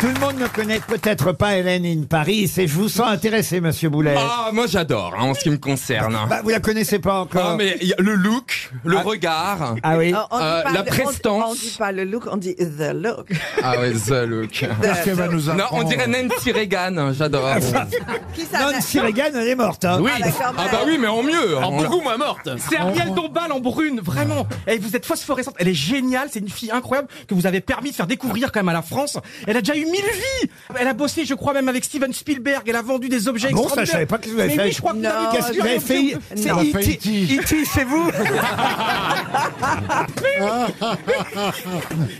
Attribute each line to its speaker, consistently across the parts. Speaker 1: Tout le monde ne connaît peut-être pas Hélène in Paris, et je vous sens intéressé, monsieur Boulet.
Speaker 2: Eh.
Speaker 3: Ah, moi j'adore hein, en ce qui me concerne.
Speaker 1: Bah, vous la connaissez pas encore.
Speaker 3: Ah, mais y a le look, le regard.
Speaker 1: Ah oui.
Speaker 4: Oh, On- on dit
Speaker 3: Euh,
Speaker 4: pas
Speaker 3: la
Speaker 4: le- on-
Speaker 3: prestance.
Speaker 4: On, dit pas le look, on dit the look.
Speaker 3: Ah ouais, the look.
Speaker 2: Qu'est-ce qu'elle va nous
Speaker 3: Non,
Speaker 2: apprendre
Speaker 3: on dirait Nancy Reagan, hein, j'adore.
Speaker 4: Qui ça
Speaker 1: Nancy Reagan, elle est morte. hein.
Speaker 5: Oui.
Speaker 4: d'accord,
Speaker 3: Ah bah oui, mais en mieux.
Speaker 5: Alors,
Speaker 3: On-
Speaker 5: beaucoup moins morte. C'est Ariel Dombal en brune, vraiment. Et vous êtes phosphorescente. Elle est géniale. C'est une fille incroyable que vous avez permis de faire découvrir quand même à la France. Elle a déjà eu mille vies. Elle a bossé, je crois, même avec Steven Spielberg. Elle a vendu des objets
Speaker 1: Ah bon, ça,
Speaker 5: extraordinaires.
Speaker 1: je savais pas que vous avez
Speaker 5: Mais
Speaker 1: fait.
Speaker 5: oui, je crois que vous
Speaker 4: Non,
Speaker 5: avez
Speaker 1: Qu'est-ce que vous avez fait C'est
Speaker 2: Non.
Speaker 1: E.T. E.T., c'est vous
Speaker 5: Ah,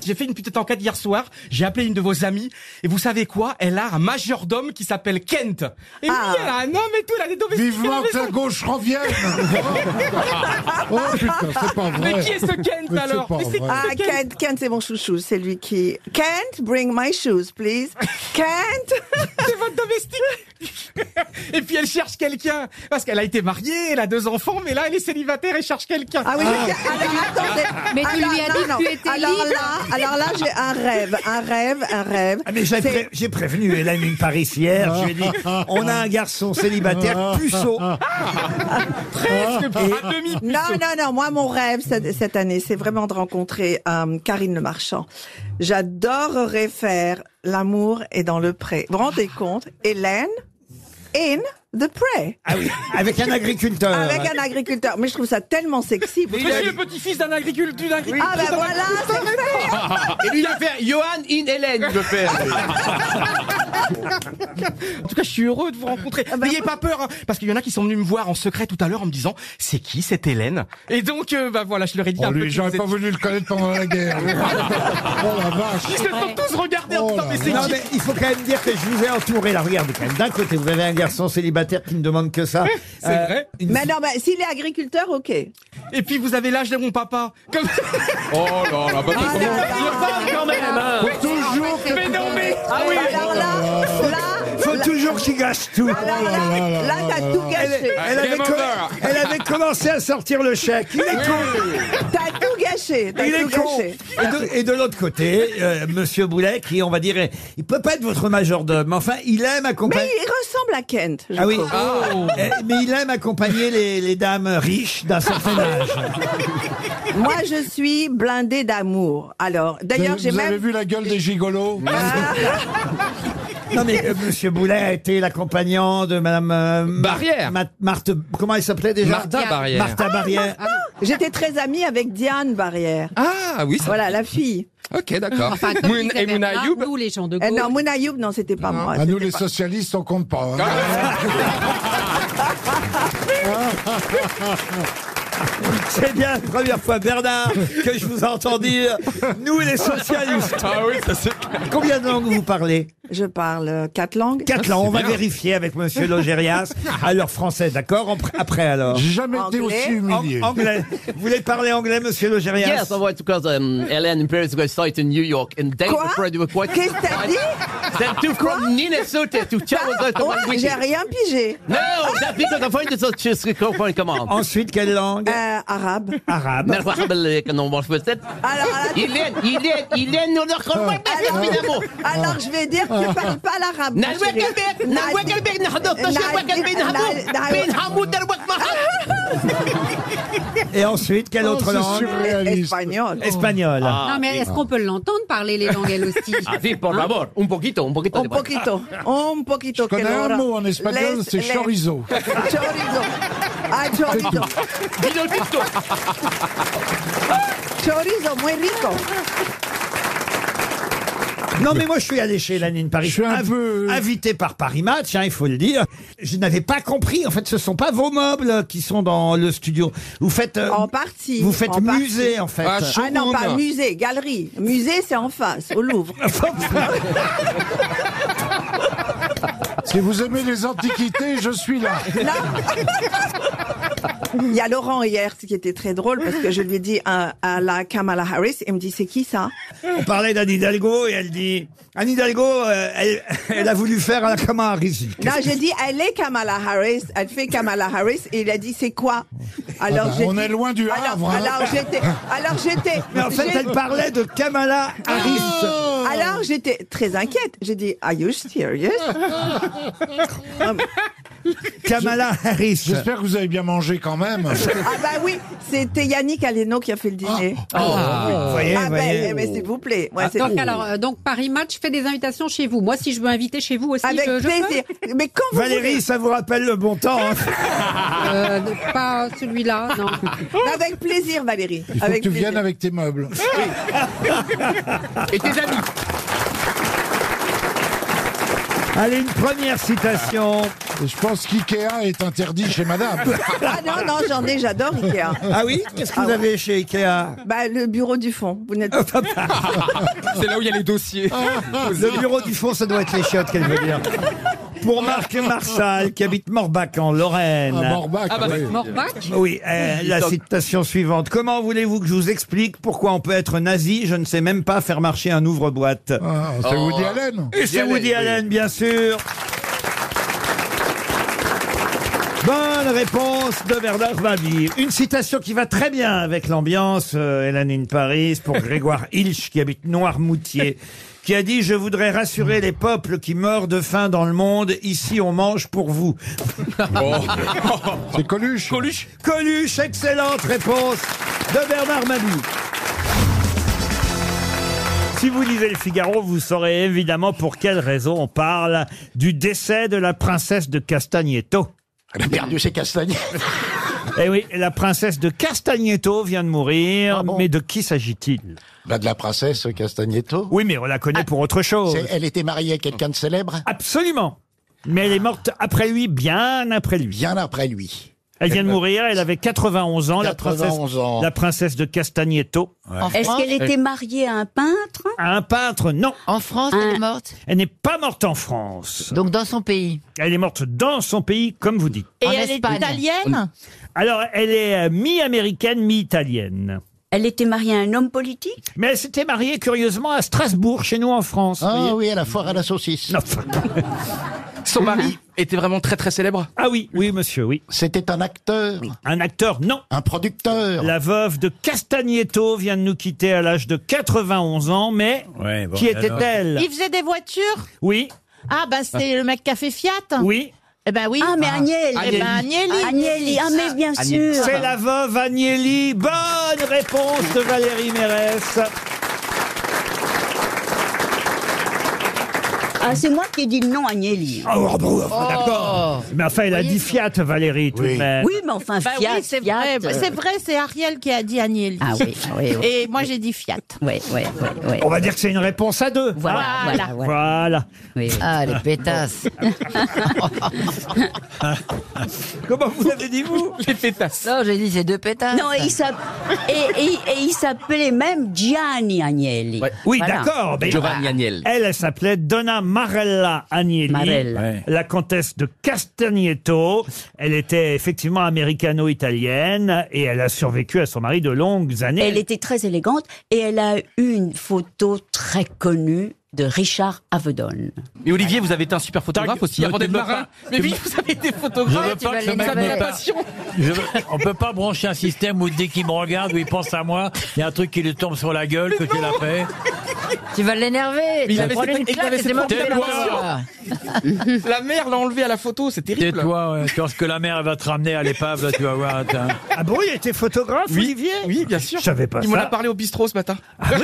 Speaker 5: J'ai fait une petite enquête hier soir. J'ai appelé une de vos amies. Et vous savez quoi? Elle a un majordome qui s'appelle Kent. Et oui,
Speaker 4: Ah.
Speaker 5: elle a un homme et tout. Elle a des domestiques à la
Speaker 2: Vivement que
Speaker 5: maison.
Speaker 2: la gauche revienne Oh putain, c'est pas vrai
Speaker 5: Mais qui est ce Kent
Speaker 2: Mais c'est
Speaker 5: alors?
Speaker 2: pas
Speaker 5: Mais c'est qui
Speaker 2: vrai.
Speaker 4: Ah,
Speaker 5: ce Kent
Speaker 4: Kent, Kent c'est mon chouchou, c'est lui qui... Kent, bring my shoes, please. Kent
Speaker 5: C'est votre domestique Et puis elle cherche quelqu'un Parce qu'elle a été mariée, elle a deux enfants, mais là elle est célibataire et cherche quelqu'un.
Speaker 4: Ah oui, mais que- alors attendez.
Speaker 6: Mais tu
Speaker 4: Alors,
Speaker 6: lui as
Speaker 4: non,
Speaker 6: dit que
Speaker 4: non.
Speaker 6: tu étais
Speaker 4: alors
Speaker 6: libre.
Speaker 4: Là, alors là, j'ai un rêve, un rêve, un rêve.
Speaker 1: Ah, mais j'ai,
Speaker 4: C'est-
Speaker 1: pré- j'ai prévenu Hélène in Paris hier. Je lui ai dit on a un garçon
Speaker 5: Ah.
Speaker 1: célibataire puceau.
Speaker 5: Presque à demi
Speaker 4: Ah. Non, non, non. Moi, mon rêve cette, cette année, c'est vraiment de rencontrer euh, Karine Le Marchand. J'adorerais faire l'amour est dans le pré. Vous vous rendez compte, Hélène in the pré Ah,
Speaker 1: Ah oui, avec un agriculteur.
Speaker 4: avec un agriculteur. Mais je trouve ça tellement sexy. Vous
Speaker 5: Je suis le petit-fils d'un agriculteur.
Speaker 4: Ah ben voilà, c'est fait.
Speaker 5: Et lui il a fait Johan in Hélène, je fais. en tout cas, je suis heureux de vous rencontrer. N'ayez pas peur, hein, parce qu'il y en a qui sont venus me voir en secret tout à l'heure en me disant c'est qui cette Hélène Et donc, euh, bah voilà, je leur ai dit
Speaker 2: Oh,
Speaker 5: un peu.
Speaker 2: lui,
Speaker 5: qui
Speaker 2: j'aurais
Speaker 5: vous
Speaker 2: pas
Speaker 5: étiez.
Speaker 2: voulu le connaître pendant la guerre. oh la vache
Speaker 5: Ils se sont tous regardés en
Speaker 2: Oh
Speaker 5: disant
Speaker 2: là
Speaker 5: mais c'est
Speaker 1: Non
Speaker 5: qui
Speaker 1: mais il faut quand même dire que je vous ai entouré. Là, regardez quand même. D'un côté, vous avez un garçon célibataire qui ne demande que ça. Euh,
Speaker 5: C'est vrai.
Speaker 1: une-
Speaker 4: Mais non, mais s'il est agriculteur, ok.
Speaker 5: Et puis vous avez l'âge de Ah, mon papa. Comme...
Speaker 3: Oh là là, bah,
Speaker 4: Ah là là.
Speaker 7: hein.
Speaker 2: Pour toujours que-
Speaker 5: Mais non mais ah oui.
Speaker 4: Alors là,
Speaker 7: Oh
Speaker 4: là,
Speaker 1: Faut toujours qu'il gâche tout.
Speaker 4: alors là, là, t'as tout gâché.
Speaker 1: Elle avait,
Speaker 3: Game
Speaker 1: co-
Speaker 3: over.
Speaker 1: elle avait commencé à sortir le chèque. Il est con.
Speaker 4: T'as tout gâché. T'as
Speaker 1: Il est
Speaker 4: tout
Speaker 1: con.
Speaker 4: gâché.
Speaker 1: Et de, et de l'autre côté, euh, Monsieur Boulet, qui on va dire, est- il peut pas être votre majordome, mais enfin, il aime
Speaker 4: Mais
Speaker 1: accompagner.
Speaker 4: il ressemble à Kent. je
Speaker 1: Ah oui.
Speaker 4: trouve.
Speaker 5: Oh.
Speaker 1: Eh, Mais il aime accompagner les, les dames riches d'un certain âge.
Speaker 4: Moi, je suis blindée d'amour. Alors,
Speaker 2: Vous
Speaker 4: d'ailleurs,
Speaker 2: avez,
Speaker 4: j'ai
Speaker 2: vous avez
Speaker 4: même.
Speaker 2: vu la gueule des gigolos
Speaker 3: Ah,
Speaker 1: Non mais euh, Monsieur Boulet a été l'accompagnant de Madame euh, Mar-
Speaker 3: Barrière.
Speaker 1: Ma- Marthe. Comment elle s'appelait déjà
Speaker 3: Martha Barrière.
Speaker 1: Martha Barrière.
Speaker 4: Ah, J'étais très amie avec Diane Barrière.
Speaker 3: Ah oui, ça...
Speaker 4: Voilà, la fille.
Speaker 3: ok, d'accord.
Speaker 6: Enfin, comme
Speaker 3: Moon,
Speaker 6: disait
Speaker 3: et Mouna
Speaker 6: Bernard,
Speaker 3: Youb.
Speaker 6: nous, les gens de
Speaker 4: Euh,
Speaker 6: gauche.
Speaker 4: non, Mouna Youb, non, c'était pas moi.
Speaker 2: À Ah, nous
Speaker 4: c'était
Speaker 2: les
Speaker 4: pas-
Speaker 2: socialistes, on compte pas. hein.
Speaker 1: C'est bien la première fois Bernard que je vous entends dire nous les socialistes.
Speaker 3: Ah oui, ça c'est clair.
Speaker 1: Combien de langues vous parlez
Speaker 4: Je parle euh, quatre langues.
Speaker 1: Quatre
Speaker 2: Ah,
Speaker 1: langues. On va vérifier avec Monsieur Logérias. Alors français, d'accord En- Après alors.
Speaker 2: J'ai jamais
Speaker 4: Anglais.
Speaker 2: été aussi
Speaker 1: An-
Speaker 2: humilié.
Speaker 1: anglais. Vous voulez parler anglais, Monsieur Logérias
Speaker 7: Yes, I went because um, Ellen and Paris was site in New York and day
Speaker 4: Quoi
Speaker 7: before they were quite
Speaker 4: Qu'est-ce que t'as dit
Speaker 7: sent two from Minnesota to travel out to one
Speaker 4: Ouais, oh, J'ai
Speaker 7: weekend.
Speaker 4: rien pigé.
Speaker 7: No, that's because I find it such a scope come on.
Speaker 1: Ensuite, quelle langue
Speaker 4: Euh, arabe.
Speaker 1: Arabe.
Speaker 7: مرحبا لك انا عمر فاتت
Speaker 5: Ah.
Speaker 4: Alors, alors,
Speaker 7: يلين يلين يلين نورك
Speaker 4: alors, alors, je vais dire que tu parles pas l'arabe. mon
Speaker 7: نعوج
Speaker 4: chéri.
Speaker 7: البيت
Speaker 4: N'a-
Speaker 7: نعوج البيت نحضر تشوق البيت نحضر بين حمود دروك
Speaker 1: Et ensuite, quelle
Speaker 2: Oh,
Speaker 1: autre
Speaker 2: c'est
Speaker 1: langue
Speaker 2: surréaliste.
Speaker 4: Espagnol.
Speaker 1: Espagnol.
Speaker 7: Ah,
Speaker 6: Non, mais est-ce qu'on peut l'entendre parler les langues elle aussi
Speaker 3: Ah,
Speaker 6: Hein
Speaker 7: عفيف بور فابور un poquito un poquito
Speaker 1: Oh.
Speaker 4: Un
Speaker 7: de-
Speaker 4: poquito. Un poquito.
Speaker 2: Je connais
Speaker 4: quelle
Speaker 2: un
Speaker 4: hora.
Speaker 2: mot en espagnol,
Speaker 4: Les-
Speaker 2: c'est
Speaker 4: les-
Speaker 2: chorizo.
Speaker 4: Chorizo. Ah, chorizo.
Speaker 7: Dino Tito.
Speaker 4: Chorizo, muy rico.
Speaker 1: Non, mais moi, je suis allé chez Lanine Paris.
Speaker 2: Je suis un
Speaker 1: Inv-
Speaker 2: peu-
Speaker 1: Invité par Paris Match, hein, il faut le dire. Je n'avais pas compris. En fait, ce sont pas vos meubles qui sont dans le studio. Vous faites. euh,
Speaker 4: En partie.
Speaker 1: Vous faites
Speaker 4: en partie.
Speaker 1: musée, en fait.
Speaker 3: Ah, je-
Speaker 4: Ah non,
Speaker 3: Showroom.
Speaker 4: pas musée, galerie. Musée, c'est en face, au Louvre.
Speaker 2: Si vous aimez les antiquités, je suis là.
Speaker 4: Là, Il y a Laurent hier qui était très drôle parce que je lui ai dit à, à la Kamala Harris, il me dit c'est qui ça
Speaker 1: On parlait d'Anne Hidalgo et elle dit Anne Hidalgo, euh, elle, elle a voulu faire à la Kamala Harris.
Speaker 4: Là j'ai dit elle est Kamala Harris, elle fait Kamala Harris et il a dit c'est quoi
Speaker 1: Ah bah,
Speaker 4: j'ai
Speaker 1: on
Speaker 4: dit-
Speaker 1: est loin du
Speaker 4: alors-
Speaker 1: Havre, hein.
Speaker 4: Alors j'étais, alors j'étais.
Speaker 1: Mais en fait,
Speaker 4: j'ai- Oh.
Speaker 1: elle parlait de Kamala Harris.
Speaker 4: Alors j'étais très inquiète. J'ai dit Are you serious
Speaker 1: Kamala Harris.
Speaker 2: J'espère que vous avez bien mangé quand même.
Speaker 4: Ah bah oui, c'était Yannick Aleno qui a fait le dîner.
Speaker 1: Vous Oh. voyez,
Speaker 4: Ah ben,
Speaker 1: vous voyez.
Speaker 4: eh ben, s'il vous plaît. Ouais, c'est-
Speaker 8: Donc, alors, euh, donc Paris Match fait des invitations chez vous. Moi, si je veux inviter chez vous aussi,
Speaker 4: Avec
Speaker 8: je, je peux
Speaker 4: plaisir. Mais quand vous
Speaker 1: Valérie, ça vous rappelle le bon temps. hein.
Speaker 8: Euh, Pas celui-là, non.
Speaker 4: voulez. Avec plaisir, Valérie.
Speaker 2: Il faut
Speaker 4: avec
Speaker 2: que tu
Speaker 4: plaisir.
Speaker 2: viennes avec tes meubles.
Speaker 5: Et tes amis.
Speaker 1: Allez, une première citation.
Speaker 2: Et je pense qu'IKEA est interdit chez madame.
Speaker 4: Ah non, non, j'en ai, j'adore Ikea.
Speaker 1: Ah oui Qu'est-ce que vous avez Ah, chez Ikea
Speaker 4: Bah, le bureau du fond. Vous n'êtes pas.
Speaker 9: C'est là où il y a les dossiers.
Speaker 1: Ah, Le bureau du fond, ça doit être les chiottes qu'elle veut dire. Pour Marc Marsal, qui habite Morbac en Lorraine.
Speaker 2: Ah, Morbac, oui.
Speaker 8: Morbac
Speaker 1: Oui, euh, la citation suivante. Comment voulez-vous que je vous explique pourquoi on peut être nazi Je ne sais même pas faire marcher un ouvre-boîte.
Speaker 2: Ah, c'est
Speaker 9: Oh.
Speaker 2: Woody Allen.
Speaker 1: Et c'est
Speaker 9: Woody
Speaker 1: Woody
Speaker 9: Allen, oui.
Speaker 1: Allen, bien sûr. Bonne réponse de Bernard Mabille. Une citation qui va très bien avec l'ambiance, euh, Hélène in Paris, pour Grégoire Hilch, qui habite Noirmoutier, qui a dit « Je voudrais rassurer les peuples qui meurent de faim dans le monde. Ici, on mange pour vous.
Speaker 2: C'est Coluche.
Speaker 5: Coluche »
Speaker 1: Coluche, excellente réponse de Bernard Mabille. Si vous lisez le Figaro, vous saurez évidemment pour quelle raison on parle du décès de la princesse de Castagneto.
Speaker 10: Elle a perdu ses castagnes.
Speaker 1: Eh oui, la princesse de Castagneto vient de mourir,
Speaker 10: Ah bon
Speaker 1: mais de qui s'agit-il
Speaker 10: Bah, de la princesse Castagneto. Ah,
Speaker 1: Oui, mais on la connaît pour autre chose.
Speaker 10: C'est- Elle était
Speaker 2: Ah,
Speaker 10: mariée à quelqu'un de célèbre
Speaker 1: Absolument. Mais elle est morte après lui, bien après lui.
Speaker 10: bien après lui.
Speaker 1: Elle vient de mourir, elle avait 91 ans, la princesse,
Speaker 10: 91 ans.
Speaker 1: la princesse de Castagneto.
Speaker 6: Est-ce qu'elle était mariée à un peintre
Speaker 1: Un peintre, non.
Speaker 11: En France, elle est morte.
Speaker 1: Elle n'est pas morte en France.
Speaker 11: Donc dans son pays.
Speaker 1: Elle est morte dans son pays, comme vous dites.
Speaker 6: Et
Speaker 11: en
Speaker 6: elle
Speaker 11: Espagne.
Speaker 6: est italienne
Speaker 1: Alors, elle est euh, mi-américaine, mi-italienne.
Speaker 6: Elle était mariée à un homme politique
Speaker 1: Mais elle s'était mariée, curieusement, à Strasbourg, chez nous en France.
Speaker 10: Ah
Speaker 1: vous voyez.
Speaker 10: oui, à la foire à la saucisse.
Speaker 1: Non, enfin,
Speaker 5: Son mari était vraiment très très célèbre.
Speaker 1: ah oui, oui, monsieur, oui.
Speaker 10: C'était un acteur,
Speaker 1: Un acteur, non.
Speaker 10: un producteur.
Speaker 1: La veuve de Castagneto vient de nous quitter à l'âge de 91 ans, mais qui était-elle
Speaker 11: Il faisait des voitures
Speaker 1: Oui,
Speaker 11: Ah bah c'est le mec qui a fait Fiat
Speaker 1: oui.
Speaker 11: Eh ben oui.
Speaker 6: Ah, mais Agnelli.
Speaker 11: Eh ben Agnelli.
Speaker 6: Agnelli, ah mais bien sûr
Speaker 1: C'est la veuve Agnelli. Bonne réponse de Valérie Mérès.
Speaker 6: Ah, c'est moi qui ai dit le nom Agnelli.
Speaker 1: Oh, bon, enfin, d'accord. Mais enfin, elle a dit Fiat, Valérie, tout de même.
Speaker 6: Oui, mais enfin,
Speaker 11: Bah
Speaker 6: Fiat,
Speaker 11: oui, c'est
Speaker 6: Fiat,
Speaker 11: vrai.
Speaker 6: euh,
Speaker 11: C'est vrai, c'est Ariel qui a dit Agnelli.
Speaker 6: Ah oui, ah oui, oui.
Speaker 11: Et moi j'ai dit Fiat.
Speaker 6: Ouais, ouais, ouais, ouais.
Speaker 1: On va dire que c'est une réponse à deux.
Speaker 6: Voilà,
Speaker 1: Ah,
Speaker 6: voilà, voilà.
Speaker 1: Voilà.
Speaker 6: Oui, oui.
Speaker 11: Ah les pétasses.
Speaker 1: Comment vous avez dit, vous
Speaker 5: Les pétasses.
Speaker 11: Non, j'ai dit c'est deux pétasses.
Speaker 6: Non, et il s'app- et, et- et il s'appelait même Gianni Agnelli.
Speaker 1: Oui,
Speaker 6: Voilà.
Speaker 1: d'accord. mais-
Speaker 5: Giovanni Agnelli.
Speaker 1: Elle, elle s'appelait Donna Marella Agnelli,
Speaker 6: Marella.
Speaker 1: la comtesse de Castagneto. Elle était effectivement américano-italienne et elle a survécu à son mari de longues années.
Speaker 6: Elle était très élégante et elle a eu une photo très connue de Richard Avedon.
Speaker 5: Mais Olivier, vous avez été un super photographe aussi. Avant d'être marin. Mais oui, vous avez été photographe.
Speaker 11: tu vas
Speaker 5: Vous
Speaker 11: les
Speaker 5: avez la
Speaker 11: mettre.
Speaker 5: passion.
Speaker 12: Je veux- on peut pas brancher un système où dès qu'il me regarde ou il pense à moi, il y a un truc qui lui tombe sur la gueule que tu l'as fait.
Speaker 11: Tu vas l'énerver.
Speaker 5: Mais il avait cette- il avait cette
Speaker 11: là.
Speaker 5: La mère l'a enlevé à la photo. C'est terrible.
Speaker 12: Tais-toi, ouais. tu vois ce que la mère elle va te ramener à l'épave, là tu vas voir. t'as-
Speaker 1: Ah bon, il était photographe,
Speaker 5: Oui,
Speaker 1: Olivier
Speaker 5: oui, bien sûr.
Speaker 1: Je savais pas
Speaker 5: Il m'en
Speaker 1: ça.
Speaker 5: a parlé au bistrot ce matin.
Speaker 12: Ah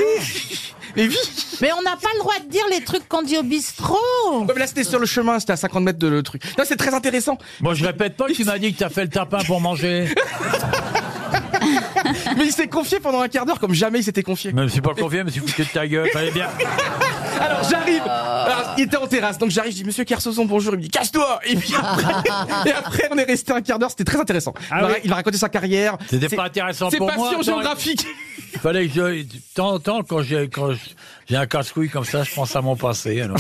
Speaker 5: Mais oui
Speaker 11: Mais on n'a pas le droit de dire les trucs qu'on dit au bistrot.
Speaker 5: Ouais, mais Là, c'était sur le chemin, c'était à 50 mètres de le truc. Non, c'est très intéressant.
Speaker 12: Bon, je répète pas que tu m'as dit que t'as fait le tapin pour manger.
Speaker 5: Mais il s'est confié pendant un quart d'heure comme jamais il s'était confié.
Speaker 12: Je me suis pas confié, je me suis foutu de ta gueule. Fallait bien.
Speaker 5: Alors j'arrive. Alors, il était en terrasse, donc j'arrive, je dis Monsieur Kersoson, bonjour. Il me dit casse-toi. Et puis après, et après, on est resté un quart d'heure. C'était très intéressant.
Speaker 1: Ah
Speaker 5: il, a,
Speaker 1: oui.
Speaker 5: il a raconté sa carrière.
Speaker 12: C'était
Speaker 5: C'est-
Speaker 12: pas intéressant
Speaker 5: Ses
Speaker 12: pour moi.
Speaker 5: passions
Speaker 12: attends,
Speaker 5: géographiques.
Speaker 12: Fallait que je, de temps en temps, quand j'ai, quand je- j'ai un casse-couille comme ça, je pense à mon passé, alors.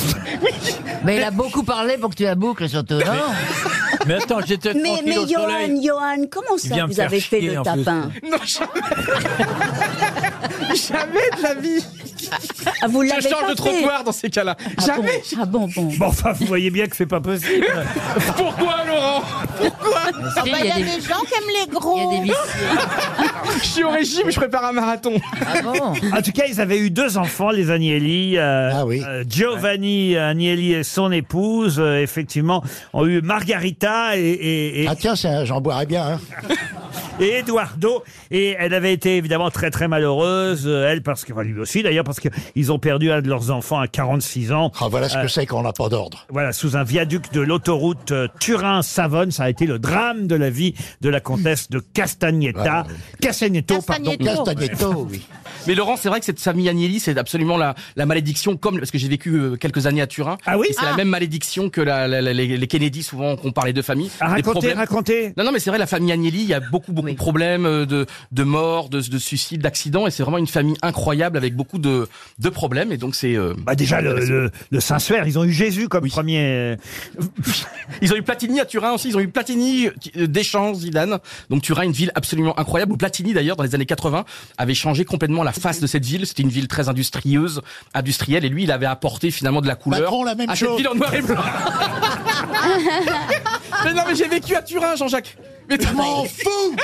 Speaker 11: Mais il a beaucoup parlé pour que tu la boucles surtout. Non
Speaker 13: Mais attends, j'étais
Speaker 12: Mais,
Speaker 13: tranquille
Speaker 12: mais
Speaker 13: au soleil.
Speaker 12: Johan, Johan, comment
Speaker 13: Il vient
Speaker 12: ça
Speaker 13: me
Speaker 12: vous
Speaker 13: faire
Speaker 12: avez fait
Speaker 13: chier,
Speaker 12: le
Speaker 13: en plus.
Speaker 12: tapin
Speaker 5: Jamais de la vie.
Speaker 12: Ah, vous l'avez
Speaker 5: Je change
Speaker 12: pas
Speaker 5: de
Speaker 12: fait
Speaker 5: trottoir dans ces cas-là. Jamais.
Speaker 12: Ah bon, bon.
Speaker 1: Bon, enfin, vous voyez bien que c'est pas possible.
Speaker 5: Pourquoi, Laurent Pourquoi
Speaker 6: Ah bah, il y a des gens qui aiment les gros.
Speaker 5: Ah, Je suis au régime, je prépare un marathon.
Speaker 6: Ah
Speaker 1: En tout cas, ils avaient eu deux enfants, les Agnelli. euh, euh, Giovanni Agnelli et son épouse, euh, effectivement, ont eu Margarita et... Ah tiens, j'en boirais bien. Et Eduardo, et elle avait été évidemment très très malheureuse, euh, elle parce que, enfin, lui aussi d'ailleurs, parce qu'ils ont perdu un de leurs enfants à 46 ans. Ah
Speaker 14: Voilà ce que c'est quand on n'a pas d'ordre.
Speaker 1: Voilà, sous un viaduc de l'autoroute euh, Turin-Savonne, ça a été le drame de la vie de la comtesse de Castagnetta. Castagneto, pardon.
Speaker 5: Mais Laurent, c'est vrai que cette famille Agnelli, c'est absolument la, la malédiction, comme parce que j'ai vécu euh, quelques années à Turin.
Speaker 1: Ah oui
Speaker 5: Et C'est
Speaker 1: Ah.
Speaker 5: la même malédiction que la- la- la- les, les Kennedy, souvent qu'on parle les deux familles.
Speaker 1: Ah,
Speaker 5: Des
Speaker 1: racontez,
Speaker 5: problèmes.
Speaker 1: racontez.
Speaker 5: Non, non, mais c'est vrai, la famille Agnelli, il y a beaucoup, beaucoup de problèmes euh, de, de morts, de, de suicides, d'accidents, et c'est vraiment une famille incroyable avec beaucoup de, de problèmes. Et donc c'est.
Speaker 1: Bah déjà, le, le, le Saint-Suaire, ils ont eu Jésus comme premier.
Speaker 5: Ils ont eu Platini à Turin aussi, ils ont eu Platini, euh, Deschamps, Zidane. Donc Turin, une ville absolument incroyable. où Platini d'ailleurs, dans les années 80, avait changé complètement la face de cette ville. C'était une ville très industrieuse, industrielle, et lui, il avait apporté finalement de la couleur
Speaker 14: Macron, la même
Speaker 5: à
Speaker 14: chose.
Speaker 5: cette ville en noir et blanc. mais non, mais j'ai vécu à Turin, Jean-Jacques.
Speaker 15: Ah,
Speaker 5: Mais tu m'en fous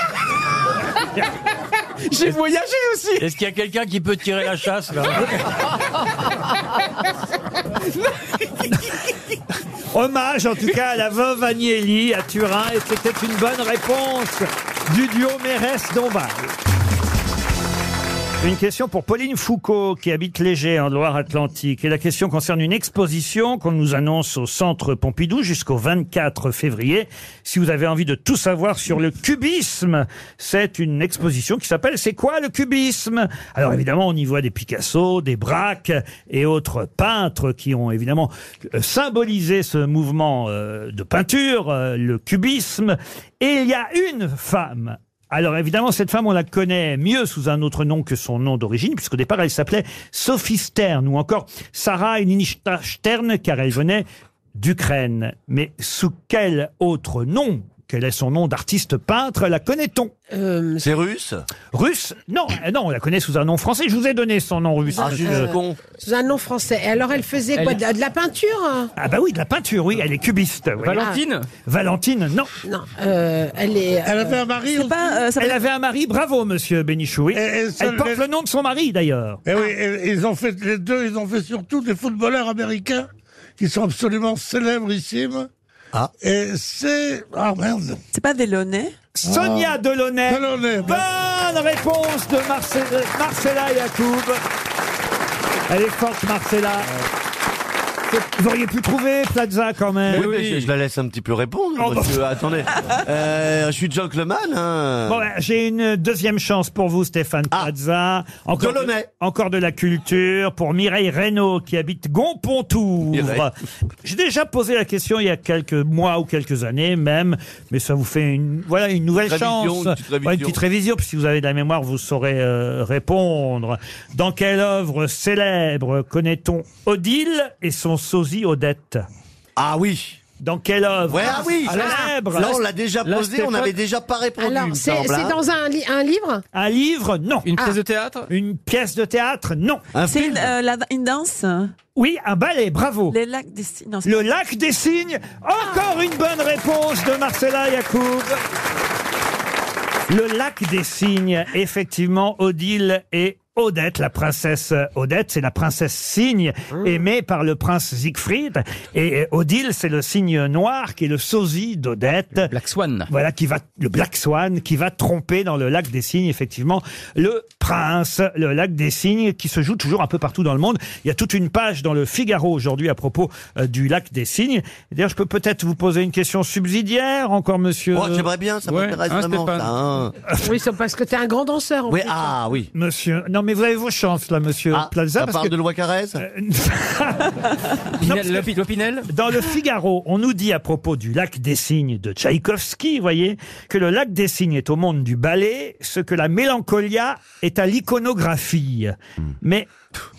Speaker 5: J'ai voyagé aussi
Speaker 13: Est-ce qu'il y a quelqu'un qui peut tirer la chasse là
Speaker 1: Hommage en tout cas à la veuve Agnelli à Turin et c'était une bonne réponse du duo Mérès-Dombal.
Speaker 14: Ah.
Speaker 1: Une question pour Pauline Foucault qui habite Léger en Loire-Atlantique. Et la question concerne une exposition qu'on nous annonce au centre Pompidou jusqu'au 24 février. Si vous avez envie de tout savoir sur le cubisme, c'est une exposition qui s'appelle C'est quoi le cubisme Alors évidemment, on y voit des Picasso, des Braque et autres peintres qui ont évidemment euh, symbolisé ce mouvement euh, de peinture, euh, le cubisme. Et il y a une femme alors évidemment, cette femme, on la connaît mieux sous un autre nom que son nom d'origine, puisqu'au départ, elle s'appelait Sophie Stern, ou encore Sarah Ininista Stern, car elle venait d'Ukraine. Mais sous quel autre nom quel est son nom d'artiste peintre La connaît-on
Speaker 16: Euh,
Speaker 1: C'est russe Russe Non, euh, non, on la connaît sous un nom français. Je vous ai donné son nom russe. Euh,
Speaker 16: Ah,
Speaker 1: parce
Speaker 16: je
Speaker 1: que-
Speaker 16: suis con. Sous un nom français. Et alors, elle faisait quoi
Speaker 1: Elle-
Speaker 16: de, la, de la peinture hein
Speaker 1: Ah bah oui, de la peinture, oui, elle est cubiste. oui. Ah,
Speaker 16: Valentine
Speaker 1: Valentine, non.
Speaker 16: Non, euh, elle est.
Speaker 1: Elle avait un mari
Speaker 16: c'est pas, euh, ça
Speaker 1: Elle
Speaker 16: peut-
Speaker 1: avait un mari, bravo, monsieur Bénichou. oui. Elle porte le nom de son mari, d'ailleurs.
Speaker 17: Eh oui, et- et ils ont fait les deux, ils ont fait surtout des footballeurs américains qui sont absolument célèbresissimes. Ah. Et c'est. Ah merde.
Speaker 18: C'est pas Delaunay
Speaker 1: Sonia Delaunay. Bonne réponse de Marce- euh, Marcella Yacoub. Elle est forte, Marcella. Vous auriez pu trouver Plaza quand même.
Speaker 7: Oui, mais je, je la laisse un petit peu répondre.
Speaker 1: Oh, bah.
Speaker 7: monsieur. Attendez, Euh, je suis gentleman. Hein.
Speaker 1: Bon, ben, j'ai une deuxième chance pour vous, Stéphane
Speaker 7: Ah,
Speaker 1: Plaza. Encore de, encore de la culture pour Mireille Reynaud qui habite Gonpontour. J'ai déjà posé la question il y a quelques mois ou quelques années même, mais ça vous fait une, voilà, une nouvelle
Speaker 7: Révision,
Speaker 1: chance.
Speaker 7: une petite révision.
Speaker 1: Ouais, une petite révision, puis si vous avez de la mémoire, vous saurez euh, répondre. Dans quelle œuvre célèbre connaît-on Odile et son sosie Odette Ah oui dans quelle œuvre
Speaker 7: ah oui,
Speaker 1: célèbre
Speaker 7: là, on l'a déjà posé, on n'avait déjà pas répondu. il me
Speaker 16: Alors, c'est
Speaker 7: semble,
Speaker 16: c'est
Speaker 7: hein.
Speaker 16: dans un, li- un livre
Speaker 1: un livre, non. Une
Speaker 16: pièce de
Speaker 1: théâtre Une pièce de théâtre, non.
Speaker 18: Ah. C'est une, euh, la- une danse
Speaker 1: Oui, un ballet, bravo.
Speaker 18: Les lacs des signes. non, c'est-
Speaker 1: Le lac des signes, encore une bonne réponse de Marcella Yacoub. Le lac des signes, effectivement, Odile et Odette, la princesse Odette, c'est la princesse cygne
Speaker 7: Mmh.
Speaker 1: aimée par le prince Siegfried. Et euh, Odile, c'est le cygne noir qui est le sosie d'Odette. Black Swan. Voilà, qui va, le Black Swan, qui va tromper dans le lac des signes, effectivement, le prince, le lac des signes, qui se joue toujours un peu partout dans le monde. Il y a toute une page dans le Figaro aujourd'hui à propos euh, du lac des signes. D'ailleurs, je peux peut-être vous poser une question subsidiaire encore, monsieur.
Speaker 7: Oh, j'aimerais bien, ça m'intéresse
Speaker 1: Ah,
Speaker 7: vraiment, ça. hein.
Speaker 16: Oui, c'est parce que t'es un grand danseur. En
Speaker 7: Oui,
Speaker 16: plus.
Speaker 7: ah oui.
Speaker 1: Monsieur, non mais vous avez vos chances là, monsieur
Speaker 7: Ah,
Speaker 1: Plaza.
Speaker 7: ça
Speaker 1: parce
Speaker 7: parle
Speaker 1: que-
Speaker 7: de loi Carrez
Speaker 1: Non, parce que- Dans le Figaro, on nous dit à propos du lac des signes de Tchaïkovski, vous voyez, que le lac des signes est au monde du ballet ce que la mélancolia est
Speaker 7: Hmm.
Speaker 1: à l'iconographie. Mais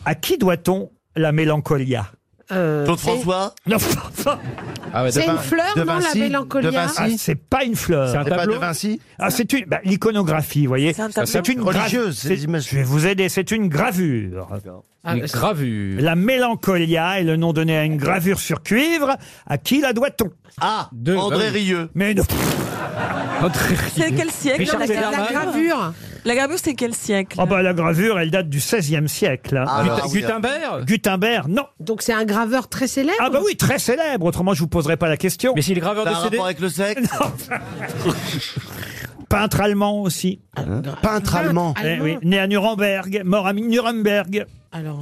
Speaker 1: à qui doit-on la mélancolia
Speaker 16: Euh,
Speaker 7: Claude
Speaker 16: c'est-
Speaker 7: François
Speaker 1: Non.
Speaker 16: Ah ouais, de C'est Vin- une fleur, de non, la Vinci Mélancolia De Vinci
Speaker 1: Ah, C'est pas une fleur.
Speaker 16: C'est un C'est pas tableau de Vinci
Speaker 1: Ah, c'est une bah, l'iconographie, vous voyez.
Speaker 16: C'est un tableau
Speaker 1: une gra-
Speaker 16: Religieuse,
Speaker 1: c'est- Je vais vous aider. C'est une gravure.
Speaker 13: Ah, Une bah, c'est- gravure.
Speaker 1: La Mélancolia est le nom donné à une gravure sur cuivre. À qui la doit-on Ah,
Speaker 7: André Rieu.
Speaker 1: Mais non.
Speaker 18: C'est quel siècle la, la gravure La gravure, c'est quel siècle
Speaker 1: Ah bah la gravure, elle date du XVIe siècle. hein.
Speaker 18: Ah, Gut- alors, oui.
Speaker 13: Gutenberg
Speaker 1: Gutenberg, non.
Speaker 16: Donc c'est un graveur très célèbre.
Speaker 1: Ah bah oui, très célèbre. Autrement, je vous poserai pas la question. Mais
Speaker 13: si le
Speaker 7: Ça
Speaker 13: graveur
Speaker 7: a un rapport avec le sexe
Speaker 1: Peintre allemand aussi.
Speaker 16: Ah,
Speaker 7: Hein
Speaker 2: Peintre allemand.
Speaker 1: Eh oui,
Speaker 2: Allemand.
Speaker 1: né à Nuremberg, mort à Nuremberg.
Speaker 16: Alors.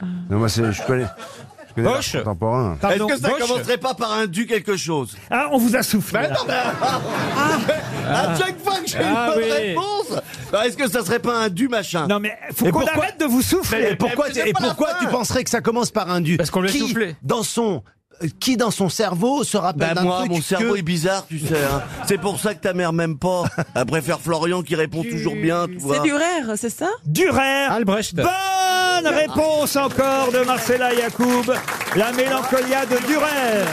Speaker 2: Ah. Non, moi, c'est- je connais. Je connais
Speaker 1: Bosch.
Speaker 2: l'art contemporain.
Speaker 1: Pardon,
Speaker 7: Est-ce que ça
Speaker 1: Bosch
Speaker 7: commencerait pas par un du quelque chose
Speaker 1: Ah, on vous a soufflé.
Speaker 7: Mais non, mais- À chaque fois que j'ai
Speaker 1: Ah
Speaker 7: une bonne
Speaker 1: oui.
Speaker 7: réponse, bah, est-ce que ça serait pas un du machin
Speaker 1: Non, mais faut qu'on arrête de vous souffler.
Speaker 2: Mais pourquoi,
Speaker 7: Mais c'est
Speaker 2: et
Speaker 7: pas la
Speaker 2: pourquoi
Speaker 7: fin.
Speaker 2: tu penserais que ça commence par un du Parce qu'on
Speaker 7: lui a
Speaker 2: qui,
Speaker 7: soufflé.
Speaker 2: Dans son, euh, qui dans son cerveau se rappelle
Speaker 7: Bah
Speaker 2: d'un
Speaker 7: moi,
Speaker 2: truc
Speaker 7: mon cerveau
Speaker 2: que-
Speaker 7: est bizarre, tu sais. hein. C'est pour ça que ta mère m'aime pas. Elle préfère Florian qui répond toujours bien, tu vois.
Speaker 18: C'est Durer, c'est ça
Speaker 1: Durer.
Speaker 7: Albrecht.
Speaker 1: Bonne réponse encore de Marcella Yacoub. La Mélancolia de Durer.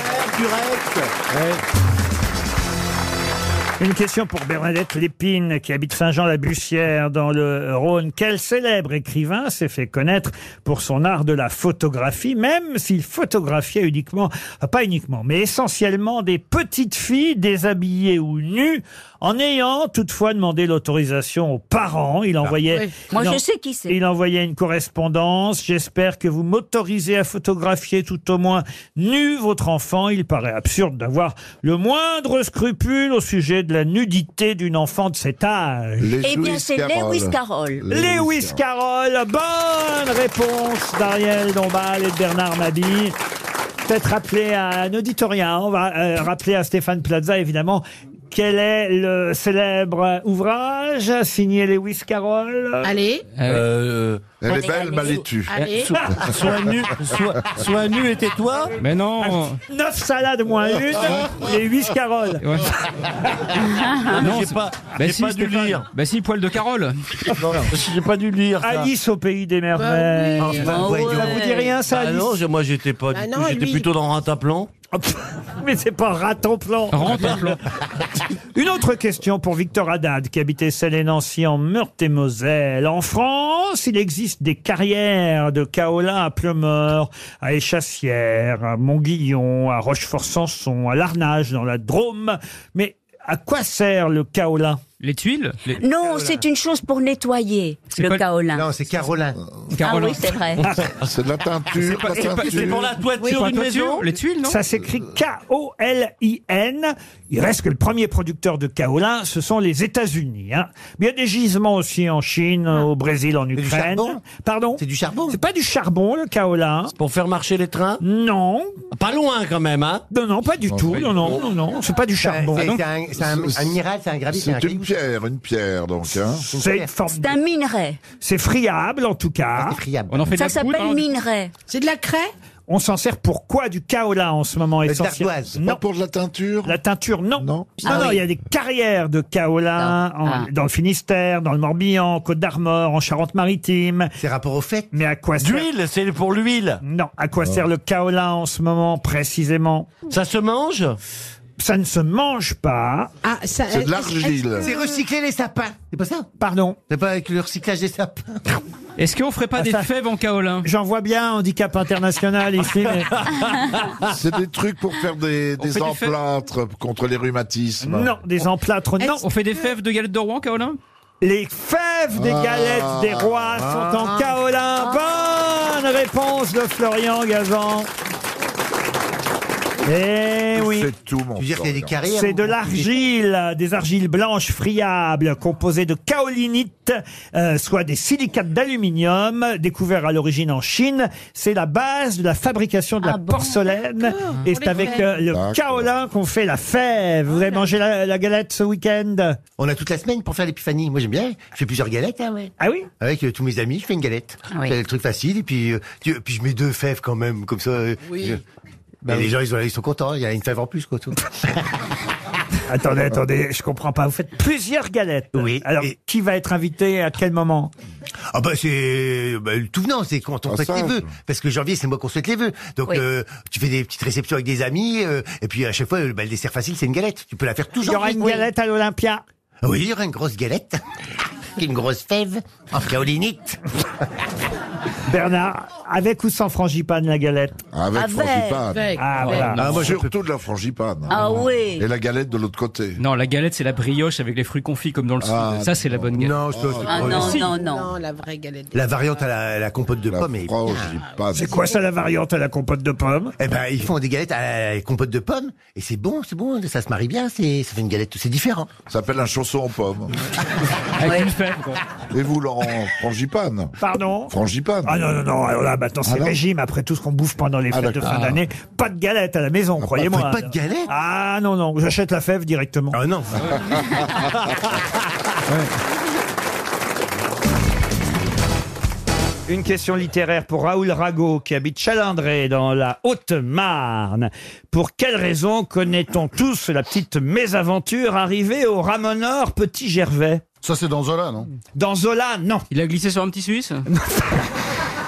Speaker 1: Une question pour Bernadette Lépine, qui habite Saint-Jean-la-Bussière, dans le Rhône. Quel célèbre écrivain s'est fait connaître pour son art de la photographie, même s'il photographiait uniquement, enfin, pas uniquement, mais essentiellement des petites filles déshabillées ou nues, en ayant toutefois demandé l'autorisation aux parents. Il envoyait...
Speaker 12: Oui. Moi,
Speaker 1: il
Speaker 12: je sais qui c'est.
Speaker 1: Il envoyait une correspondance. J'espère que vous m'autorisez à photographier tout au moins nu votre enfant. Il paraît absurde d'avoir le moindre scrupule au sujet de la nudité d'une enfant de cet âge.
Speaker 12: Eh bien, c'est Lewis Carroll.
Speaker 1: Lewis Carroll, bonne réponse d'Ariel Dombal et de Bernard Mabille. Peut-être rappeler à un auditorien, on va euh, rappeler à Stéphane Plaza évidemment, quel est le célèbre ouvrage signé Lewis Carroll
Speaker 16: Allez.
Speaker 7: Euh,
Speaker 16: Elle est Allez, belle, allez, mal sou- tue. allez.
Speaker 7: Sois- Sois nu, sois, sois nu et tais-toi.
Speaker 5: Mais
Speaker 2: Ah,
Speaker 5: non.
Speaker 1: 9 salades moins une et 8 caroles.
Speaker 5: Ouais.
Speaker 7: Ah j'ai pas,
Speaker 5: Bah
Speaker 7: j'ai
Speaker 5: si,
Speaker 7: pas dû
Speaker 5: Stéphane.
Speaker 7: lire.
Speaker 5: Bah si, poil de Carole.
Speaker 7: J'ai pas dû lire. ça.
Speaker 1: Alice au pays des merveilles. Ah,
Speaker 7: Enfin, voyons.
Speaker 1: Ça vous dit rien ça
Speaker 7: Bah
Speaker 1: Alice
Speaker 7: non, j'ai- moi j'étais pas
Speaker 1: Bah
Speaker 7: du
Speaker 1: non,
Speaker 7: tout, j'étais
Speaker 1: lui-
Speaker 7: plutôt dans Rataplan.
Speaker 1: Mais c'est pas Rataplan. Une autre question pour Victor Haddad, qui habitait celle et Nancy en Meurthe-et-Moselle. En France, il existe des carrières de kaolin à Pleumeur, à Échassières, à Montguillon, à Rochefort-Sanson, à Larnage, dans la Drôme. Mais à quoi sert le kaolin
Speaker 5: Les tuiles
Speaker 12: Non, c'est une chose pour nettoyer le kaolin.
Speaker 2: Non, c'est Caroline.
Speaker 12: Carolin. Ah oui, c'est vrai.
Speaker 2: c'est de la
Speaker 12: Ah, C'est pas- c'est pas- c'est pour la toiture
Speaker 5: Oui, pour la d'une toiture, maison. les tuiles, non
Speaker 1: Ça s'écrit K-O-L-I-N. Il reste que le premier producteur de kaolin, ce sont les États-Unis. hein. Mais il y a des gisements aussi en Chine,
Speaker 12: Ah.
Speaker 1: au Brésil, en Ukraine.
Speaker 7: charbon
Speaker 1: Pardon C'est du charbon C'est pas du charbon, le kaolin.
Speaker 7: C'est pour faire marcher les trains
Speaker 1: Hein Non.
Speaker 7: Pas loin quand même, hein
Speaker 1: Non, non, pas du tout. Non, non, non, non. C'est pas du charbon.
Speaker 19: C'est c'est un, c'est un- un minéral, c'est un gravit.
Speaker 1: C'est
Speaker 19: un
Speaker 1: une
Speaker 19: caillou.
Speaker 1: pierre,
Speaker 20: une pierre, donc.
Speaker 1: C'est une forme
Speaker 12: C'est un minerai.
Speaker 1: C'est friable en tout cas.
Speaker 12: On en fait de Ça la poudre, s'appelle hein, du- minerai.
Speaker 16: C'est de la craie
Speaker 1: On s'en sert pour quoi du kaolin en ce moment essentiel
Speaker 20: l'ardoise.
Speaker 1: Non.
Speaker 20: Pas pour de la teinture
Speaker 1: La teinture, non. Non,
Speaker 20: Ah
Speaker 1: non,
Speaker 20: oui.
Speaker 1: il y a des carrières de kaolin en-
Speaker 20: Ah.
Speaker 1: dans le Finistère, dans le Morbihan, en Côte d'Armor, en Charente-Maritime. C'est rapport au fait. Mais à quoi sert
Speaker 7: D'huile, c'est pour l'huile.
Speaker 1: Non, à
Speaker 20: Ah.
Speaker 1: quoi sert le kaolin en ce moment précisément
Speaker 7: Ça se mange
Speaker 1: Ça ne se mange pas.
Speaker 16: Ah, ça-
Speaker 20: C'est de l'argile.
Speaker 19: C'est recycler les sapins. C'est pas ça
Speaker 1: Pardon
Speaker 19: C'est pas avec le recyclage des sapins.
Speaker 5: Est-ce qu'on ferait pas
Speaker 1: Ah,
Speaker 5: des
Speaker 1: ça-
Speaker 5: fèves en kaolin
Speaker 1: J'en vois bien handicap international ici. mais-
Speaker 20: C'est des trucs pour faire des,
Speaker 5: On
Speaker 20: des
Speaker 5: fait des fêtes.
Speaker 20: emplâtres contre les rhumatismes.
Speaker 1: Non, des emplâtres, non.
Speaker 5: On fait des fèves de galettes de Rouen, kaolin
Speaker 1: Les fèves des
Speaker 5: Ah.
Speaker 1: galettes des rois sont en kaolin.
Speaker 2: Ah.
Speaker 1: Bonne réponse de Florian Gazan. Eh oui.
Speaker 20: C'est tout, mon
Speaker 19: Tu veux dire qu'il y a des carrières
Speaker 1: C'est de
Speaker 19: ou-
Speaker 1: l'argile, des argiles blanches friables composées de kaolinite, euh, soit des silicates d'aluminium découverts à l'origine en Chine. C'est la base de la fabrication de la porcelaine et c'est
Speaker 16: les
Speaker 1: avec
Speaker 16: fait.
Speaker 1: euh, le
Speaker 16: D'accord.
Speaker 1: kaolin qu'on fait la fève. Vous avez mangé la, la galette ce week-end
Speaker 19: On a toute la semaine pour faire l'épiphanie. Moi, j'aime bien. Je fais plusieurs galettes. hein, ouais.
Speaker 1: Ah oui
Speaker 19: Avec euh, tous mes amis, je fais une galette. C'est le truc facile. Et puis, euh, tu- puis je mets deux fèves quand même, comme ça. euh,
Speaker 16: Oui.
Speaker 21: Bah
Speaker 19: je- Et les gens, ils, ont- ils sont contents. Il y a une fève en plus, quoi. tout.
Speaker 1: Attendez, attendez, je comprends pas. Vous faites plusieurs galettes. Oui. Alors, qui va être invité à quel moment
Speaker 2: Ah bah c'est bah, le tout venant, c'est quand on
Speaker 1: Ah,
Speaker 2: souhaite les
Speaker 1: simple.
Speaker 2: vœux. Parce que janvier, c'est moi qu'on souhaite les vœux. Donc
Speaker 1: Oui.
Speaker 2: euh, tu fais des petites réceptions avec des amis, euh, et puis à chaque fois, euh, bah, le dessert facile, c'est une galette. Tu peux la faire
Speaker 1: Il y
Speaker 2: toujours. Ah
Speaker 1: aura une galette à l'Olympia.
Speaker 2: Oui, il y aura une grosse galette, une grosse fève en kaolinite.
Speaker 1: Bernard, avec ou sans frangipane la galette
Speaker 20: Avec,
Speaker 12: Avec,
Speaker 20: frangipane.
Speaker 12: avec,
Speaker 1: Ah,
Speaker 12: avec.
Speaker 1: voilà.
Speaker 20: Ah, moi, Surtout de la frangipane.
Speaker 12: Ah oui.
Speaker 20: Et la galette de l'autre côté.
Speaker 22: Non, la galette, c'est la brioche avec les fruits confits comme dans le
Speaker 20: Ah,
Speaker 22: sud. Ça, c'est la bonne galette.
Speaker 2: Non, je peux-
Speaker 12: Ah non,
Speaker 2: Si.
Speaker 12: non, non.
Speaker 16: la vraie galette.
Speaker 2: La variante à la, la compote de pommes.
Speaker 1: C'est quoi ça la variante à la compote de pommes
Speaker 2: Eh ben, ils font des galettes à la compote de pommes et c'est bon, c'est bon, ça se marie bien, c'est ça fait une galette, c'est différent.
Speaker 20: Ça s'appelle un chausson en pommes.
Speaker 22: Avec une fève, quoi.
Speaker 20: Et vous, Laurent, frangipane
Speaker 1: Pardon
Speaker 20: Frangipane.
Speaker 1: Ah non, non, non, alors là, maintenant
Speaker 20: Ah
Speaker 1: c'est
Speaker 20: non
Speaker 1: régime, après tout ce qu'on bouffe pendant les
Speaker 20: Ah,
Speaker 1: fêtes de
Speaker 20: d'accord.
Speaker 1: fin
Speaker 20: Ah.
Speaker 1: d'année, pas de galette à la maison, croyez-moi.
Speaker 2: Ah, pas de galette
Speaker 1: Ah non, non, j'achète la fève directement.
Speaker 2: Ah non
Speaker 1: Une question littéraire pour Raoul Rago qui habite Chalindré dans la Haute-Marne. Pour quelle raison connaît-on tous la petite mésaventure arrivée au Ramoneur Petit Gervais
Speaker 11: Ça, c'est dans Zola, non
Speaker 1: Dans Zola, non.
Speaker 22: Il a glissé sur un petit Suisse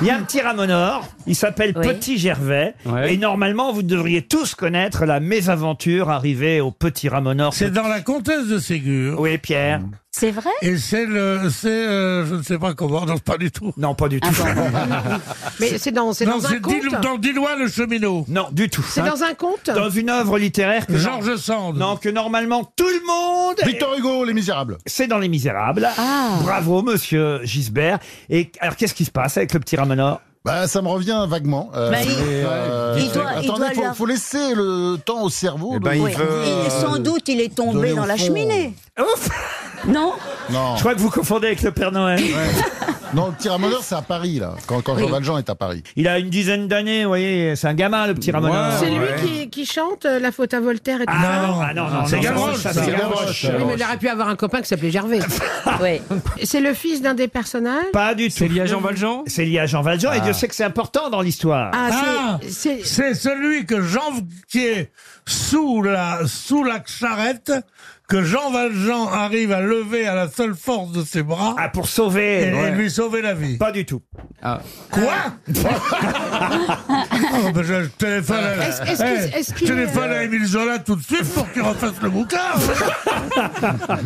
Speaker 1: Il y a un petit Ramoneur, il s'appelle
Speaker 22: Oui.
Speaker 1: Petit Gervais,
Speaker 22: Ouais.
Speaker 1: et normalement vous devriez tous connaître la mésaventure arrivée au Petit Ramoneur.
Speaker 17: C'est dans la comtesse de Ségur.
Speaker 1: Oui,
Speaker 11: Mm.
Speaker 1: Pierre.
Speaker 12: C'est vrai
Speaker 17: Et c'est le, c'est, euh, je ne sais pas comment, non, pas du tout.
Speaker 1: Non, pas du tout.
Speaker 16: Mais c'est dans, c'est
Speaker 17: Non,
Speaker 16: dans un
Speaker 17: c'est
Speaker 16: conte.
Speaker 17: Dil- dans Dillois le cheminot.
Speaker 1: Non, du tout.
Speaker 16: C'est dans un conte.
Speaker 1: Dans une œuvre littéraire que
Speaker 17: Georges Sand.
Speaker 1: Non, que normalement tout le monde. Victor
Speaker 11: Hugo, Les Misérables.
Speaker 1: C'est dans Les Misérables.
Speaker 16: Ah.
Speaker 1: Bravo, monsieur Gisbert. Et alors, qu'est-ce qui se passe avec le petit Ramonor
Speaker 11: Bah, ça me revient vaguement. euh,
Speaker 12: Bah, il-
Speaker 11: mais, euh,
Speaker 12: il doit- il
Speaker 11: attendez,
Speaker 12: doit
Speaker 11: faut,
Speaker 12: leur-
Speaker 11: faut laisser le temps au
Speaker 2: Eh
Speaker 11: cerveau.
Speaker 2: ben,
Speaker 13: Bah,
Speaker 11: de-
Speaker 12: Oui. Et
Speaker 13: euh,
Speaker 12: sans doute, il est tombé
Speaker 11: donner au
Speaker 12: dans la
Speaker 11: fond.
Speaker 12: cheminée. Non
Speaker 11: Non.
Speaker 1: Je crois que vous confondez avec le Père Noël.
Speaker 11: Non, le petit ramoneur, c'est à Paris, là, quand, quand
Speaker 1: Oui.
Speaker 11: Jean Valjean est à Paris.
Speaker 1: Il a une dizaine d'années, vous voyez, c'est un gamin, le petit Ramonor.
Speaker 16: c'est lui qui, qui chante euh, La faute à Voltaire et tout ça.
Speaker 1: Ah non, ah non, non,
Speaker 16: C'est
Speaker 1: non,
Speaker 16: Gavroche,
Speaker 1: ça,
Speaker 16: ça.
Speaker 1: c'est Gavroche.
Speaker 16: Oui, mais il aurait pu avoir un copain qui s'appelait Gervais. C'est le fils d'un des personnages.
Speaker 1: Pas du tout. C'est lié à
Speaker 22: Jean Valjean
Speaker 1: C'est lié à Jean Valjean, et
Speaker 17: Ah.
Speaker 1: Dieu sait que c'est important dans l'histoire.
Speaker 17: Ah,
Speaker 16: c'est
Speaker 17: celui que Jean qui est sous la sous la charrette que Jean Valjean arrive à lever à la seule force de ses bras.
Speaker 1: Ah, pour sauver.
Speaker 17: et,
Speaker 1: Ouais.
Speaker 17: lui sauver la vie.
Speaker 1: Pas du tout.
Speaker 22: Ah.
Speaker 17: Quoi Oh, ben, je téléphone, à,
Speaker 16: Est-ce- est-ce qu'il-
Speaker 17: Eh,
Speaker 16: est-ce
Speaker 17: je
Speaker 16: qu'il-
Speaker 17: téléphone à Émile Zola tout de suite pour qu'il refasse le bouquin.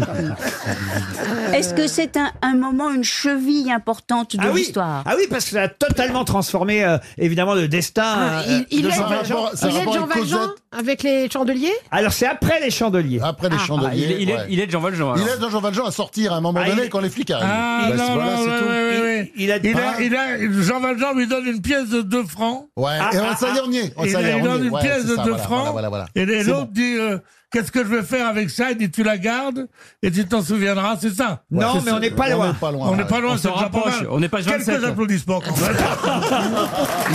Speaker 13: Euh.
Speaker 12: Est-ce que c'est un, un moment, une cheville importante de
Speaker 1: Ah oui,
Speaker 12: l'histoire
Speaker 1: ah oui, parce que ça a totalement transformé, euh, évidemment, le destin. euh,
Speaker 16: Il, il
Speaker 1: de
Speaker 16: aide,
Speaker 1: Jean Valjean.
Speaker 16: il aide Jean Valjean avec les chandeliers
Speaker 1: Alors, c'est après les chandeliers.
Speaker 11: Après
Speaker 2: Ah.
Speaker 11: les chandeliers.
Speaker 22: Ah. il, il
Speaker 11: ouais.
Speaker 22: est, il est de Jean Valjean.
Speaker 11: Il
Speaker 22: alors.
Speaker 11: aide Jean Valjean à sortir à un moment
Speaker 1: Ah,
Speaker 11: donné
Speaker 1: il-
Speaker 11: quand les flics arrivent.
Speaker 17: Ah,
Speaker 11: Bah,
Speaker 17: non,
Speaker 11: voilà,
Speaker 17: non,
Speaker 11: c'est
Speaker 17: ouais,
Speaker 11: tout.
Speaker 17: ouais, ouais.
Speaker 1: Il a-
Speaker 17: Il
Speaker 1: pas-
Speaker 17: a, il a- Jean Valjean lui donne une pièce de 2 francs. Ah,
Speaker 11: Ouais, et on- ça y est, on y est. On-
Speaker 17: Il
Speaker 11: ça y
Speaker 17: lui
Speaker 11: est, on y est.
Speaker 17: donne une
Speaker 11: Ouais,
Speaker 17: pièce
Speaker 11: c'est
Speaker 17: de
Speaker 11: ça,
Speaker 17: 2
Speaker 11: voilà,
Speaker 17: francs.
Speaker 11: voilà, voilà, voilà.
Speaker 17: Et les-
Speaker 11: C'est
Speaker 17: l'autre dit euh, Qu'est-ce que je vais faire avec ça Il dit Tu la gardes et tu t'en souviendras, c'est ça.
Speaker 1: Non,
Speaker 17: C'est
Speaker 1: mais
Speaker 17: ça.
Speaker 1: on n'est pas
Speaker 11: On
Speaker 1: loin.
Speaker 11: n'est pas loin.
Speaker 17: On n'est pas loin,
Speaker 22: On
Speaker 17: c'est
Speaker 22: s'en
Speaker 17: déjà pas
Speaker 22: rapproche.
Speaker 17: mal.
Speaker 22: On n'est page 27.
Speaker 17: Quelques applaudissements quand même.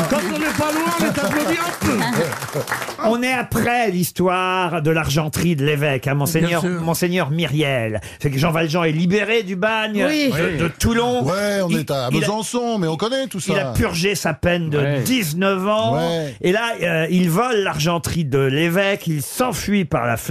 Speaker 17: Quand on n'est pas loin, on est applaudi un peu.
Speaker 1: On est après l'histoire de l'argenterie de l'évêque, hein, monseigneur,
Speaker 17: Bien sûr.
Speaker 1: monseigneur Myriel. C'est que Jean Valjean est libéré du bagne
Speaker 16: Oui.
Speaker 1: de, de Toulon.
Speaker 11: Ouais, on
Speaker 1: Il-
Speaker 11: est à
Speaker 1: il a-
Speaker 11: Besançon, mais on connaît tout ça.
Speaker 1: Il a purgé sa peine de
Speaker 11: Ouais.
Speaker 1: 19 ans.
Speaker 11: Ouais.
Speaker 1: Et là, euh, il vole l'argenterie de l'évêque. Il s'enfuit par la fenêtre.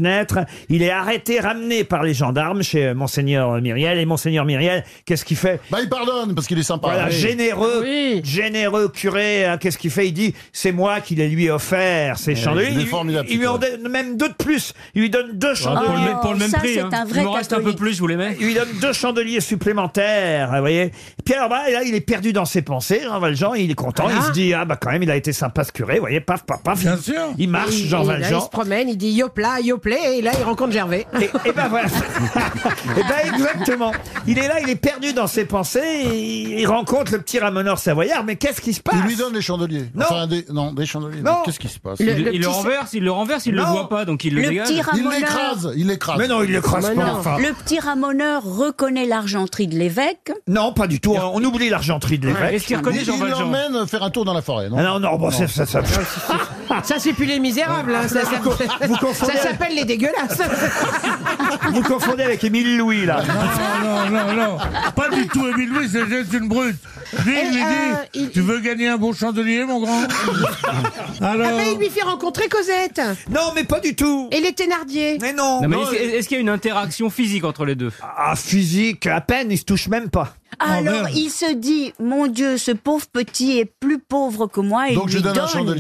Speaker 1: Il est arrêté, ramené par les gendarmes chez euh, Monseigneur Myriel. Et Monseigneur Myriel, qu'est-ce qu'il fait
Speaker 11: Bah, il pardonne parce qu'il est sympa.
Speaker 1: Voilà,
Speaker 11: Ouais.
Speaker 1: généreux, généreux curé, hein, qu'est-ce qu'il fait Il dit, c'est moi qui les lui ai offert, ces chandeliers.
Speaker 11: il est
Speaker 1: Il-
Speaker 11: formidable,
Speaker 1: il lui en donne même deux de plus. Il lui donne deux
Speaker 22: Ah, pour, le,
Speaker 1: chandeliers.
Speaker 22: même- pour le même
Speaker 12: ça,
Speaker 22: prix.
Speaker 12: c'est
Speaker 22: hein.
Speaker 12: un vrai
Speaker 22: il me reste un peu
Speaker 12: catholique.
Speaker 22: plus, je vous les mets.
Speaker 1: Il lui donne deux chandeliers supplémentaires, vous voyez. Et Puis alors, bah, là, il est perdu dans ses pensées, Jean Valjean, il est content, il
Speaker 16: Ah.
Speaker 1: se dit, ah bah quand même, il a été sympa ce curé, vous voyez, paf, paf, paf.
Speaker 17: Bien
Speaker 1: il,
Speaker 17: sûr.
Speaker 1: il marche,
Speaker 16: Et-
Speaker 1: Jean
Speaker 16: et là, il se
Speaker 1: Valjean.
Speaker 16: promène, il dit yopla, yoplé, et là, il rencontre Gervais.
Speaker 1: Et, et ben voilà. et ben exactement. Il est là, il est perdu dans ses pensées, et il rencontre le petit ramoneur savoyard, mais qu'est-ce qui se passe
Speaker 11: Il lui donne les chandeliers.
Speaker 1: Non.
Speaker 11: Enfin, des, non, des chandeliers.
Speaker 1: Non.
Speaker 11: Qu'est-ce qui se passe
Speaker 22: il il le renverse, il le renverse, il le
Speaker 1: Non.
Speaker 22: voit pas, donc il le,
Speaker 12: Le
Speaker 22: dégage.
Speaker 12: petit
Speaker 11: Il
Speaker 12: ramoneur.
Speaker 11: l'écrase, il l'écrase.
Speaker 1: Mais non, il le croise
Speaker 16: Mais
Speaker 1: pas,
Speaker 16: non.
Speaker 1: enfin.
Speaker 12: Le petit ramoneur reconnaît l'argenterie de l'évêque.
Speaker 1: Non, pas du tout. hein. On oublie l'argenterie de
Speaker 22: Est-ce
Speaker 1: l'évêque.
Speaker 22: qu'il reconnaît
Speaker 11: Il
Speaker 22: Jean
Speaker 11: il
Speaker 22: Valjean
Speaker 11: l'emmène faire un tour dans la forêt. Non
Speaker 1: Ah non, non, bon, c'est- ça, ça,
Speaker 16: Ça, c'est plus les misérables. hein. Ça, ça-
Speaker 1: vous confondez-
Speaker 16: ça s'appelle les dégueulasses.
Speaker 1: vous confondez avec Émile Louis, là.
Speaker 17: Non, non, non, non. Pas du tout, Émile Louis, c'est juste une brute. Lui,
Speaker 16: Et,
Speaker 17: il lui
Speaker 16: euh,
Speaker 17: dit
Speaker 16: il-
Speaker 17: Tu veux gagner un bon chandelier, mon grand
Speaker 16: Ah, ben,
Speaker 17: Alors.
Speaker 16: il lui fait rencontrer Cosette. Bernadette
Speaker 1: Non, mais pas du tout.
Speaker 16: Et les Thénardier
Speaker 1: Mais non.
Speaker 22: Non, mais est-ce est-ce qu'il y a une interaction physique entre les deux
Speaker 1: Ah, physique, à peine, ils se touchent même pas.
Speaker 6: Ah,
Speaker 12: Alors, il se dit, mon Dieu, ce pauvre petit est plus pauvre que moi. Et il lui donne.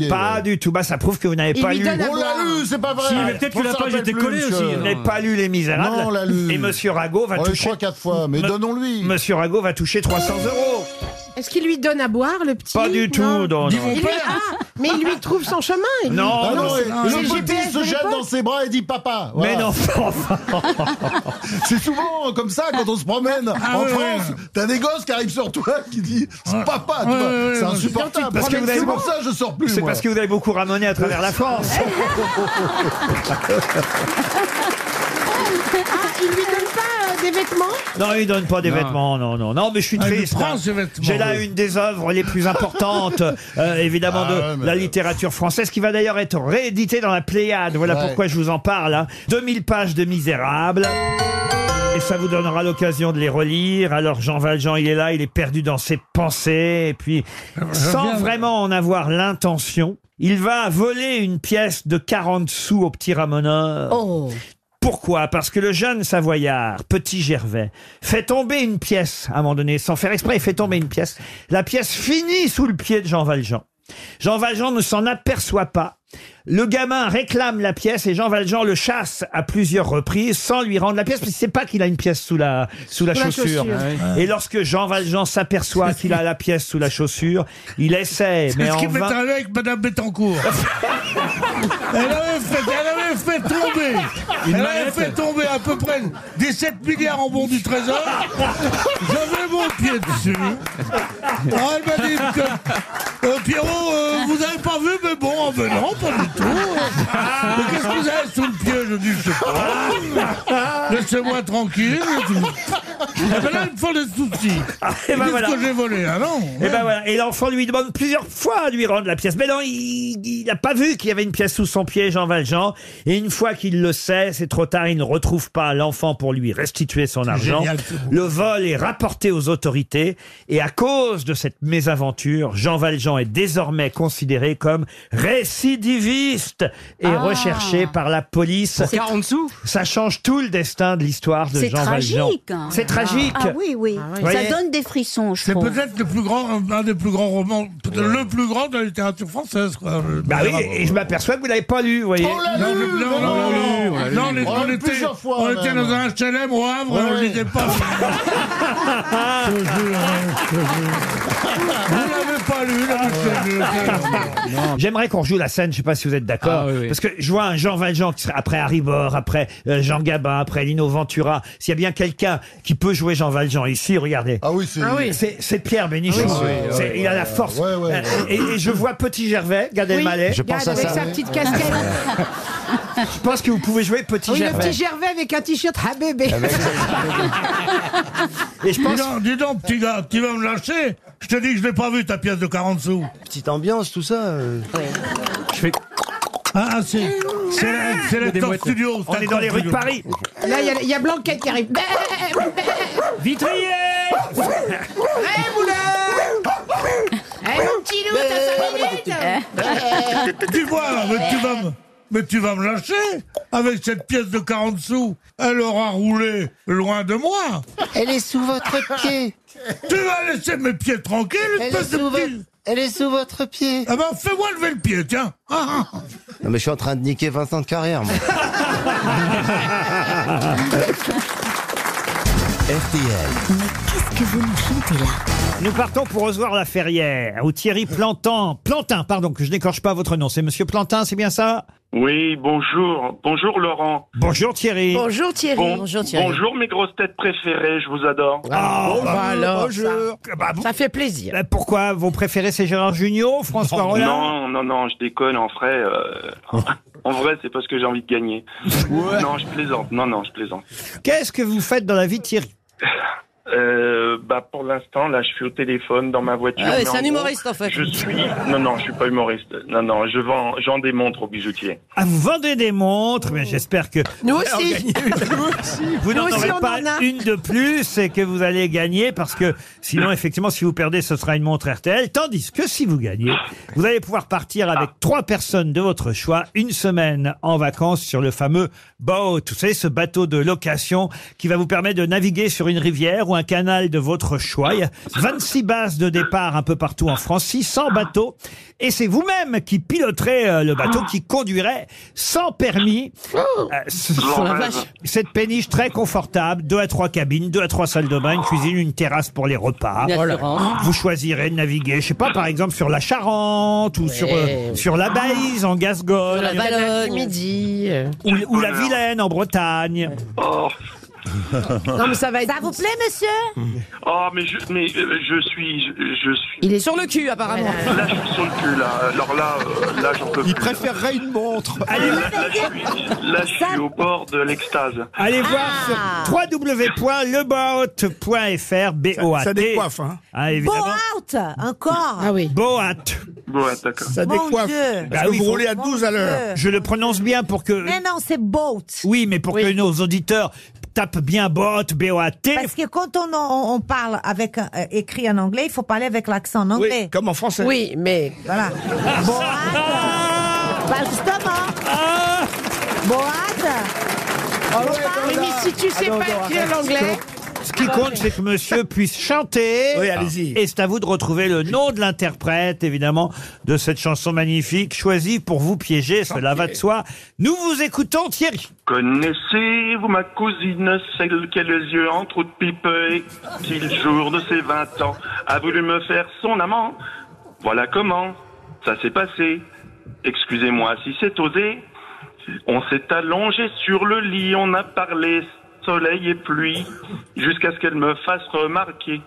Speaker 1: Pas du tout. Bah, ça prouve que vous n'avez
Speaker 12: Il
Speaker 1: pas
Speaker 12: lui
Speaker 1: lu.
Speaker 12: donne à
Speaker 1: Oh là
Speaker 12: boire.
Speaker 1: là, c'est pas vrai.
Speaker 13: Si, mais peut-être
Speaker 1: Faut
Speaker 13: que la
Speaker 1: s'en
Speaker 13: page
Speaker 1: rappeler
Speaker 13: était collée
Speaker 1: plus,
Speaker 13: aussi.
Speaker 1: euh, Vous n'avez pas lu Les Misérables.
Speaker 13: Non, on l'a lu.
Speaker 1: Et Monsieur Rago va
Speaker 13: On l'a lu
Speaker 1: toucher.
Speaker 13: trois,
Speaker 1: quatre fois, mais donnons-lui. Monsieur Rago va toucher 300 euros.
Speaker 16: Est-ce qu'il lui donne à boire, le petit
Speaker 1: Pas du tout, non, non.
Speaker 16: Il lui- Ah, mais il lui trouve son chemin. il lui-
Speaker 1: Non,
Speaker 11: Ah non,
Speaker 1: non,
Speaker 11: et-
Speaker 1: non,
Speaker 11: et
Speaker 1: non, non,
Speaker 11: le petit se
Speaker 1: non,
Speaker 11: jette
Speaker 1: non.
Speaker 11: dans ses bras et dit papa.
Speaker 1: Mais
Speaker 11: Voilà.
Speaker 1: non,
Speaker 11: C'est souvent comme ça quand on se promène
Speaker 1: Ah
Speaker 11: en
Speaker 1: ouais,
Speaker 11: France. T'as des gosses qui arrivent sur toi qui disent c'est papa. tu
Speaker 1: Ouais,
Speaker 11: vois.
Speaker 1: ouais,
Speaker 11: c'est
Speaker 1: ouais,
Speaker 11: insupportable.
Speaker 1: Parce que vous avez
Speaker 11: c'est pour
Speaker 1: beaucoup-
Speaker 11: ça que je sors plus.
Speaker 1: C'est
Speaker 11: moi.
Speaker 1: parce que vous avez beaucoup ramené à travers la France.
Speaker 16: Ah, il lui donne pas euh, des vêtements
Speaker 1: Non, il donne pas des
Speaker 16: Non.
Speaker 1: vêtements, non, non, non. Mais je suis
Speaker 17: Ah, il
Speaker 1: triste.
Speaker 17: prend
Speaker 1: hein.
Speaker 17: ses vêtements,
Speaker 1: J'ai là
Speaker 17: oui.
Speaker 1: une des œuvres les plus importantes, euh, évidemment,
Speaker 11: Ah,
Speaker 1: de la littérature française, qui va d'ailleurs être rééditée dans la Pléiade. Voilà
Speaker 17: Ouais.
Speaker 1: pourquoi je vous en parle. hein. 2000 pages de Misérables. Et ça vous donnera l'occasion de les relire. Alors Jean Valjean, il est là, il est perdu dans ses pensées. Et puis, sans vraiment en avoir l'intention, il va voler une pièce de 40 sous au petit ramoneur. Pourquoi Parce que le jeune Savoyard, Petit Gervais, fait tomber une pièce, à un moment donné, sans faire exprès, il fait tomber une pièce. La pièce finit sous le pied de Jean Valjean. Jean Valjean ne s'en aperçoit pas. Le gamin réclame la pièce et Jean Valjean le chasse à plusieurs reprises sans lui rendre la pièce, parce qu'il ne sait pas qu'il a une pièce sous la, sous la
Speaker 17: Sous la
Speaker 1: chaussure.
Speaker 17: chaussure. Ah oui.
Speaker 1: Et lorsque Jean Valjean s'aperçoit qu'il a la pièce sous la chaussure, il essaie, mais
Speaker 17: C'est ce
Speaker 1: en
Speaker 17: qui m'est
Speaker 1: vain.
Speaker 17: arrivé avec Madame Bettencourt. elle, avait fait, elle avait fait tomber.
Speaker 13: Une
Speaker 17: elle avait
Speaker 13: mallette.
Speaker 17: fait tomber à peu près des 7 milliards en bon du trésor. J'avais mon pied dessus. Alors elle m'a dit que. euh, Pierrot, euh, vous avez pas vu, mais bon, en venant, Ben pas du tout. Mais qu'est-ce que vous avez sous le pied Je dis, je sais pas. Laissez-moi tranquille. Et ben là, il me faut des soucis.
Speaker 1: et ben
Speaker 17: Qu'est-ce
Speaker 1: voilà.
Speaker 17: que j'ai volé Ah non
Speaker 1: Et ben voilà. Et l'enfant lui demande plusieurs fois de lui rendre la pièce. Mais non, il n'a pas vu qu'il y avait une pièce sous son pied, Jean Valjean. Et une fois qu'il le sait, c'est trop tard. Il ne retrouve pas l'enfant pour lui restituer son argent.
Speaker 17: génial, ce
Speaker 1: le vol est rapporté aux autorités. Et à cause de cette mésaventure, Jean Valjean est désormais considéré comme récidiviste et
Speaker 22: Ah.
Speaker 1: recherché par la police.
Speaker 22: Pour 40 sous
Speaker 1: Ça change tout le destin de l'histoire de
Speaker 12: C'est
Speaker 1: Jean Valjean.
Speaker 12: tragique. hein.
Speaker 1: C'est tragique.
Speaker 12: Ah oui, oui.
Speaker 1: Ah oui.
Speaker 12: Ça
Speaker 1: Voyez
Speaker 12: donne des frissons, je
Speaker 17: C'est
Speaker 12: trouve.
Speaker 17: peut-être le plus grand, un des plus grands romans, peut-être le plus grand de la littérature française. Quoi. Euh,
Speaker 1: Bah oui, et je m'aperçois que vous l'avez pas lu, vous voyez.
Speaker 17: On l'a lu, on l'a lu, on l'a lu. Non, on est- on était- on était dans un HLM au Havre, on ne lisait pas. Je te jure, hein, je te jure. Vous l'avez pas lu, là, monsieur. ah.
Speaker 1: J'aimerais qu'on rejoue la scène, je sais pas si vous êtes d'accord, parce que je vois un Jean Valjean qui serait après Harry Bor, après euh, Jean Gabin, après Lino Ventura. S'il y a bien quelqu'un qui peut jouer Jean Valjean ici, regardez. Ah oui, c'est c'est Pierre Bénichou.
Speaker 17: Ah oui, c'est-
Speaker 1: C'est-
Speaker 17: ouais,
Speaker 1: il a
Speaker 17: ouais,
Speaker 1: la force. Euh,
Speaker 17: ouais, ouais, ouais.
Speaker 1: Et, et je vois Petit Gervais, Gad
Speaker 16: Oui,
Speaker 1: Elmaleh.
Speaker 16: Je pense Gad à avec ça. sa petite casquette.
Speaker 1: je pense que vous pouvez jouer Petit
Speaker 16: Oui, le
Speaker 1: Gervais.
Speaker 16: petit Gervais avec un t-shirt à bébé.
Speaker 1: Et je
Speaker 17: pense... dis, donc, dis donc, petit gars, tu vas me lâcher Je te dis que je l'ai pas vu, ta pièce de 40 sous. Petite ambiance, tout ça. euh. Je fais... Ah, ah, c'est... C'est la, c'est la
Speaker 1: Des
Speaker 17: Top
Speaker 1: mouettes.
Speaker 17: Studio.
Speaker 1: On est dans les rues de Paris.
Speaker 16: Là, il y a- il y, a Blanquette qui arrive.
Speaker 1: Vitrier
Speaker 16: Eh, mon petit loup, t'as cinq minutes
Speaker 17: Tu vois, mais tu vas me... Mais tu vas me lâcher Avec cette pièce de 40 sous, elle aura roulé loin de moi
Speaker 21: Elle est sous votre pied.
Speaker 17: Tu vas laisser mes pieds tranquilles,
Speaker 21: Elle
Speaker 17: espèce
Speaker 21: est
Speaker 17: de
Speaker 21: sous
Speaker 17: petit... Elle est sous votre pied Ah ben, fais-moi lever le pied, tiens Ah, ah.
Speaker 2: Non, mais je suis en train de niquer Vincent de carrière, moi.
Speaker 12: Ah.
Speaker 1: RTL.
Speaker 21: Qu'est-ce que vous nous chantez là
Speaker 1: Nous partons pour Ozoir-la-Ferrière, où Thierry Plantin, Plantin, pardon, que je n'écorche pas votre nom, c'est Monsieur Plantin, c'est bien ça
Speaker 23: Oui, bonjour. Bonjour Laurent.
Speaker 1: Bonjour Thierry.
Speaker 23: Bonjour
Speaker 1: Thierry. Bonjour Thierry. bah,
Speaker 23: Bonjour mes grosses têtes préférées, je vous adore.
Speaker 1: Ah,
Speaker 23: Oh,
Speaker 1: ça fait plaisir. Oh, Euh, Pourquoi Vos préférés, c'est Gérard Junior, François Rollin
Speaker 23: Non, non, non, je déconne, en vrai, euh, en vrai, c'est parce que j'ai envie de gagner. Non, je plaisante, non, non, je plaisante.
Speaker 1: Qu'est-ce que vous faites dans la vie, Thierry
Speaker 23: Euh, bah pour l'instant, là, je suis au téléphone dans ma voiture.
Speaker 24: Ah ouais,
Speaker 23: mais
Speaker 24: c'est
Speaker 23: en
Speaker 24: un
Speaker 23: gros,
Speaker 24: humoriste, en fait.
Speaker 23: Je suis. Non, non, je suis pas humoriste. Non, non, je vends, j'en démontre au bijoutier.
Speaker 1: Ah, vous vendez des montres, mais j'espère que...
Speaker 23: Nous
Speaker 1: vous
Speaker 23: aussi.
Speaker 1: allez en gagner une.
Speaker 23: Nous aussi.
Speaker 1: Vous n'en
Speaker 23: Nous aussi,
Speaker 1: aurez
Speaker 23: on
Speaker 1: pas
Speaker 23: en a.
Speaker 1: une de plus et que vous allez gagner, parce que sinon, effectivement, si vous perdez, ce sera une montre RTL. Tandis que si vous gagnez, vous allez pouvoir partir
Speaker 23: Ah.
Speaker 1: avec trois personnes de votre choix, une semaine en vacances sur le fameux boat, vous savez, ce bateau de location qui va vous permettre de naviguer sur une rivière ou un canal de votre choix. Il y a 26 bases de départ un peu partout en France, 600 bateaux. Et c'est vous-même qui piloterez euh, le bateau, qui conduirait sans permis euh, ce-
Speaker 23: Oh la vache.
Speaker 1: cette péniche très confortable, deux à trois cabines, deux à trois salles de bain, une cuisine, une terrasse pour les repas.
Speaker 24: Une assurance.
Speaker 1: Vous choisirez de naviguer, je sais pas, par exemple sur la Charente ou sur euh, sur la Baïse en Gascogne,
Speaker 24: la Valogne.
Speaker 16: Midi.
Speaker 1: ou, ou la Vilaine en Bretagne.
Speaker 23: Oh.
Speaker 16: Non, mais ça va être. Ça vous plaît, monsieur
Speaker 23: Oh, mais je, mais euh, je suis, je, je suis.
Speaker 24: Il est sur le cul, apparemment.
Speaker 23: Là, je suis sur le cul, là. Alors là, euh, là, j'en peux plus.
Speaker 1: préférerait une montre.
Speaker 23: Là, là, je suis, là, je suis au bord de l'extase.
Speaker 1: Allez voir sur www.leboat.fr, b o a Ah,
Speaker 23: Ça- ça décoiffe, hein.
Speaker 1: évidemment.
Speaker 25: Out Encore
Speaker 1: Ah oui. Boat.
Speaker 23: Ouais, d'accord.
Speaker 25: Ça Mon décoiffe. Dieu. Parce que vous roulez à 12 à l'heure. Bah, Mon Dieu.
Speaker 1: Je le prononce bien pour que.
Speaker 25: Mais non, c'est boat.
Speaker 1: Oui, mais pour que nos auditeurs tapent bien boat, B-O-A-T.
Speaker 25: Parce que quand on, on- on parle avec un- euh, écrit en anglais, il faut parler avec l'accent en anglais.
Speaker 17: comme en français.
Speaker 25: Oui, mais voilà. Boat. Bah, justement.
Speaker 7: Ah.
Speaker 25: Boat.
Speaker 16: Mais, mais si tu sais pas écrire l'anglais.
Speaker 1: Ce
Speaker 25: Ah,
Speaker 1: qui compte, c'est que monsieur puisse chanter. Ah.
Speaker 16: Oui, allez-y.
Speaker 1: Et c'est à vous de retrouver le nom de l'interprète, évidemment, de cette chanson magnifique, choisie pour vous piéger, cela va de soi. Nous vous écoutons, Thierry.
Speaker 23: Connaissez-vous ma cousine, celle qui a les yeux en trou de pipe et qui, le jour de ses 20 ans, a voulu me faire son amant Voilà comment ça s'est passé. Excusez-moi si c'est osé. On s'est allongé sur le lit, on a parlé soleil et pluie, jusqu'à ce qu'elle me fasse remarquer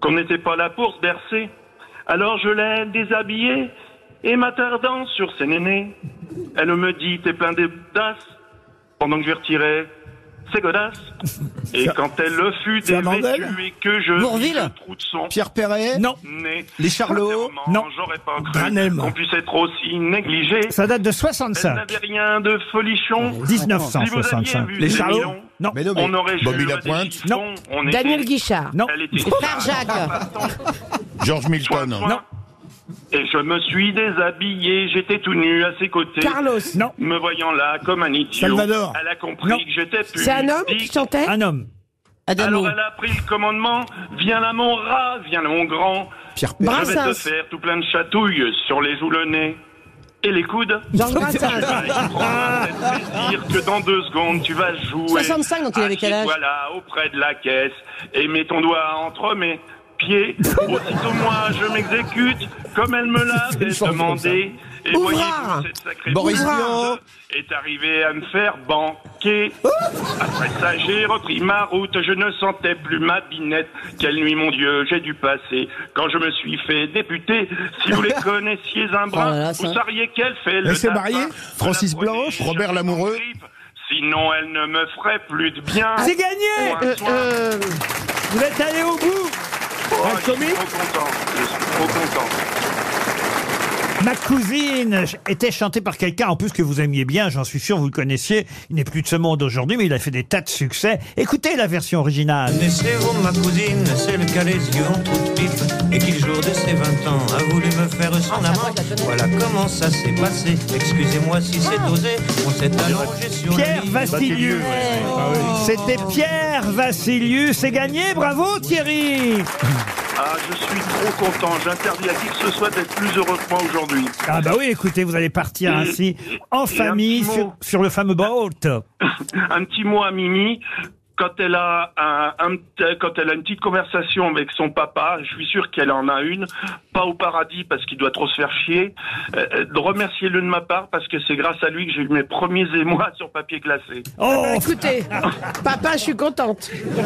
Speaker 23: qu'on n'était pas là pour se bercer. Alors je l'ai déshabillée et m'attardant sur ses nénés, elle me dit T'es plein d'audace pendant que je lui retirais ses godasses. Et quand elle le fut
Speaker 17: C'est Amandel
Speaker 23: dévêtue et que je vis
Speaker 17: Bourvil
Speaker 23: le trou de son
Speaker 17: Pierre Perret
Speaker 1: Non.
Speaker 23: nez,
Speaker 17: Les Charlots
Speaker 23: non. j'aurais pas cru
Speaker 17: Dranem.
Speaker 23: qu'on puisse être aussi négligé.
Speaker 1: Ça date de
Speaker 23: Elle
Speaker 1: 65.
Speaker 23: n'avait rien de folichon.
Speaker 1: Ah, 1965.
Speaker 23: Si vous aviez vu
Speaker 1: Les
Speaker 23: ces
Speaker 1: Charlots
Speaker 23: millions,
Speaker 1: Non. Mais non, mais
Speaker 23: On aurait
Speaker 1: Bobby
Speaker 23: juré
Speaker 1: Lapointe
Speaker 23: des chiffons, on était-
Speaker 16: Daniel Guichard.
Speaker 1: Non.
Speaker 23: Elle était-
Speaker 16: Frère Jacques.
Speaker 23: George Milton. Non. Et je me suis déshabillé, j'étais tout nu à ses côtés.
Speaker 16: Carlos.
Speaker 1: Non.
Speaker 23: Me voyant là comme un idiot.
Speaker 16: Salvador.
Speaker 23: Elle a compris que j'étais plus.
Speaker 16: C'est un homme qui
Speaker 23: dick.
Speaker 16: chantait
Speaker 1: Un homme.
Speaker 23: Alors elle a pris le commandement. Viens là mon rat, viens là mon grand.
Speaker 17: Pierre
Speaker 23: Je vais te
Speaker 17: Brassens.
Speaker 23: faire tout plein de chatouilles sur les joues, le nez et les coudes.
Speaker 24: Georges Brassens.
Speaker 23: Et ben, il prendra peut-être plaisir que dans deux secondes tu vas jouer.
Speaker 24: 65, donc il avait quel âge
Speaker 23: Voilà, auprès de la caisse et mets ton doigt entre mes pieds. Aussitôt moi je m'exécute comme elle me l'avait
Speaker 17: chanson comme
Speaker 23: demandé. Et
Speaker 17: Ouvrard.
Speaker 23: voyez-vous, cette sacrée
Speaker 17: Boris
Speaker 23: boulard
Speaker 17: Vian.
Speaker 23: est arrivée à me faire banquer. Après ça, j'ai repris ma route, je ne sentais plus ma binette. Quelle nuit, mon Dieu, j'ai dû passer quand je me suis fait députer. Si vous les connaissiez un brin,
Speaker 17: Oh là là, ça-
Speaker 23: vous sauriez qu'elle fait le
Speaker 17: Elle s'est
Speaker 23: lapin.
Speaker 17: mariée Francis Blanche Robert Lamoureux
Speaker 23: Sinon, elle ne me ferait plus de bien.
Speaker 17: Ah,
Speaker 1: C'est gagné
Speaker 17: Euh,
Speaker 23: Point, point.
Speaker 1: Vous êtes allé au bout
Speaker 23: Oh, je suis trop content, je suis trop content.
Speaker 1: Ma cousine ch- était chantée par quelqu'un en plus que vous aimiez bien, j'en suis sûr, vous le connaissiez. Il n'est plus de ce monde aujourd'hui, mais il a fait des tas de succès. Écoutez la version originale.
Speaker 26: Connaissez-vous ma cousine, celle qui a les yeux en trou de pipe et qui le jour de ses 20 ans a voulu me faire son amant Voilà comment ça s'est passé, excusez-moi si c'est osé, on s'est allongé sur
Speaker 1: Pierre
Speaker 26: le lit.
Speaker 1: Vassilius.
Speaker 20: Ah
Speaker 1: C'était Pierre Vassilius. C'est gagné, bravo Thierry.
Speaker 23: Ah, je suis trop content. J'interdis à qui que ce soit d'être plus heureux que moi aujourd'hui.
Speaker 1: Ah bah oui, écoutez, vous allez partir ainsi en
Speaker 23: Et un
Speaker 1: famille
Speaker 23: petit
Speaker 1: sur,
Speaker 23: mot.
Speaker 1: sur le fameux boat.
Speaker 23: un petit mot à Mimi. Quand elle a un, un- quand elle a une petite conversation avec son papa, je suis sûr qu'elle en a une, pas au paradis parce qu'il doit trop se faire chier. Euh, euh, de remercier-le de ma part parce que c'est grâce à lui que j'ai eu mes premiers émois sur papier glacé.
Speaker 18: Ah
Speaker 1: Oh
Speaker 18: bah,
Speaker 16: Écoutez, papa, je suis contente.
Speaker 1: Bah,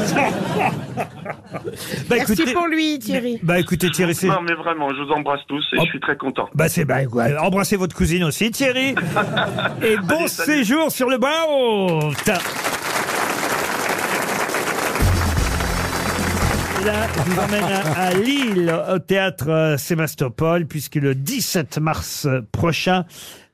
Speaker 16: Merci
Speaker 1: écoutez-
Speaker 16: pour lui, Thierry.
Speaker 1: Bah écoutez Thierry, c'est...
Speaker 23: Non mais vraiment, je vous embrasse tous et je suis très content.
Speaker 1: Bah c'est bah, euh, embrassez votre cousine aussi Thierry. Et bon
Speaker 23: Allez, salut.
Speaker 1: séjour sur le boat. Et là, je vous emmène à, à Lille, au théâtre euh, Sébastopol, puisque le 17 mars euh, prochain,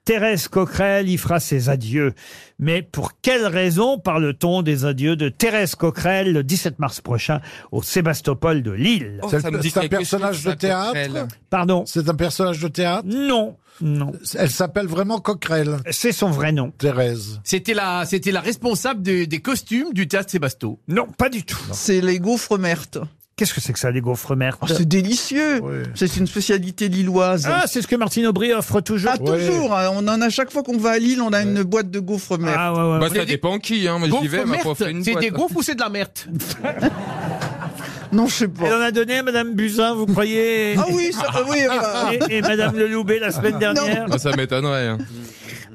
Speaker 1: Thérèse Coquerel y fera ses adieux. Mais pour quelle raison parle-t-on des adieux de Thérèse Coquerel le 17 mars prochain au Sébastopol de Lille
Speaker 20: C'est le- c'est un personnage de théâtre
Speaker 1: Pardon
Speaker 20: C'est un personnage de théâtre
Speaker 1: Non, non.
Speaker 20: Elle s'appelle vraiment Coquerel
Speaker 1: C'est son vrai nom.
Speaker 20: Thérèse.
Speaker 4: C'était la, c'était la responsable du- des costumes du théâtre Sébasto.
Speaker 1: Non, pas du tout.
Speaker 4: C'est les gaufres mertes. Oh,
Speaker 1: Qu'est-ce que c'est que ça, les gaufres mertes
Speaker 4: C'est délicieux. C'est une spécialité lilloise.
Speaker 1: Ah, c'est ce que Martine Aubry offre toujours.
Speaker 4: Ah, toujours. hein, On en a chaque fois qu'on va à Lille, on a une boîte de gaufres mertes.
Speaker 1: Ah, ouais, ouais.
Speaker 3: Bah, ça dépend qui, hein. Moi, j'y vais, ma prof fait une boîte.
Speaker 4: ou c'est de la merde Non, je sais pas.
Speaker 1: Elle en a donné à Madame Buzyn, vous croyez
Speaker 4: Ah oui, ça-
Speaker 2: euh,
Speaker 4: ah oui, ah.
Speaker 1: et, et Madame Leloubet la semaine dernière.
Speaker 3: Ah, ça m'étonnerait. hein.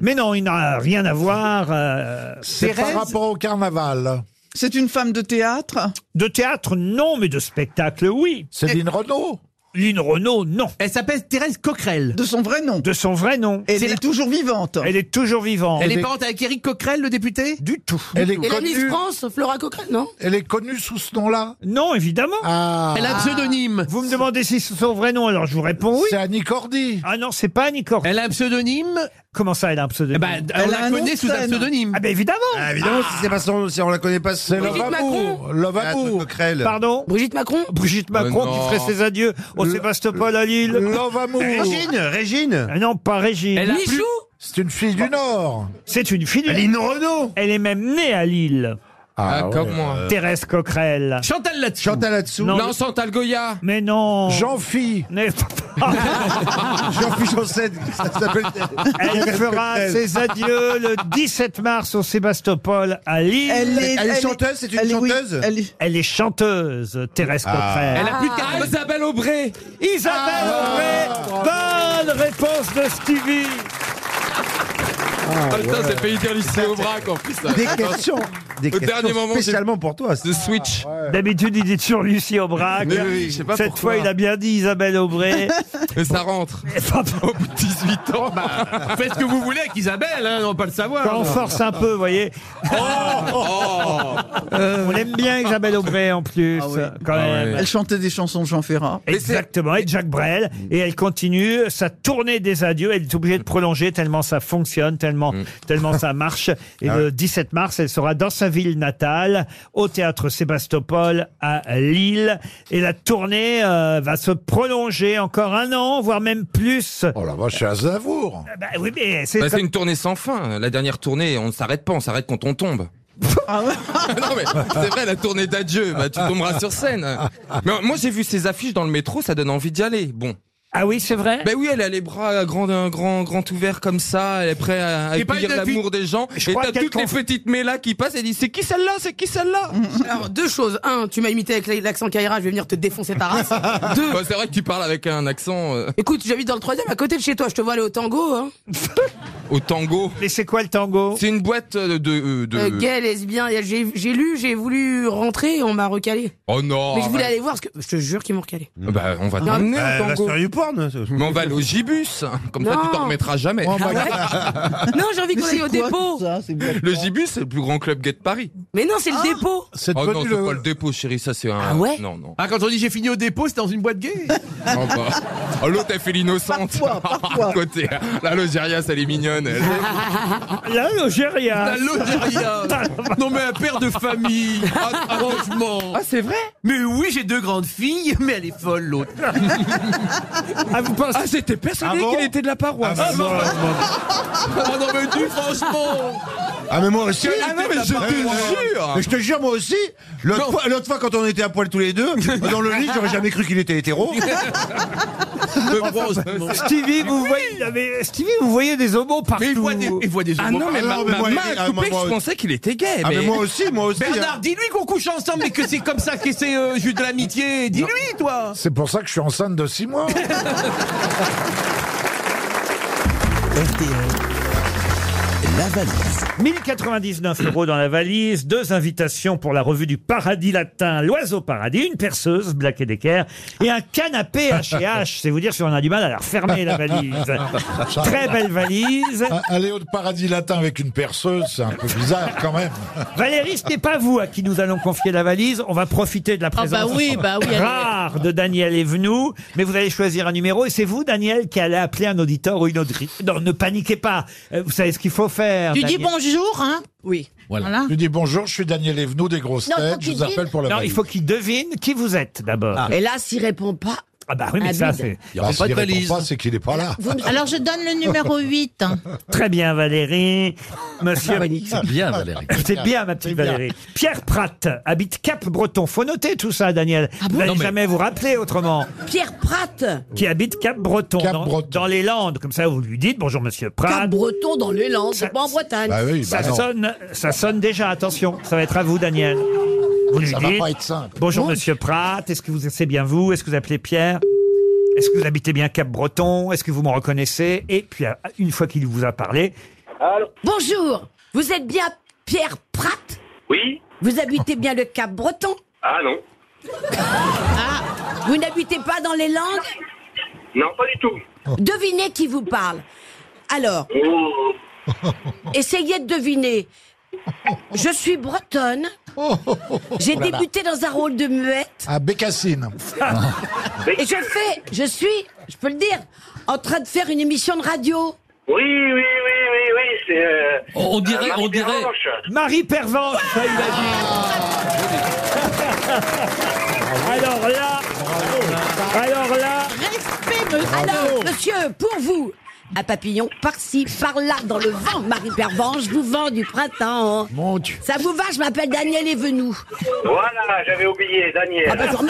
Speaker 1: Mais non, il n'a rien à voir. euh,
Speaker 4: C'est par Thérèse rapport
Speaker 1: au carnaval.
Speaker 4: C'est une femme de théâtre
Speaker 1: De théâtre, non, mais de spectacle, oui. C'est Lynn Renault Lynn Renault, non.
Speaker 4: Elle s'appelle Thérèse Coquerel. De son vrai nom.
Speaker 1: De son vrai nom.
Speaker 4: Elle est, toujours vivante.
Speaker 1: Elle est toujours vivante.
Speaker 4: Elle est parente avec Eric Coquerel, le député
Speaker 1: Ah. Du tout.
Speaker 4: Elle
Speaker 1: est
Speaker 15: Et la Miss France, Flora Coquerel, non
Speaker 1: Elle est connue sous ce nom-là Non, évidemment.
Speaker 15: Elle a un
Speaker 1: pseudonyme. Vous me demandez si c'est son vrai nom, alors je vous réponds oui. C'est Annie Cordy. Ah non, c'est pas Annie Cordy. Elle a un pseudonyme Comment ça, elle a un pseudonyme
Speaker 4: Eh ben, on Elle la a un nom connaît de sous un scène. pseudonyme.
Speaker 1: Ah ben évidemment
Speaker 2: Ah, évidemment, si c'est pas son, si on la connaît pas, c'est
Speaker 15: Brigitte Macron
Speaker 1: Pardon
Speaker 15: Brigitte Macron
Speaker 1: Brigitte Macron
Speaker 2: non.
Speaker 1: qui ferait ses adieux au Sébastopol à Lille.
Speaker 2: Love Amour. Ah Régine,
Speaker 1: Régine. Non, pas Régine.
Speaker 2: Elle a Michou plus-
Speaker 1: C'est une fille du Nord. C'est une fille du
Speaker 2: Lynn
Speaker 1: Renaud. Elle est même née à Lille.
Speaker 3: Ah, comme moi.
Speaker 1: Thérèse Coquerel.
Speaker 4: Chantal là-dessous.
Speaker 1: Chantal là-dessous.
Speaker 3: Non, Chantal Goya.
Speaker 1: Mais non.
Speaker 3: Jean-Phi.
Speaker 1: Mais-
Speaker 2: Jean-Philippe Janssen, ça s'aappelle.
Speaker 1: Elle fera ses adieux le 17 mars au Sébastopol à Lille.
Speaker 2: Elle est- Elle est elle est- chanteuse, c'est une elle est- oui, chanteuse
Speaker 1: elle, est... chanteuse, Thérèse
Speaker 2: Ah.
Speaker 1: Coquerel.
Speaker 2: Elle a plus de
Speaker 1: Ah.
Speaker 2: quarante-
Speaker 1: Isabelle Aubray. Isabelle Aubray. Bonne réponse de Stevie.
Speaker 3: Ah, putain, c'est pays lycée au braque en plus. là.
Speaker 2: Des
Speaker 3: Attends.
Speaker 2: questions, des
Speaker 3: Au
Speaker 2: questions
Speaker 3: dernier moment, j'ai-
Speaker 2: spécialement pour toi.
Speaker 3: The Switch.
Speaker 1: D'habitude, il dit toujours Lucie Aubrac.
Speaker 3: Mais oui, je sais pas
Speaker 1: Cette
Speaker 3: pourquoi.
Speaker 1: fois, il a bien dit Isabelle Aubray.
Speaker 3: Mais ça rentre.
Speaker 1: Au
Speaker 3: bout de 18 ans,
Speaker 4: Bah, Faites ce que vous voulez avec Isabelle, hein, on va pas le savoir. Oh,
Speaker 1: Quand on force un peu, vous voyez.
Speaker 3: Ah,
Speaker 1: Oh. Euh, on l'aime bien, Isabelle Aubray, en plus.
Speaker 4: Ah
Speaker 1: Quand même.
Speaker 4: Elle chantait des chansons de Jean Ferrat.
Speaker 1: Exactement, et Jacques Brel. Et elle continue sa tournée des adieux. Elle est obligée de prolonger tellement ça fonctionne, tellement,
Speaker 20: Mm.
Speaker 1: tellement ça marche. Et
Speaker 2: Ah
Speaker 1: le
Speaker 2: ouais.
Speaker 1: 17 mars, elle sera dans sa ville natale, au théâtre Sébastopol à Lille. Et la tournée euh, va se prolonger encore un an, voire même plus.
Speaker 20: Oh la vache, c'est Aznavour.
Speaker 1: Bah oui, mais c'est
Speaker 3: Bah, c'est
Speaker 1: comme-
Speaker 3: une tournée sans fin. La dernière tournée, on ne s'arrête pas, on s'arrête quand on tombe.
Speaker 7: Ah
Speaker 3: non mais c'est vrai la tournée d'adieu, bah, tu tomberas sur scène. Mais moi j'ai vu ces affiches dans le métro, ça donne envie d'y aller. Bon.
Speaker 1: Ah oui, c'est vrai.
Speaker 3: Ben oui, elle a les bras grands, grands, grands ouverts comme ça. Elle est prête à
Speaker 4: C'est pas
Speaker 3: accueillir
Speaker 4: une affiche.
Speaker 3: l'amour des gens. et
Speaker 4: crois
Speaker 3: t'as
Speaker 4: qu'elle
Speaker 3: toutes les
Speaker 4: conf-
Speaker 3: petites mélas qui passent et disent c'est qui celle-là, c'est qui celle-là.
Speaker 15: Mm. Alors, deux choses. Un, tu m'as imité avec l'accent Kaira, je vais venir te défoncer ta race. Deux,
Speaker 3: Bah, c'est vrai que tu parles avec un accent euh,
Speaker 15: écoute, j'habite dans le troisième à côté de chez toi, je te vois aller au tango. Hein.
Speaker 3: au tango.
Speaker 1: Mais c'est quoi le tango
Speaker 3: C'est une boîte euh, de euh, de.
Speaker 15: Euh, gay, lesbien, et j'ai j'ai lu, j'ai voulu rentrer et on m'a recalé.
Speaker 3: Oh non.
Speaker 15: Mais je voulais
Speaker 3: arrête.
Speaker 15: aller voir ce que. Je te jure qu'ils m'ont recalé.
Speaker 3: Bah, on va
Speaker 15: Non.
Speaker 3: t'emmener
Speaker 15: Euh, la
Speaker 3: au tango.
Speaker 15: star
Speaker 3: du porn. Mais on va aller au gibus. Comme ça,
Speaker 15: Non. Ah
Speaker 3: tu t'en remettras jamais.
Speaker 15: Non, j'ai envie
Speaker 4: Mais
Speaker 15: qu'on
Speaker 4: c'est
Speaker 15: aille au
Speaker 4: quoi
Speaker 15: dépôt.
Speaker 3: Le gibus, c'est le plus grand club gay de Paris.
Speaker 15: Mais non, c'est le dépôt.
Speaker 3: oh non, c'est pas le dépôt, chérie, ça c'est un.
Speaker 15: Ah ouais
Speaker 3: Non, non.
Speaker 4: Ah, quand on dit j'ai fini au dépôt, c'est dans une boîte gay
Speaker 3: Non, bah. Oh, l'autre, elle fait l'innocente. À côté. hein. La Logéria, ça, elle est mignonne. elle.
Speaker 7: Ah.
Speaker 1: La Logéria.
Speaker 4: La Logéria Non mais un père de famille Ah, Franchement Ah c'est vrai Mais oui j'ai deux grandes filles Mais elle est folle l'autre
Speaker 1: Ah vous pensez
Speaker 3: Ah j'étais persuadé qu'elle était de la paroisse
Speaker 4: Ah, non, Ah, non, mais tu franchement
Speaker 2: Ah mais moi aussi
Speaker 4: Ah non, mais je te jure.
Speaker 2: Mais je te jure moi aussi L'autre fois, l'autre fois quand on était à poil tous les deux, dans le lit j'aurais jamais cru qu'il était hétéro
Speaker 1: Stevie, vous voyez, non, mais Stevie, vous voyez des homos partout.
Speaker 4: Mais il voit des, il voit des
Speaker 3: Ah
Speaker 4: homos
Speaker 3: non, mais
Speaker 4: partout.
Speaker 3: ma- ma main a coupé que je pensais qu'il était gay.
Speaker 2: Ah, mais moi aussi, moi aussi,
Speaker 4: Eh, Bernard,
Speaker 2: hein.
Speaker 4: dis-lui qu'on couche ensemble et que c'est comme ça que c'est euh, juste de l'amitié. Dis-lui, toi.
Speaker 20: C'est pour ça que je suis enceinte de 6 mois.
Speaker 1: bah, euh,
Speaker 27: RTL.
Speaker 1: La valise. 1099 euros dans la valise, deux invitations pour la revue du Paradis Latin, l'Oiseau Paradis, une perceuse, Black et Decker, et un canapé H&H. C'est vous dire si on a du mal à la refermer, la valise.
Speaker 24: Ah,
Speaker 1: Très belle valise.
Speaker 7: Aller au paradis latin avec une perceuse, c'est un peu bizarre quand même.
Speaker 1: Valérie, ce n'est pas vous à qui nous allons confier la valise. On va profiter de la
Speaker 7: Ah
Speaker 1: présence
Speaker 7: bah oui, bah oui, allez.
Speaker 1: rare de Daniel Evenou. Mais vous allez choisir un numéro et c'est vous, Daniel, qui allez appeler un auditeur ou une auditrice. Non, ne paniquez pas. Euh, Vous savez ce qu'il faut faire.
Speaker 11: Tu dis
Speaker 1: Daniel.
Speaker 11: bonjour, hein Oui.
Speaker 7: Voilà.
Speaker 11: Voilà.
Speaker 7: Tu dis bonjour, je suis Daniel Evenou des grosses
Speaker 11: Non, faut
Speaker 7: têtes, je
Speaker 11: qu'il
Speaker 7: vous appelle
Speaker 11: dise.
Speaker 7: pour la
Speaker 1: Non, il
Speaker 7: valise.
Speaker 1: faut qu'il devine qui vous êtes d'abord.
Speaker 7: Ah.
Speaker 6: Et là, s'il répond pas.
Speaker 1: Ah bah oui, mais
Speaker 6: Ah,
Speaker 1: ça,
Speaker 6: vide.
Speaker 1: c'est...
Speaker 7: Il y aura
Speaker 1: Bah,
Speaker 7: pas de
Speaker 1: s'il répond
Speaker 7: valise.
Speaker 1: pas, c'est qu'il n'est pas là.
Speaker 11: Alors je donne le numéro 8. hein.
Speaker 6: Oh
Speaker 1: Très bien, Valérie. Monsieur...
Speaker 11: Ah, Valérie, c'est bien,
Speaker 12: Valérie.
Speaker 1: C'est bien, ma
Speaker 12: C'est
Speaker 1: petite
Speaker 12: bien.
Speaker 1: Valérie. Pierre Pratt habite Cap-Breton. Faut noter tout ça, Daniel.
Speaker 6: Ah
Speaker 1: vous n'allez jamais vous rappeler autrement.
Speaker 6: Pierre Pratt
Speaker 1: Qui habite Cap-Breton, dans, dans les Landes. Comme ça, vous lui dites, bonjour, monsieur Pratt.
Speaker 6: Breton dans les Landes, c'est pas en Bretagne.
Speaker 7: Bah
Speaker 1: ça, sonne, ça sonne déjà, attention. Ça va être à vous, Daniel. Vous lui
Speaker 7: Ça va
Speaker 1: dites,
Speaker 7: pas être simple.
Speaker 1: Bonjour,
Speaker 7: Bon.
Speaker 1: monsieur Pratt. Est-ce que vous c'est bien vous Est-ce que vous appelez Pierre Est-ce que vous habitez bien Cap-Breton Est-ce que vous me reconnaissez Et puis, à- une fois qu'il vous a parlé,
Speaker 6: Bonjour, vous êtes bien Pierre Pratt
Speaker 2: Oui
Speaker 6: Vous habitez bien le Cap Breton
Speaker 2: Ah non.
Speaker 6: Vous n'habitez pas dans les Landes
Speaker 2: Non, pas du tout. Oh.
Speaker 6: Devinez qui vous parle. Alors, essayez de deviner. Je suis bretonne. J'ai
Speaker 7: Oh là là.
Speaker 6: débuté dans un rôle de muette.
Speaker 7: À Bécassine.
Speaker 6: Et je fais, je suis, je peux le dire, en train de faire une émission de radio.
Speaker 2: Oui, oui, oui, oui, oui, c'est... euh, Ah,
Speaker 1: On dirait-
Speaker 2: Marie
Speaker 1: on dirait-
Speaker 2: Pervenche.
Speaker 1: Marie Pervenche, ça, il a dit. Alors là, alors là.
Speaker 6: Alors, monsieur, pour vous, un papillon par-ci, par-là, dans le vent, Marie Pervenche, vous vend du printemps. Mon Dieu. Ça vous va, je m'appelle Daniel Evenou.
Speaker 2: Voilà, j'avais oublié, Daniel.
Speaker 6: Ah bah, je vous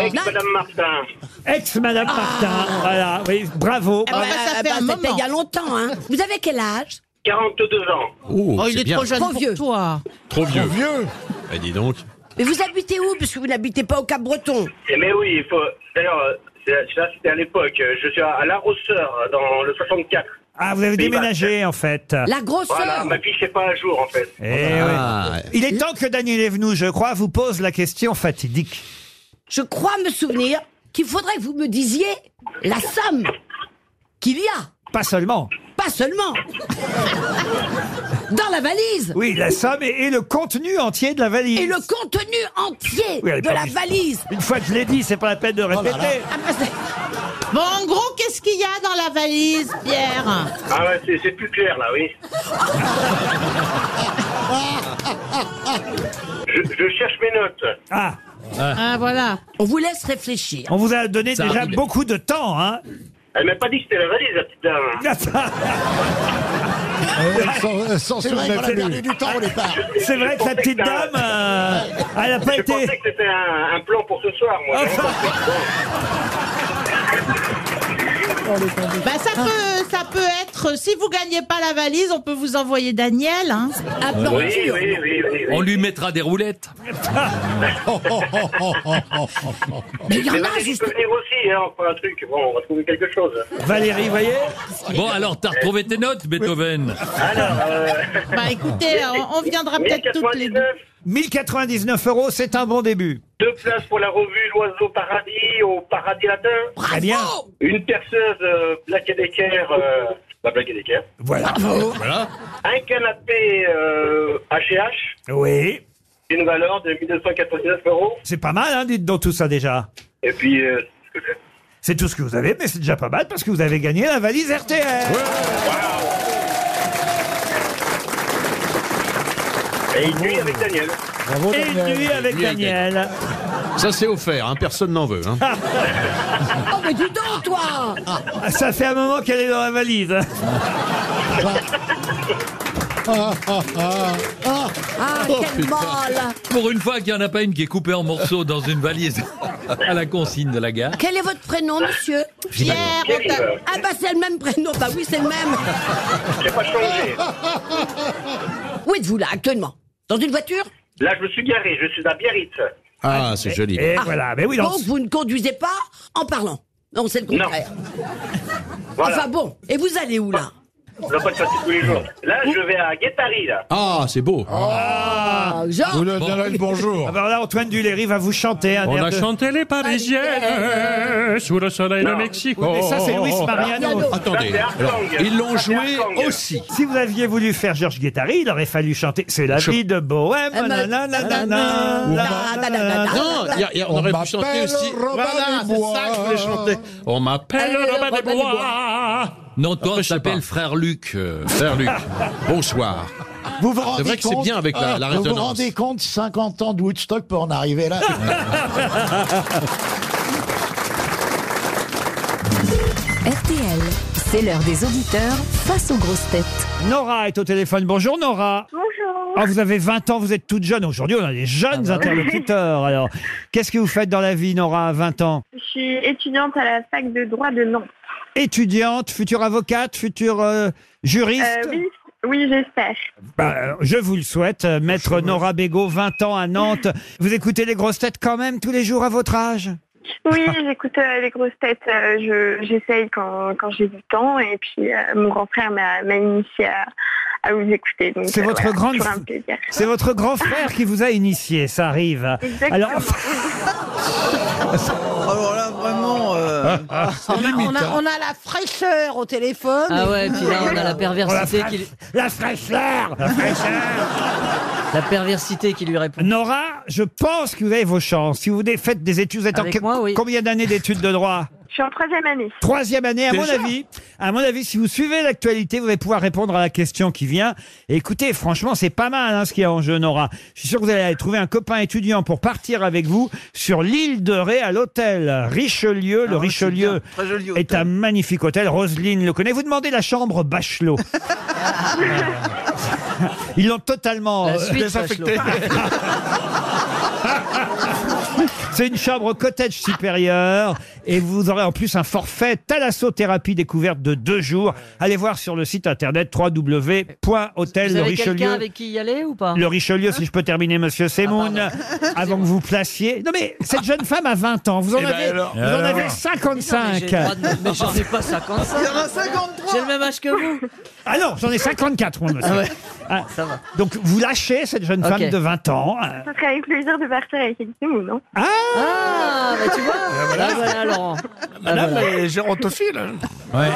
Speaker 2: Avec Madame Martin.
Speaker 1: Ex-Madame Martin, voilà, oui, bravo.
Speaker 6: Ah bah, ça fait C'était il y a longtemps, hein. Vous avez quel âge
Speaker 2: 42 ans.
Speaker 12: Oh, c'est bien.
Speaker 6: Trop vieux. toi.
Speaker 12: Trop vieux.
Speaker 7: Trop vieux.
Speaker 12: Eh, dis donc.
Speaker 6: Mais vous habitez où Parce que vous n'habitez pas au Cap-Breton.
Speaker 2: Eh, mais oui, il faut... D'ailleurs, euh, c'est- ça c'était à l'époque. Euh, Je suis à à La Rosseur, dans le 64.
Speaker 1: Ah, vous avez
Speaker 2: Pays
Speaker 1: déménagé en fait.
Speaker 2: Voilà, ma fiche n'est pas à jour, en fait.
Speaker 1: Eh
Speaker 12: Ah.
Speaker 1: oui. Il est temps que Daniel Evenou, je crois, vous pose la question fatidique.
Speaker 6: Je crois me souvenir qu'il faudrait que vous me disiez la somme qu'il y a.
Speaker 1: Pas seulement.
Speaker 6: Pas seulement. Dans la valise.
Speaker 1: Oui, la somme et, et le contenu entier de la valise.
Speaker 6: Et le contenu entier
Speaker 1: Oui, elle est
Speaker 6: de
Speaker 1: pas
Speaker 6: la
Speaker 1: obligée.
Speaker 6: valise.
Speaker 1: Une fois que je l'ai dit, c'est pas la peine de répéter.
Speaker 11: Ah, bah, Bon, en gros, qu'est-ce qu'il y a dans la valise, Pierre
Speaker 2: Ah ouais, c'est- c'est plus clair, là, oui.
Speaker 7: Ah.
Speaker 2: Je, je cherche mes notes.
Speaker 1: Ah.
Speaker 11: Ah, voilà.
Speaker 6: On vous laisse réfléchir.
Speaker 1: On vous a donné
Speaker 2: Ça
Speaker 1: déjà
Speaker 2: arrive.
Speaker 1: beaucoup de temps, hein. Ah,
Speaker 2: Elle m'a pas dit que c'était la valise, la petite dame.
Speaker 7: Elle s'en
Speaker 2: C'est vrai
Speaker 7: souvenait
Speaker 2: qu'on a
Speaker 7: plus.
Speaker 2: perdu du temps au départ.
Speaker 1: C'est vrai que la petite dame, euh, elle a pas
Speaker 2: je
Speaker 1: été- Ah,
Speaker 2: pensais que c'était un, un plan pour ce soir, moi.
Speaker 11: Bah, ça peut, ça peut être, si vous gagnez pas la valise, on peut vous envoyer Daniel. Hein.
Speaker 7: Ah,
Speaker 12: Oui, oui, On lui mettra des roulettes.
Speaker 1: euh,
Speaker 2: Mais Valérie peut venir aussi, hein, on fera un truc. Bon, on va trouver quelque chose.
Speaker 1: Valérie, voyez
Speaker 12: Bon, alors, t'as retrouvé tes notes, Beethoven
Speaker 2: Alors, euh,
Speaker 11: Bah, écoutez, on, on viendra peut-être toutes les deux.
Speaker 1: 1099 euros, c'est un bon début.
Speaker 2: Deux places pour la revue L'Oiseau Paradis au Paradis Latin.
Speaker 1: Très Eh bien.
Speaker 2: Oh! Une perceuse euh, Black Decker. Euh, bah, Black Decker.
Speaker 1: Voilà.
Speaker 12: Voilà.
Speaker 2: Un canapé euh, H&H.
Speaker 1: Oui.
Speaker 2: Une valeur de 1299 euros.
Speaker 1: C'est pas mal, hein, dites donc tout ça déjà.
Speaker 2: Et puis, euh, ce que j'ai.
Speaker 1: C'est tout ce que vous avez, mais c'est déjà pas mal parce que vous avez gagné la valise RTL.
Speaker 2: Et une nuit avec Daniel.
Speaker 1: Et une nuit avec
Speaker 12: Nuit avec
Speaker 1: Daniel.
Speaker 12: Ça, c'est offert, hein, personne n'en veut. hein.
Speaker 6: Oh, mais dis donc, toi
Speaker 1: Ah, Ça fait un moment qu'elle est dans la valise.
Speaker 6: Ah,
Speaker 12: Oh,
Speaker 6: quel
Speaker 12: putain.
Speaker 6: mal
Speaker 12: Pour une fois qu'il n'y en a pas une qui est coupée en morceaux dans une valise à la consigne de la gare.
Speaker 6: Quel est votre prénom, monsieur
Speaker 12: Gilles.
Speaker 6: on t'a- Ah bah c'est le même prénom, bah oui c'est le même.
Speaker 2: J'ai pas changé.
Speaker 6: Où êtes-vous là actuellement Dans une voiture
Speaker 2: Là, je me suis garé, je suis à Biarritz.
Speaker 12: Ah, c'est joli.
Speaker 1: Et
Speaker 6: Ah,
Speaker 1: voilà, mais oui, dans-
Speaker 6: Donc vous ne conduisez pas en parlant. Non, c'est le contraire.
Speaker 23: Voilà.
Speaker 12: Enfin bon, et vous allez où là
Speaker 23: Le podcast tous les jours. Là, je vais à Guétari, là.
Speaker 1: Ah, c'est beau.
Speaker 12: Ah, Jean
Speaker 20: Vous leur donnerez le bonjour.
Speaker 1: Alors là, Ah bah Antoine Duléry va vous chanter un
Speaker 14: On
Speaker 1: air
Speaker 14: a
Speaker 1: de-
Speaker 14: chanté les Parisiennes sous le soleil de Mexico. Oh,
Speaker 1: Oui, mais ça, c'est Luis Mariano.
Speaker 14: Attendez, alors, ils l'ont joué
Speaker 1: aussi. Si vous aviez voulu faire Georges Guettari, il aurait fallu chanter C'est la vie de Bohème.
Speaker 12: Eh ben,
Speaker 1: nanana, nanana,
Speaker 12: Ou-
Speaker 1: nanana.
Speaker 14: Non, il y a- il y a- on aurait pu chanter aussi. Voilà, c'est ça que je voulais chanter. On m'appelle
Speaker 6: Eh,
Speaker 1: Allez,
Speaker 14: Robin des
Speaker 1: Robin des
Speaker 14: Bois.
Speaker 1: Bois.
Speaker 14: Non, toi, on s'appelle Frère Luc. euh, Frère Luc. Bonsoir.
Speaker 20: Vous vous
Speaker 14: C'est
Speaker 20: rendez
Speaker 14: vrai que c'est
Speaker 20: compte Ah,
Speaker 14: bien avec la,
Speaker 2: Euh,
Speaker 14: la
Speaker 20: Vous vous
Speaker 14: résonance.
Speaker 20: rendez compte, 50 ans de Woodstock pour en arriver là
Speaker 6: RTL, c'est l'heure des auditeurs face aux grosses têtes.
Speaker 1: Nora est au téléphone. Bonjour Nora.
Speaker 6: Bonjour.
Speaker 1: Ah, vous avez 20 ans, vous êtes toute jeune. Aujourd'hui, on a des jeunes
Speaker 6: Ah bah oui.
Speaker 1: interlocuteurs. Alors, qu'est-ce que vous faites dans la vie, Nora, à 20 ans
Speaker 6: Je suis étudiante à la fac de droit de Nantes.
Speaker 1: Étudiante, future avocate, future euh, juriste
Speaker 6: Euh, oui, oui j'espère.
Speaker 1: Bah, euh, je vous le souhaite, euh, maître Nora Bégaud, 20 ans à Nantes. Vous écoutez les grosses têtes quand même tous les jours à votre âge
Speaker 6: Oui, j'écoute euh, les grosses têtes. euh, je- J'essaye quand, quand j'ai du temps. Et puis, euh, mon grand frère m'a m'a initié à, à vous écouter. donc,
Speaker 1: C'est
Speaker 6: euh,
Speaker 1: votre
Speaker 6: voilà,
Speaker 1: grande-
Speaker 6: toujours un plaisir.
Speaker 1: C'est votre grand frère qui vous a initié, ça arrive.
Speaker 6: Exactement.
Speaker 7: Oh
Speaker 1: Alors là, vraiment.
Speaker 18: On a, on
Speaker 3: hein.
Speaker 18: a- on a la fraîcheur au téléphone.
Speaker 7: Ah ouais, puis là, on a la perversité
Speaker 18: Oh,
Speaker 7: qui...
Speaker 1: La fraîcheur La
Speaker 7: perversité qui lui répond.
Speaker 1: Nora, je pense que vous avez vos chances. Si vous dé- faites des études, vous êtes en
Speaker 7: Avec
Speaker 1: que-
Speaker 7: moi, oui.
Speaker 1: combien d'années d'études de droit
Speaker 6: Je suis en troisième année.
Speaker 1: Troisième année, à mon
Speaker 6: Déjà
Speaker 1: avis. À mon avis, si vous suivez l'actualité, vous allez pouvoir répondre à la question qui vient. Et écoutez, franchement, c'est pas mal hein, ce qu'il y a en jeu, Nora. Je suis sûr que vous allez aller trouver un copain étudiant pour partir avec vous sur l'île de Ré à l'hôtel Richelieu. Le Richelieu
Speaker 18: Très joli
Speaker 1: est un magnifique hôtel. Roselyne le connaît. Vous demandez la chambre Bachelot. Ils l'ont totalement
Speaker 18: La
Speaker 1: euh,
Speaker 18: suite
Speaker 1: désinfectée.
Speaker 18: Bachelot.
Speaker 1: C'est une chambre cottage supérieure et vous aurez en plus un forfait thalassothérapie découverte de deux jours. Allez voir sur le site internet
Speaker 7: Vous avez quelqu'un
Speaker 1: www.hôtelrichelieu.
Speaker 7: avec hein qui y aller ou pas
Speaker 1: Le Richelieu, si je peux terminer, monsieur Semoun,
Speaker 7: Ah,
Speaker 1: avant que vous placiez. Non, mais cette jeune femme a 20 ans. Vous en
Speaker 7: Eh ben
Speaker 1: avez,
Speaker 7: alors.
Speaker 1: vous en avez
Speaker 7: Alors.
Speaker 1: 55.
Speaker 7: Mais non, mais j'ai- mais j'en ai pas 55. Il y en a 53. J'ai le même âge que vous.
Speaker 1: Ah non, j'en ai 54, moi, monsieur.
Speaker 7: Ah ouais.
Speaker 1: Ah, Donc, vous lâchez cette jeune
Speaker 7: Ok.
Speaker 1: femme de 20 ans. euh,
Speaker 6: Ça serait avec plaisir de partir avec Elise ou non
Speaker 1: Ah,
Speaker 7: bah tu vois Ah, voilà, Laurent.
Speaker 1: Madame
Speaker 7: voilà.
Speaker 1: est
Speaker 18: gérontophile.
Speaker 1: Ouais.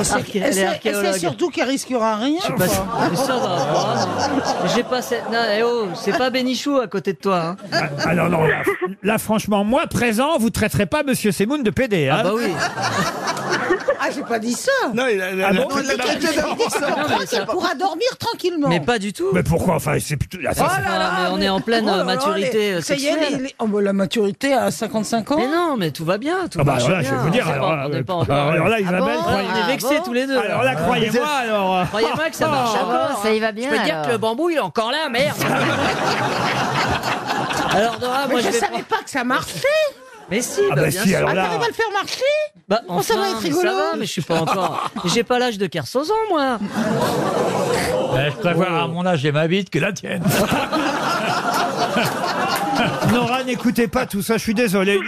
Speaker 7: Arché- elle est archéologue.
Speaker 18: C'est surtout qu'elle risquera rien.
Speaker 7: Je suis pas sûr-
Speaker 18: quoi.
Speaker 7: Ah, Mais ça va. J'ai pas cette- Non, eh oh, c'est pas Bénichou à côté de toi. hein.
Speaker 1: Ah non, non, là, là, franchement, moi présent, vous traiterez pas Monsieur Semoun de PD. hein.
Speaker 7: Ah bah oui.
Speaker 18: Ah, j'ai pas dit ça.
Speaker 1: Non, il a- il a-
Speaker 18: Ah
Speaker 1: il a-
Speaker 18: bon
Speaker 1: il a- il a-
Speaker 18: Elle
Speaker 7: ça-
Speaker 18: pourra dormir tranquillement.
Speaker 7: Mais pas du tout.
Speaker 1: Mais pourquoi Enfin, c'est plutôt. là, ça-
Speaker 7: Ah, mais on est en pleine,
Speaker 18: oh là là,
Speaker 7: maturité, euh,
Speaker 18: les- Ça y
Speaker 7: sexuelle.
Speaker 18: est, les- les- oh, bah, la maturité à 55 ans.
Speaker 7: Mais non, mais tout va bien. Tout
Speaker 1: Ah bah
Speaker 7: marche
Speaker 1: alors là, je
Speaker 7: bien.
Speaker 1: vais vous dire.
Speaker 7: On est
Speaker 1: Alors,
Speaker 7: pas- on est pas encore-
Speaker 1: alors là, Isabelle,
Speaker 7: Ah,
Speaker 1: croyez-
Speaker 7: on est vexés tous les deux.
Speaker 1: Alors
Speaker 18: Ah,
Speaker 1: là, croyez-moi, alors. euh,
Speaker 7: Croyez-moi que ça marche
Speaker 1: Ah,
Speaker 7: encore.
Speaker 1: ça y va
Speaker 7: hein.
Speaker 1: bien,
Speaker 7: Je peux te dire
Speaker 1: alors. Ah
Speaker 7: que le bambou, il est encore là, merde. alors, Nora, moi,
Speaker 18: Mais
Speaker 7: je,
Speaker 18: je
Speaker 7: vais
Speaker 18: savais pas que ça marchait.
Speaker 7: Mais si,
Speaker 18: Ah
Speaker 7: bah,
Speaker 18: bah
Speaker 7: bien
Speaker 18: si,
Speaker 7: sûr.
Speaker 18: alors là. Ah, t'arrives à le faire marcher
Speaker 7: Bah,
Speaker 18: Oh, ça
Speaker 7: enfin,
Speaker 18: va être
Speaker 7: mais
Speaker 18: rigolo.
Speaker 7: Ça va, mais je suis pas encore. J'ai pas l'âge de Kersozon, moi.
Speaker 13: Eh, je préfère à mon âge et ma bite que la tienne.
Speaker 1: Nora, n'écoutez pas tout ça, je suis désolé.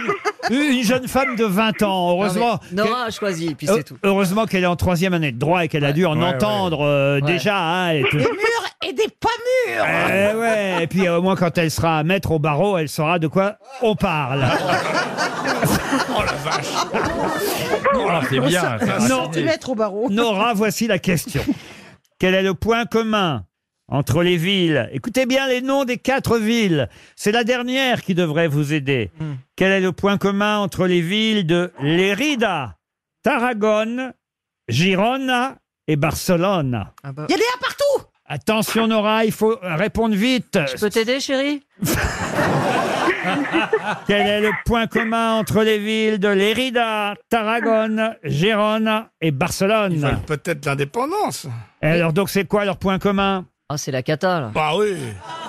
Speaker 1: Une une jeune femme de 20 ans, heureusement.
Speaker 7: Non, mais Nora a choisi, puis
Speaker 19: Euh,
Speaker 1: heu-
Speaker 7: c'est tout.
Speaker 1: Heureusement qu'elle est en troisième année de droit et qu'elle a dû en
Speaker 7: Ouais,
Speaker 1: entendre euh, déjà. hein, elle est
Speaker 18: Des
Speaker 1: toujours-
Speaker 18: murs et des pas murs.
Speaker 1: Eh ouais, et puis euh, au moins quand elle sera à mettre au barreau, elle saura de quoi on parle.
Speaker 20: Oh la vache Oh, c'est bien, ça.
Speaker 18: Un
Speaker 1: Non.
Speaker 18: centimètre au barreau.
Speaker 1: Nora, voici la question. Quel est le point commun entre les villes Écoutez bien les noms des quatre villes. C'est la dernière qui devrait vous aider. Quel est le point commun entre les villes de Lérida, Tarragone, Girona et Barcelone
Speaker 18: Il y a des A partout.
Speaker 1: Attention Nora, il faut répondre vite.
Speaker 7: Je peux t'aider, chérie
Speaker 1: Quel est le point commun entre les villes de Lérida, Tarragone, Gérone et Barcelone
Speaker 11: Peut-être l'indépendance.
Speaker 1: Et alors donc c'est quoi leur point commun
Speaker 7: Ah, c'est la cata, là.
Speaker 11: Bah oui.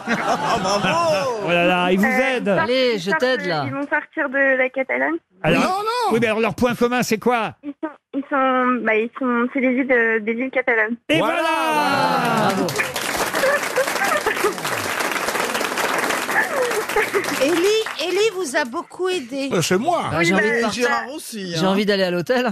Speaker 1: Oh là là, ils vous
Speaker 7: Euh,
Speaker 1: aident
Speaker 7: Allez,
Speaker 6: Ils
Speaker 7: je
Speaker 6: sortent-
Speaker 7: t'aide, là.
Speaker 6: Ils vont sortir de la Catalogne.
Speaker 1: alors, Oui, mais alors leur point commun c'est quoi
Speaker 6: Ils sont, ils sont, bah, ils sont, c'est des îles, euh, des îles catalanes.
Speaker 1: Et voilà,
Speaker 18: Ellie Ellie vous a beaucoup aidé. bah,
Speaker 6: Euh, c'est moi. Ah, j'ai envie de
Speaker 18: Et
Speaker 6: partir. J'ai envie d'aller à l'hôtel.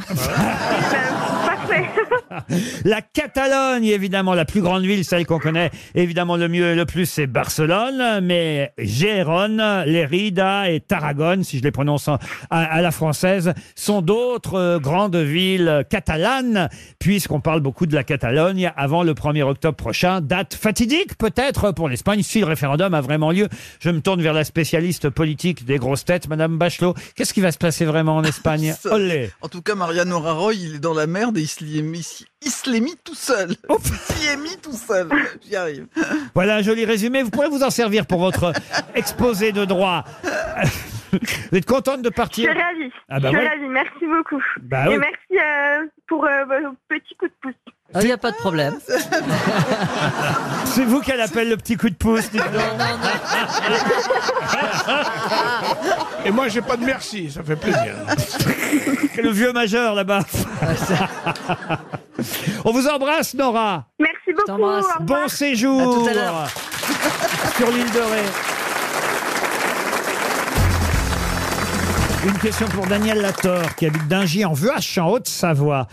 Speaker 1: La Catalogne, évidemment, la plus grande ville, celle qu'on connaît évidemment le mieux et le plus, c'est Barcelone. Mais Gérone, Lérida et Tarragone, si je les prononce en- à, à la française, sont d'autres euh, grandes villes catalanes, puisqu'on parle beaucoup de la Catalogne avant le 1er octobre prochain. Date fatidique, peut-être, pour l'Espagne, si le référendum a vraiment lieu. Je me tourne vers la spécialiste politique des grosses têtes, Madame Bachelot. Qu'est-ce qui va se passer vraiment en Espagne
Speaker 4: Ça-
Speaker 1: Olé
Speaker 4: En tout cas, Mariano Raroy, il est dans la merde et il se l'y est mis, il se l'est mis tout seul.
Speaker 1: Oh.
Speaker 4: il s'y est mis tout seul. J'y arrive.
Speaker 1: Voilà un joli résumé. Vous pourrez vous en servir pour votre exposé de droit. Vous êtes contente de
Speaker 28: Je suis
Speaker 1: partir
Speaker 28: ravie.
Speaker 1: Ah bah
Speaker 28: je suis
Speaker 1: voilà.
Speaker 28: ravie. Merci beaucoup.
Speaker 1: Bah
Speaker 28: Et
Speaker 1: oui.
Speaker 28: merci euh, pour euh, vos petits coups de pouce.
Speaker 6: Il n'y Ah, a pas de problème.
Speaker 1: C'est vous qu'elle appelle le petit coup de pouce. dites donc.
Speaker 7: Et moi, j'ai pas de merci, ça fait plaisir.
Speaker 1: le vieux majeur là-bas. On vous embrasse, Nora.
Speaker 28: Merci beaucoup. au revoir.
Speaker 1: Bon séjour.
Speaker 28: À tout à l'heure.
Speaker 1: Sur l'île de Ré. Une question pour Daniel Lator, qui habite Dingy en Vuache, en Haute-Savoie.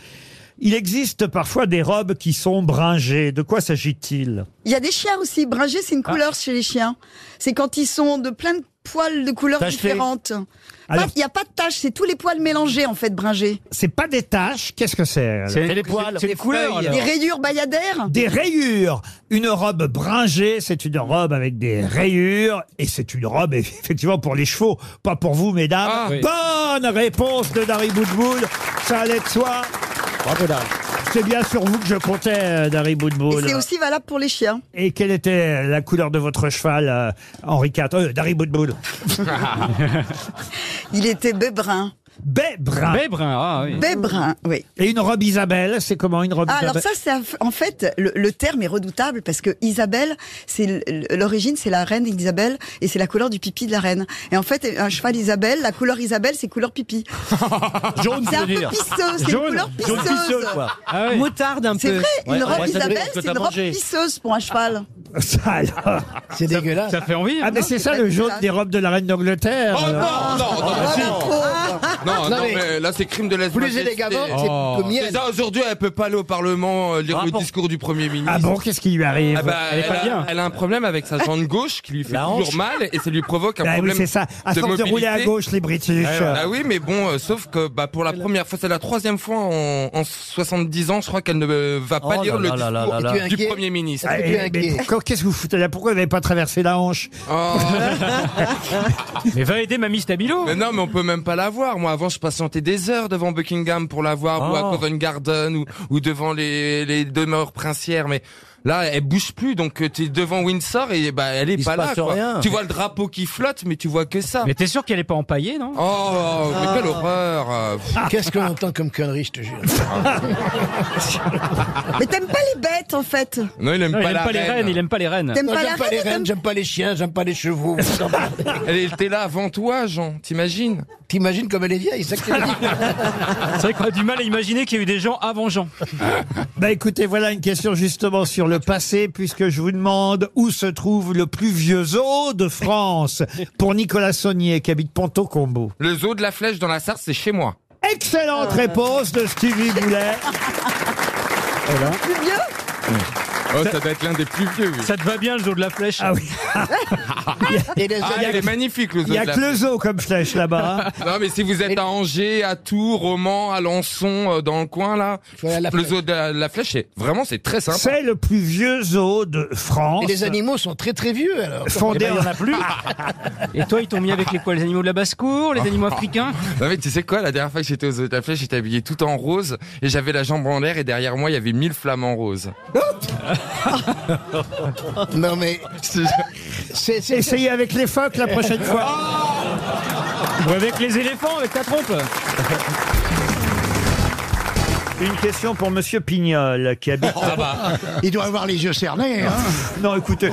Speaker 1: Il existe parfois des robes qui sont bringées. De quoi s'agit-il
Speaker 19: Il y a des chiens aussi. Bringé, c'est une
Speaker 1: Ah.
Speaker 19: couleur chez les chiens. C'est quand ils sont de plein de poils de couleurs
Speaker 1: Tachetés.
Speaker 19: différentes. Pas-
Speaker 1: Alors-
Speaker 19: Il n'y a pas de taches, c'est tous les poils mélangés en fait, bringé.
Speaker 1: C'est pas des taches, qu'est-ce que c'est alors
Speaker 19: C'est des poils.
Speaker 1: Des couleurs,
Speaker 19: Des rayures bayadères
Speaker 1: Des rayures. Une robe bringée, c'est une robe avec des rayures. Et c'est une robe, effectivement, pour les chevaux. Pas pour vous, mesdames.
Speaker 7: oui.
Speaker 1: Bonne réponse de Dari Boudboul. Ça allait de soi. C'est bien sur vous que je comptais, euh, Dari Boudboul.
Speaker 19: Et c'est aussi valable pour les chiens.
Speaker 1: Et quelle était la couleur de votre cheval, euh, Henri IV euh, Dari Boudboul. Ah.
Speaker 19: Il était bébrun.
Speaker 1: Bébrin.
Speaker 2: Bébrin, ah oui.
Speaker 19: Bébrin, oui.
Speaker 1: Et une robe Isabelle, c'est comment une robe
Speaker 19: Ah,
Speaker 1: Isabelle
Speaker 19: alors ça, c'est un- en fait, le, le terme est redoutable parce que Isabelle, c'est l- l- l'origine, c'est la reine Isabelle et c'est la couleur du pipi de la reine. Et en fait, un cheval Isabelle, la couleur Isabelle, c'est couleur pipi.
Speaker 2: Jaune,
Speaker 19: c'est un
Speaker 2: tu veux
Speaker 19: peu
Speaker 2: dire.
Speaker 19: pisseux, c'est une
Speaker 2: Jaune,
Speaker 19: couleur pisseuse.
Speaker 2: jaune pisseux, quoi. Ah ouais. Moutarde un
Speaker 19: C'est
Speaker 2: peu.
Speaker 19: vrai,
Speaker 2: Ouais,
Speaker 19: une robe
Speaker 2: ouais, ça dépend
Speaker 19: Isabelle,
Speaker 2: ce que
Speaker 19: c'est
Speaker 2: t'as
Speaker 19: une robe
Speaker 2: mangé.
Speaker 19: pisseuse pour un cheval.
Speaker 1: Ça, alors. C'est dégueulasse.
Speaker 2: ça fait envie, hein.
Speaker 1: Ah, mais
Speaker 2: Non,
Speaker 1: c'est
Speaker 19: c'est
Speaker 1: ça
Speaker 19: pas
Speaker 1: le jaune
Speaker 19: dégueulasse.
Speaker 1: des robes de la reine d'Angleterre.
Speaker 3: Oh non,
Speaker 1: alors.
Speaker 3: non, non,
Speaker 19: Ah,
Speaker 3: si.
Speaker 19: la pauvre.
Speaker 3: Non,
Speaker 19: Non,
Speaker 3: Ah, non,
Speaker 19: mais-
Speaker 3: mais... là, c'est crime de lèse
Speaker 19: Plus élégamment, c'est
Speaker 1: Oh. comme hier.
Speaker 3: Déjà, aujourd'hui, elle peut pas aller au Parlement euh, lire le discours du Premier ministre.
Speaker 1: Ah bon, qu'est-ce qui lui arrive
Speaker 3: Ah bah,
Speaker 1: Elle est pas
Speaker 3: a,
Speaker 1: bien.
Speaker 3: elle a un problème avec sa jambe gauche qui lui fait
Speaker 1: La hanche.
Speaker 3: toujours mal et ça lui provoque un
Speaker 1: Ah oui,
Speaker 3: problème
Speaker 1: c'est ça. À
Speaker 3: de
Speaker 1: force de
Speaker 3: mobilité.
Speaker 1: rouler à gauche, les British.
Speaker 3: Ah, voilà. Ah oui, mais bon, euh, sauf que bah, pour la première fois, c'est la troisième fois en, en 70 ans, je crois qu'elle ne euh, va pas
Speaker 1: Oh
Speaker 3: lire
Speaker 1: là
Speaker 3: le
Speaker 1: là là
Speaker 3: discours
Speaker 1: là là.
Speaker 3: du
Speaker 1: Est-ce que tu es
Speaker 3: Premier ministre.
Speaker 1: Ah, et- mais pourquoi- Qu'est-ce que vous foutez là Pourquoi vous n'avez pas traversé la hanche
Speaker 3: mais va aider Mamie Stabilo Oh. Mais non, mais on peut même pas la voir. Moi, avant, je patientais des heures devant Buckingham pour la voir, ou à
Speaker 2: Oh.
Speaker 3: Covent Garden, ou, ou devant les, les demeures princières, mais... Là, elle bouge plus, donc euh, t'es devant Windsor et bah elle est
Speaker 2: Il se
Speaker 3: pas là.
Speaker 2: passe
Speaker 3: quoi.
Speaker 2: rien.
Speaker 3: Tu vois le drapeau qui flotte, mais tu vois que ça.
Speaker 2: Mais t'es sûr qu'elle est pas empaillée, non
Speaker 3: Oh, oh, mais
Speaker 2: Ah.
Speaker 3: quelle horreur euh, pff.
Speaker 4: Ah. Qu'est-ce qu'on entend comme connerie, je te jure
Speaker 19: Mais t'aimes pas les bêtes en fait.
Speaker 3: Non, il aime
Speaker 2: Non,
Speaker 3: pas,
Speaker 2: il aime
Speaker 3: la
Speaker 2: pas les
Speaker 3: reine.
Speaker 2: reines, il aime pas les reines.
Speaker 19: T'aimes
Speaker 4: Non,
Speaker 19: pas
Speaker 4: J'aime
Speaker 19: la
Speaker 4: pas
Speaker 19: reine,
Speaker 4: les reines,
Speaker 19: t'aimes-
Speaker 4: j'aime pas les chiens, j'aime pas les chevaux.
Speaker 3: Elle était là avant toi, Jean. T'imagines
Speaker 4: T'imagines comme elle est vieille, c'est ça que tu dis
Speaker 2: C'est vrai qu'on a du mal à imaginer qu'il y a eu des gens
Speaker 6: Ah,
Speaker 2: avant Jean.
Speaker 12: Ah.
Speaker 1: Bah écoutez, voilà une question justement sur le passé, puisque je vous demande où se trouve le plus vieux zoo de France pour Nicolas Saunier qui habite Ponto Combo.
Speaker 3: Le zoo de la flèche dans la Sarthe, c'est chez moi. Ah.
Speaker 1: Excellente réponse de Stevie Boulet.
Speaker 19: Plus vieux
Speaker 3: Oh, ça doit être l'un des plus vieux. oui.
Speaker 2: Ça te va bien le jour de la flèche
Speaker 1: Ah oui.
Speaker 4: Et les
Speaker 3: Ah,
Speaker 4: autres-
Speaker 3: il est magnifique le zoo.
Speaker 1: Il n'y a
Speaker 3: de la Ah.
Speaker 1: que le zoo comme flèche là-bas. hein.
Speaker 3: Non, mais si vous êtes à Angers, à Tours, au Mans, à Lançon, euh, dans le coin, là, le zoo de la, la flèche, c'est- vraiment, c'est très simple.
Speaker 1: C'est le plus vieux zoo de France.
Speaker 4: Et les animaux sont très très vieux alors.
Speaker 1: Fondé
Speaker 4: Eh ben, il
Speaker 1: en-
Speaker 4: y en a-
Speaker 2: plus. Et toi, ils t'ont mis avec les quoi Les animaux de la basse-cour Les animaux africains
Speaker 3: Oh. Non, mais tu sais quoi, la dernière fois que j'étais au zoo de la flèche, j'étais habillé tout en rose et j'avais la jambe en l'air et derrière moi, il y avait mille flamants roses.
Speaker 4: Non mais c'est c'est-
Speaker 1: Essayez avec les phoques la prochaine fois.
Speaker 2: Ou avec les éléphants, avec ta trompe
Speaker 1: Une question pour Monsieur Pignol qui habite.
Speaker 3: Ah bah.
Speaker 4: il doit avoir les yeux cernés. Hein.
Speaker 1: Non, écoutez,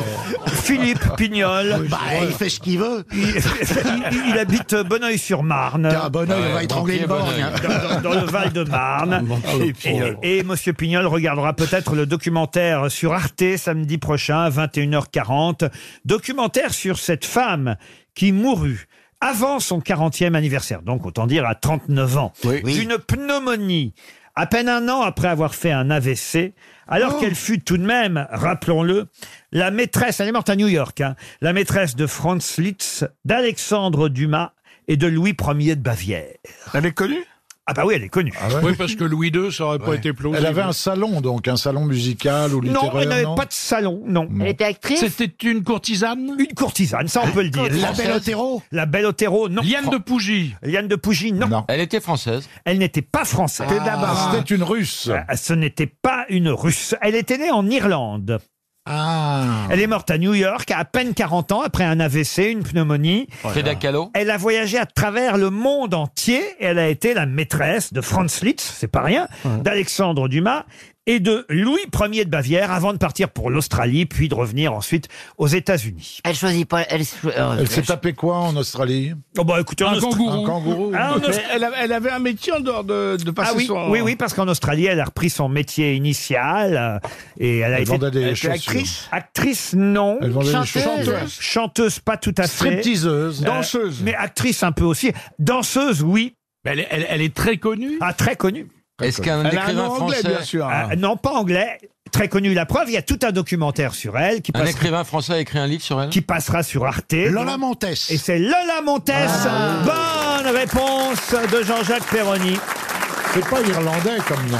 Speaker 1: Philippe Pignol.
Speaker 4: Bah, il fait ce qu'il veut.
Speaker 1: Il, il- il habite Bonneuil-sur-Marne.
Speaker 4: Tiens, bon oeil, Ah, on va étrangler une borgne. hein.
Speaker 1: dans, dans le Val de
Speaker 3: Ah,
Speaker 1: Marne.
Speaker 3: oh,
Speaker 1: Et, euh, et Monsieur Pignol regardera peut-être le documentaire sur Arte samedi prochain à 21h40. Documentaire sur cette femme qui mourut avant son 40e anniversaire, donc autant dire à 39 ans, d'une pneumonie, à peine un an après avoir fait un AVC, alors qu'elle fut tout de même, rappelons-le, la maîtresse, elle est morte à New York, hein, la maîtresse de Franz Liszt, d'Alexandre Dumas et de Louis Ier de Bavière. Elle est connue Ah bah oui, elle est connue.
Speaker 17: Oui, parce que Louis II, ça aurait pas
Speaker 1: Ouais.
Speaker 17: été plausible.
Speaker 1: Elle avait un
Speaker 17: salon, donc, un salon musical ou
Speaker 1: Non, elle n'avait pas de salon, non. Elle était actrice C'était une courtisane Une courtisane, ça on peut le dire.
Speaker 17: La belle
Speaker 1: Otero La belle Otero, non. Liane de Pougy Liane de Pougy, non. Elle était française Elle n'était pas française.
Speaker 17: C'était d'abord- c'était
Speaker 1: une russe Ce n'était pas une russe. Elle était née en Irlande. Elle est morte à New York à à peine 40 ans après un AVC, une pneumonie.
Speaker 24: Frida Kahlo
Speaker 1: Elle a voyagé à travers le monde entier et elle a été la maîtresse de Franz Liszt, c'est pas rien, d'Alexandre Dumas et de Louis Ier de Bavière avant de partir pour l'Australie puis de revenir ensuite aux États-Unis.
Speaker 25: Elle choisit pas. Elle,
Speaker 17: Elle s'est tapée quoi en Australie
Speaker 1: Oh bah écoutez, en
Speaker 17: un
Speaker 1: Austra-
Speaker 17: kangourou.
Speaker 1: Un kangourou. Ah, en Austra-
Speaker 24: Mais elle, a- elle avait un métier en dehors de, de passer
Speaker 1: Ah oui,
Speaker 24: son...
Speaker 1: oui, oui, parce qu'en Australie, elle a repris son métier initial euh, et elle a
Speaker 17: Elle
Speaker 1: été
Speaker 17: vendait des
Speaker 1: Elle était
Speaker 17: chaussures.
Speaker 1: actrice. Actrice, non.
Speaker 17: Elle vendait des Chanteuse. chaussures.
Speaker 1: chanteuse. Chanteuse, pas tout à fait. Euh,
Speaker 17: Stripteaseuse. Danseuse.
Speaker 1: Mais actrice un peu aussi. Danseuse, oui.
Speaker 24: Elle, elle- elle est très connue.
Speaker 1: Ah, très connue.
Speaker 24: Est-ce qu'un
Speaker 1: Elle a
Speaker 24: écrivain
Speaker 1: nom anglais,
Speaker 24: français-
Speaker 1: bien sûr, hein. Ah, non, pas anglais. Très connue. La preuve, il y a tout un documentaire sur elle qui,
Speaker 24: Un
Speaker 1: passera-
Speaker 24: écrivain français a écrit un livre sur elle
Speaker 1: qui passera sur Arte. Lola Montes. Et c'est Lola Montes. Ah, Bonne réponse de Jean-Jacques Perroni.
Speaker 17: C'est pas irlandais comme nom.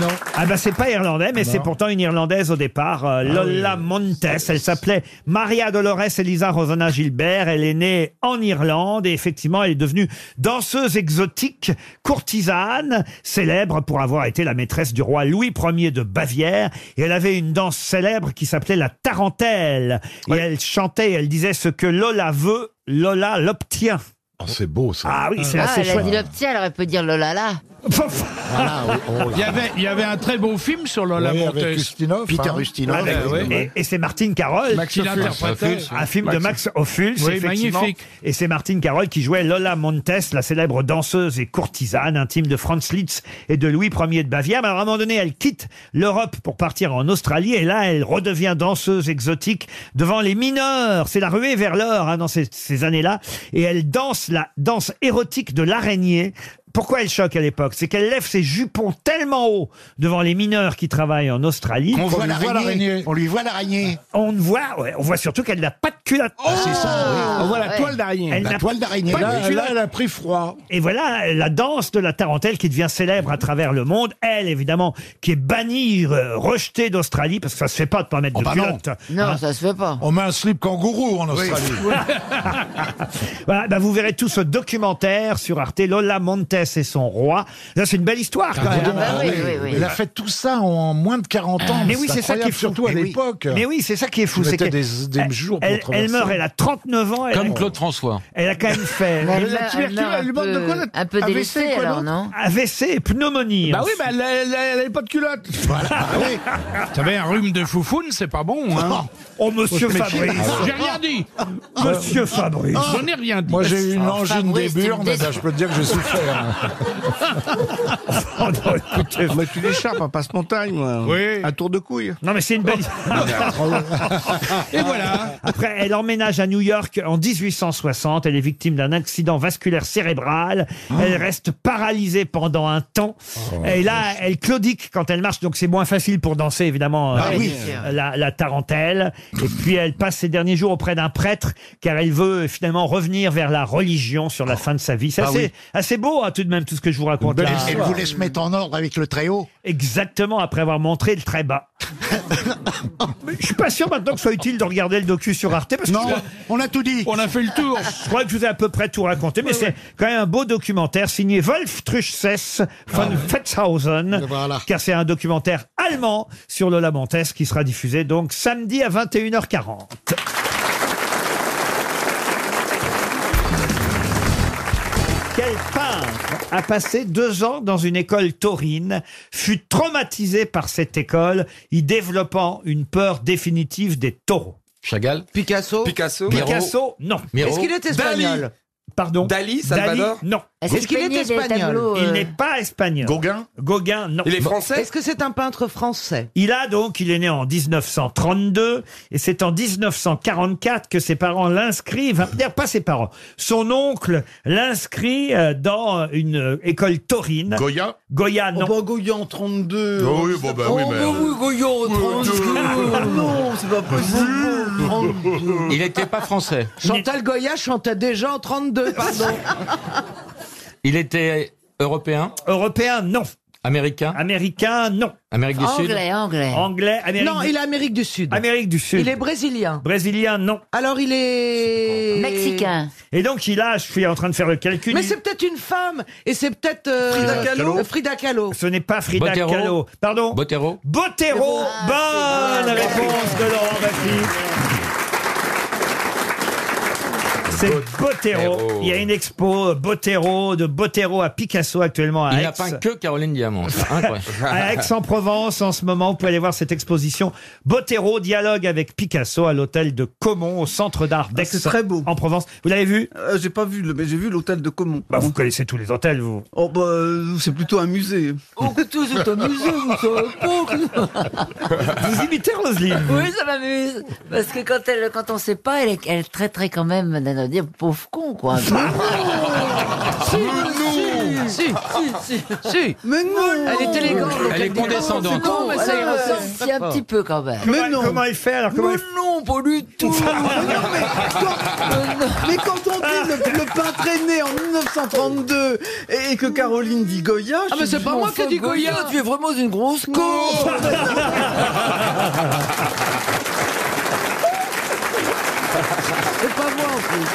Speaker 17: Non.
Speaker 1: Ah bah c'est pas irlandais, mais
Speaker 17: Non. Ah
Speaker 1: c'est pourtant une irlandaise au départ, euh, Lola Montes. Elle s'appelait Maria Dolores Elisa Rosanna Gilbert. Elle est née en Irlande et effectivement, elle est devenue danseuse exotique, courtisane, célèbre pour avoir été la maîtresse du roi Louis Ier de Bavière. Et elle avait une danse célèbre qui s'appelait la tarentelle. Et elle chantait, et elle disait ce que Lola veut, Lola l'obtient.
Speaker 17: Oh, c'est beau ça.
Speaker 1: Ah oui, c'est
Speaker 25: ah,
Speaker 1: assez
Speaker 25: elle a
Speaker 1: chouette.
Speaker 25: dit le petit, elle aurait pu dire Lola là.
Speaker 17: Il y, avait, il y avait un très beau film sur Lola oh, Oui, Montes. avec Ustinov, Peter hein. Ustinov, Ah, avec- oui,
Speaker 1: Et-
Speaker 17: ouais.
Speaker 1: Et, c'est Martine Carole
Speaker 17: Max
Speaker 1: qui
Speaker 17: Ophuls.
Speaker 1: l'interprétait.
Speaker 17: Ophuls, oui.
Speaker 1: Un film de
Speaker 17: Max-
Speaker 1: Max Ophuls,
Speaker 17: Oui,
Speaker 1: effectivement.
Speaker 17: magnifique.
Speaker 1: Et c'est Martine Carole qui jouait Lola Montes, la célèbre danseuse et courtisane intime de Franz Liszt et de Louis Ier de Bavière. Mais alors, à un moment donné, elle quitte l'Europe pour partir en Australie et là, elle redevient danseuse exotique devant les mineurs. C'est la ruée vers l'or hein, dans ces, ces années-là. Et elle danse la danse érotique de l'araignée. Pourquoi elle choque à l'époque C'est qu'elle lève ses jupons tellement haut devant les mineurs qui travaillent en Australie.
Speaker 2: On voit
Speaker 1: lui
Speaker 2: l'araignée. On lui voit l'araignée. Ah,
Speaker 1: on ne voit, ouais, on voit surtout qu'elle n'a pas de culotte. Ah,
Speaker 2: c'est ça, oui.
Speaker 1: On voit
Speaker 2: la Ouais. toile d'araignée. La toile d'araignée. Là, là, elle
Speaker 1: a pris froid. Et voilà la danse de la tarentelle qui devient célèbre à travers le monde. Elle, évidemment, qui est bannie, euh, rejetée d'Australie, parce que ça se fait pas de pas
Speaker 2: Oh,
Speaker 1: mettre de
Speaker 17: bah non.
Speaker 1: culotte.
Speaker 25: Non,
Speaker 1: Hein.
Speaker 25: ça se fait pas.
Speaker 17: On met un slip kangourou en
Speaker 1: Oui.
Speaker 17: Australie.
Speaker 1: Voilà, bah, vous verrez tout ce documentaire sur Arte, Lola Montes et son roi. Là, c'est une belle
Speaker 2: Ah,
Speaker 1: histoire, Ah, quand même.
Speaker 17: Ah,
Speaker 25: Ah, bah
Speaker 17: Elle a fait tout ça en moins de 40 ans.
Speaker 1: Ah, Mais oui, c'est ça qui est fou.
Speaker 17: surtout à
Speaker 1: Mais oui.
Speaker 17: l'époque.
Speaker 1: Mais oui, c'est ça qui est fou.
Speaker 17: Tu
Speaker 1: c'est
Speaker 17: mettais
Speaker 1: que-
Speaker 17: des, des jours pour
Speaker 1: elle, elle
Speaker 17: traverser.
Speaker 1: meurt, elle a 39 ans. Elle a-
Speaker 24: Comme Claude François.
Speaker 1: Elle a quand même fait.
Speaker 24: Mais elle la tuberculose, elle lui manque de quoi, la-
Speaker 25: Un peu
Speaker 1: Ah,
Speaker 24: AVC,
Speaker 25: délaissée
Speaker 24: quoi
Speaker 25: alors,
Speaker 24: d'autre
Speaker 25: non
Speaker 1: AVC et pneumonie. hein.
Speaker 24: Bah oui, bah, elle n'avait pas de culotte.
Speaker 17: Tu savez, un rhume de foufoune, c'est pas bon. Hein.
Speaker 1: Ah. Oh, monsieur
Speaker 17: Faut se méfier. Ah
Speaker 1: Fabrice.
Speaker 17: J'ai rien dit.
Speaker 1: Monsieur Fabrice.
Speaker 17: J'en ai rien dit. Moi, j'ai eu une angine des burnes. Je hein. peux te dire que j'ai souffert.
Speaker 1: Oh,
Speaker 17: Ah,
Speaker 24: Moi, tu l'échappes
Speaker 17: hein,
Speaker 24: à passe-montagne, moi. Oui. Un tour de couille.
Speaker 1: Non, mais c'est une belle.
Speaker 24: Et voilà.
Speaker 1: Après, elle emménage à New York en 1860. Elle est victime d'un accident vasculaire cérébral.
Speaker 24: Ah.
Speaker 1: Elle reste paralysée pendant un temps. Et là, elle claudique quand elle marche, donc c'est moins facile pour danser, évidemment,
Speaker 24: Ah
Speaker 1: euh,
Speaker 24: oui.
Speaker 1: euh, la, la tarentelle. Et puis, elle passe ses derniers jours auprès d'un prêtre, car elle veut euh, finalement revenir vers la religion sur la fin de sa vie. C'est
Speaker 2: Ah
Speaker 1: assez,
Speaker 2: oui.
Speaker 1: assez beau, hein, tout de même, tout ce que je vous raconte
Speaker 2: Elle,
Speaker 1: là.
Speaker 2: elle voulait se mettre en ordre avec le très haut.
Speaker 1: Exactement, après avoir montré le très bas. Mais je suis pas sûr maintenant que ce soit utile de regarder le docu sur Arte parce
Speaker 2: Non,
Speaker 1: que on a tout dit. On a fait le tour. Je crois que je vous ai à peu près tout raconté, mais c'est quand même un beau documentaire signé Wolf Truchsess von Fetzhausen, car c'est un documentaire allemand sur Lola Montes qui sera diffusé donc samedi à 21h40. Quel peintre a passé deux ans dans une école taurine, fut traumatisé par cette école, y développant une peur définitive des taureaux.
Speaker 24: Chagall
Speaker 1: Picasso Picasso
Speaker 24: Miro
Speaker 1: Picasso, non.
Speaker 24: Miro Est-ce qu'il est espagnol
Speaker 1: Dali. Pardon
Speaker 18: Dali, Salvador
Speaker 1: Dali, Non.
Speaker 18: Est-ce Est-ce qu'il qu'il est peignait des espagnol tableaux, euh
Speaker 1: Il n'est pas espagnol. Gauguin Gauguin, non.
Speaker 18: Il est français
Speaker 1: Est-ce que c'est un peintre français Il a donc, il est né en 1932, et c'est en 1944 que ses parents l'inscrivent, enfin, pas ses parents, son oncle l'inscrit euh, dans une euh, école taurine. Goya Goya, non. Goya en 32.
Speaker 29: Oh oui, bon, bah oui, mais-
Speaker 2: Non, c'est pas possible.
Speaker 1: Il n'était pas français.
Speaker 2: Chantal Goya chantait déjà en 32, pardon.
Speaker 1: Il était européen Européen, non. Américain Américain, non. Amérique
Speaker 2: du Sud Anglais, anglais.
Speaker 1: Anglais, Amérique
Speaker 2: Non, il est Amérique du Sud.
Speaker 1: Amérique du Sud.
Speaker 2: Il est brésilien.
Speaker 1: Brésilien, non.
Speaker 2: Alors il est
Speaker 1: Mexicain. Et donc il a, je suis en train de faire le calcul.
Speaker 2: Mais
Speaker 1: il-
Speaker 2: c'est peut-être une femme et c'est peut-être euh,
Speaker 1: Frida Kahlo
Speaker 2: euh, Frida Kahlo.
Speaker 1: Ce n'est pas Frida
Speaker 2: Botero.
Speaker 1: Kahlo. Pardon Botero. Botero. Bonne réponse de Laurent Baffy. C'est Botero.
Speaker 18: Botero.
Speaker 1: Il y a une expo Botero, de Botero à Picasso actuellement à
Speaker 18: Il
Speaker 1: Aix.
Speaker 18: n'a peint que Caroline Diamant.
Speaker 1: à
Speaker 18: Incroyable.
Speaker 1: Aix-en-Provence en ce moment. Vous pouvez aller voir cette exposition Botero, dialogue avec Picasso à l'hôtel de Caumont au centre d'art d'Aix.
Speaker 5: Ah, c'est très beau. Euh,
Speaker 1: En Provence. Vous l'avez vu
Speaker 5: J'ai pas vu, le- mais j'ai vu l'hôtel de Comont.
Speaker 1: Bah, vous connaissez tous les hôtels, vous.
Speaker 5: Oh, bah, euh, c'est plutôt un musée. Oh, que tout, c'est un musée, vous
Speaker 1: Vous imitez Roselyne
Speaker 25: Oui, ça m'amuse. Parce que quand, elle, quand on sait pas, elle, est- elle traiterait quand même d'un dire pauvre con, quoi.
Speaker 2: non Si, si, si, si. Mais non Elle est élégante. donc
Speaker 25: Elle est
Speaker 2: dit,
Speaker 25: condescendante.
Speaker 2: c'est con, mais ça
Speaker 25: Elle
Speaker 2: ira.
Speaker 25: ressentit un petit peu, quand même.
Speaker 1: Comment, comment il fait alors comment il-
Speaker 2: Non, pas du tout.
Speaker 1: Euh,
Speaker 5: Mais quand on dit le, le peintre est né en 1932 et que Caroline dit Goya,
Speaker 2: Ah, mais c'est pas moi qui ai dit Goya, tu es vraiment une grosse con
Speaker 5: C'est pas moi en plus.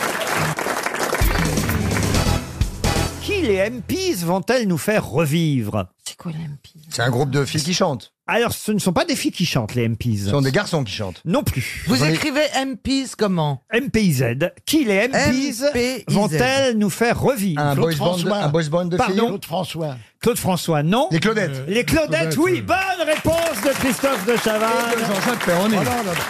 Speaker 1: Qui les MPs vont-elles nous faire revivre C'est quoi les MPs C'est un groupe de filles qui chantent. Alors, ce ne sont pas des filles qui chantent, les MPs. Ce sont des garçons qui chantent. Non plus.
Speaker 2: Vous écrivez MPs comment
Speaker 1: MPIZ. Qui les MPs
Speaker 2: MPIZ.
Speaker 1: vont-elles nous faire revivre
Speaker 2: Un Claude boys band- François. un boys band de
Speaker 1: Pardon
Speaker 2: filles
Speaker 1: Claude François. Claude François, non. Les Claudettes. les Claudettes,
Speaker 2: Claudettes,
Speaker 1: oui. Bonne réponse de Christophe de Chavannes. Oh
Speaker 21: Jean-Jacques Perroni.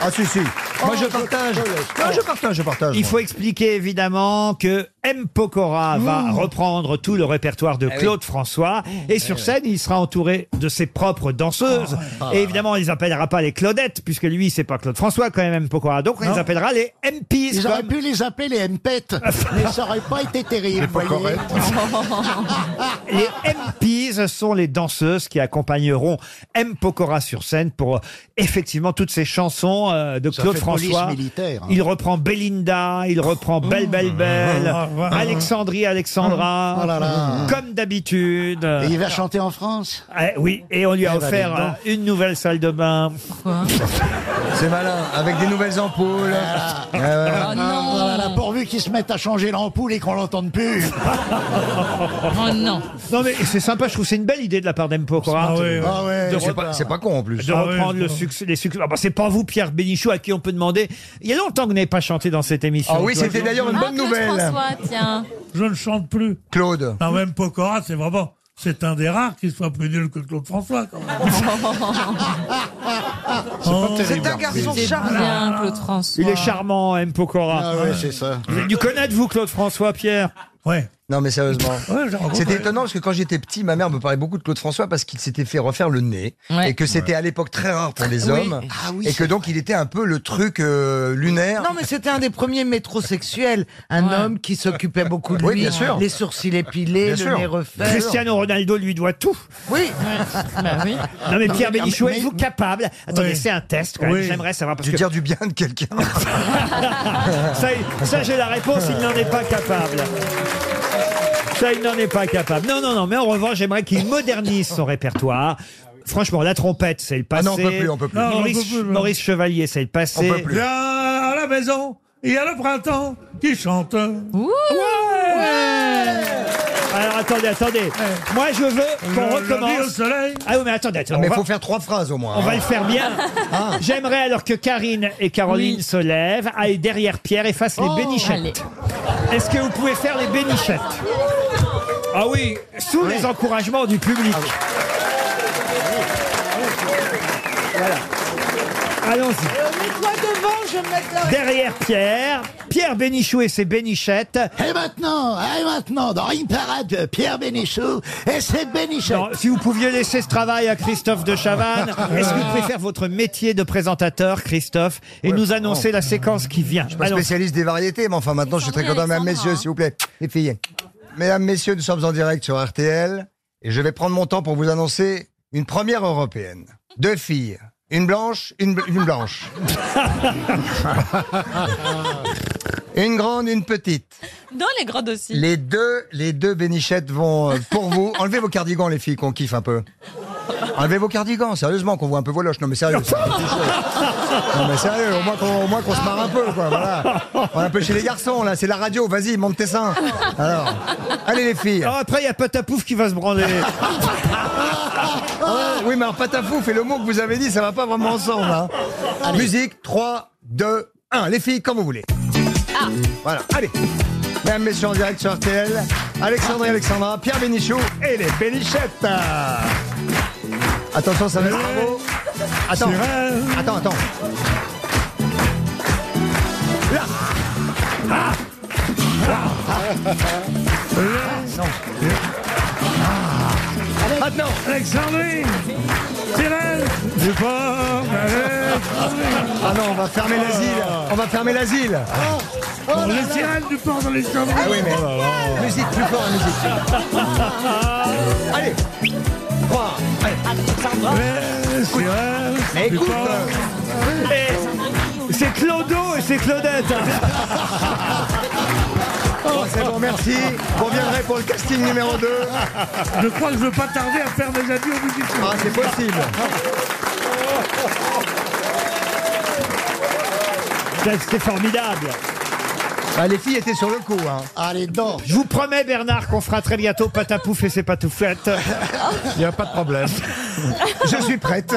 Speaker 21: Ah si si. Moi je partage. Non, je partage, je partage.
Speaker 1: Il faut expliquer évidemment que M. Pokora va reprendre tout le répertoire de
Speaker 21: Eh oui.
Speaker 1: Claude François et sur scène il sera entouré de ses propres danseuses.
Speaker 21: Ah ouais.
Speaker 1: Et évidemment, il les appellera pas les Claudettes puisque lui c'est pas Claude François quand même M. Pokora. Donc il les appellera les MPs.
Speaker 21: Ils auraient
Speaker 1: comme-
Speaker 21: pu les appeler les MPET, mais ça aurait pas été terrible.
Speaker 1: pas
Speaker 21: voyez.
Speaker 1: Les MPs sont les danseuses qui accompagneront M. Pokora sur scène pour euh, effectivement toutes ces chansons euh, de
Speaker 21: Ça
Speaker 1: Claude
Speaker 21: fait police
Speaker 1: François.
Speaker 21: militaire, hein. Oh.
Speaker 1: Il reprend Belinda, il reprend Belle Belle Belle, Alexandrie Alexandra,
Speaker 21: Ah, Oh là là.
Speaker 1: comme d'habitude.
Speaker 21: Et il va chanter en France.
Speaker 1: Eh oui, et on lui a
Speaker 21: Eh bah,
Speaker 1: offert
Speaker 21: dis donc.
Speaker 1: euh, une nouvelle salle de bain.
Speaker 21: C'est malin, avec des nouvelles ampoules. Eh
Speaker 1: Ah
Speaker 21: non. oh pourvu qu'ils se mettent à changer l'ampoule et qu'on l'entende plus.
Speaker 1: Oh non. Non mais c'est sympa, je trouve que c'est une belle idée de la part d'Empo Cora.
Speaker 21: Ah ouais, ouais. Ah ouais.
Speaker 1: De
Speaker 21: C'est
Speaker 1: reprendre-
Speaker 21: pas- c'est pas con, en plus.
Speaker 1: De
Speaker 21: Ah
Speaker 1: reprendre
Speaker 21: ouais,
Speaker 1: le
Speaker 21: je-
Speaker 1: succès, les succès. Ah bah, c'est pas vous Pierre Bénichou à qui on peut demander. Il y a longtemps que vous n'avez pas chanté dans cette émission.
Speaker 21: Ah oui,
Speaker 1: Toi,
Speaker 21: c'était
Speaker 1: Jean-
Speaker 21: d'ailleurs une bonne nouvelle.
Speaker 13: tiens.
Speaker 17: Je ne chante plus.
Speaker 21: Claude.
Speaker 17: Non, même Pokora, c'est vraiment. C'est un des rares qui soit plus nul que Claude François, quand même.
Speaker 21: pas
Speaker 17: Oh,
Speaker 21: terrible,
Speaker 17: c'est un garçon C'est charmant. bien, Claude François.
Speaker 1: Il est charmant, M. Pokora.
Speaker 21: Ah ouais, c'est ça.
Speaker 1: Vous avez dû connaître, vous, Claude François, Pierre
Speaker 17: Ouais.
Speaker 21: Non, mais sérieusement.
Speaker 17: Ouais, j'ai rencontré.
Speaker 21: C'était étonnant parce que quand j'étais petit, ma mère me parlait beaucoup de Claude François parce qu'il s'était fait refaire le nez
Speaker 2: Ouais.
Speaker 21: et que c'était à l'époque très rare pour les
Speaker 2: Oui.
Speaker 21: hommes
Speaker 2: Ah oui,
Speaker 21: et que
Speaker 2: c'est
Speaker 21: donc il était un peu le truc euh, lunaire.
Speaker 2: Non, mais c'était un des premiers métrosexuels. Un homme qui s'occupait beaucoup de lui.
Speaker 21: Oui, bien sûr.
Speaker 2: Les sourcils
Speaker 21: Bien
Speaker 2: épilés, le
Speaker 21: sûr.
Speaker 2: nez refait.
Speaker 1: Cristiano Ronaldo lui doit tout.
Speaker 2: Oui.
Speaker 1: Non, mais
Speaker 2: Non,
Speaker 1: Pierre
Speaker 2: mais-
Speaker 1: Bénichou,
Speaker 2: mais-
Speaker 1: êtes-vous capable Attendez, c'est un test, quand même.
Speaker 21: Oui.
Speaker 1: J'aimerais savoir. Parce
Speaker 21: De
Speaker 1: que...
Speaker 21: dire du bien de quelqu'un.
Speaker 1: ça, il- ça, j'ai la réponse, il n'en est pas capable. Ça, il n'en est pas capable. Non, non, non, mais en revanche, j'aimerais qu'il modernise son répertoire. Franchement, la trompette, c'est le
Speaker 21: Ah
Speaker 1: passé.
Speaker 21: non, on peut plus, on peut plus. Non, on
Speaker 1: Maurice,
Speaker 17: peut plus, non.
Speaker 1: Maurice Chevalier, c'est le passé.
Speaker 17: Viens à la maison, il y a le printemps qui chante.
Speaker 1: Alors attendez, attendez. Moi je veux qu'on
Speaker 21: Le
Speaker 1: recommence.
Speaker 21: lever au soleil.
Speaker 1: Ah oui, mais attendez, attendez.
Speaker 21: mais
Speaker 1: on
Speaker 21: il
Speaker 1: va-
Speaker 21: faut faire trois phrases au moins.
Speaker 1: On
Speaker 21: hein.
Speaker 1: va le faire bien.
Speaker 21: Ah.
Speaker 1: J'aimerais alors que Karine et Caroline se lèvent, aillent derrière Pierre et fassent les bénichettes. Est-ce que vous pouvez faire les bénichettes Ah oui, sous les encouragements du public. Allons-y.
Speaker 7: Mets-toi devant, je vais me mettre là.
Speaker 1: Derrière Pierre, Pierre Bénichou et ses bénichettes.
Speaker 4: Et maintenant, et maintenant, dans une parade de Pierre Bénichou et ses bénichettes.
Speaker 1: Non, si vous pouviez laisser ce travail à Christophe de Chavannes, est-ce que vous pouvez faire votre métier de présentateur, Christophe, et nous annoncer la séquence qui vient
Speaker 21: suis pas spécialiste des variétés, mais enfin maintenant je suis très content. Mesdames, messieurs, s'il vous plaît, les filles. Mesdames, messieurs, nous sommes en direct sur RTL et je vais prendre mon temps pour vous annoncer une première européenne. Deux filles, une blanche, une, bl- une blanche. une grande, une petite.
Speaker 23: Dans les grandes aussi.
Speaker 21: Les deux, les deux bénichettes vont euh, pour vous. Enlevez vos cardigans, les filles, qu'on kiffe un peu. Enlevez vos cardigans, sérieusement, qu'on voit un peu vos loches. Non mais sérieux. c'est un petit show. Non mais sérieux, au moins qu'on au moins qu'on se marre un peu, quoi. Voilà. On est un peu chez les garçons là. C'est la radio. Vas-y, monte tes seins. Alors, allez les filles.
Speaker 1: Ah, après, il y a Patapouf qui va se branler.
Speaker 21: oui, mais alors Patapouf et le mot que vous avez dit, ça va pas vraiment ensemble. hein. Musique, 3, 2, 1. Les filles, comme vous voulez. Ah. Voilà, allez. Mesdames, messieurs, en direct sur RTL, Alexandre et Alexandra, Pierre Bénichou et les Bénichettes. Attention, ça va être bravo. Attends, attends, attends. Là. Ah. Ah. Non.
Speaker 27: Maintenant, Alexandrine, Thérèse, du port,
Speaker 21: Ah non, on va fermer l'asile. On va fermer l'asile.
Speaker 27: On le Thérèse du port dans les chambres.
Speaker 21: Ah oui, mais. Musique plus fort, musique. Ah. Allez. 3,
Speaker 1: Mais écoute, eh, c'est Clodo et c'est Claudette.
Speaker 21: Bon, c'est bon, merci. Vous reviendrez pour le casting numéro 2.
Speaker 27: Je crois que je veux pas tarder à faire des adieux aux musiciens.
Speaker 21: Ah, c'est possible.
Speaker 1: C'était formidable.
Speaker 21: Ah, les filles étaient sur le coup. Hein.
Speaker 4: Allez, dents.
Speaker 1: Je vous promets, Bernard, qu'on fera très bientôt Patapouf et ses patoufettes.
Speaker 21: Il n'y a pas de problème. Je suis prête.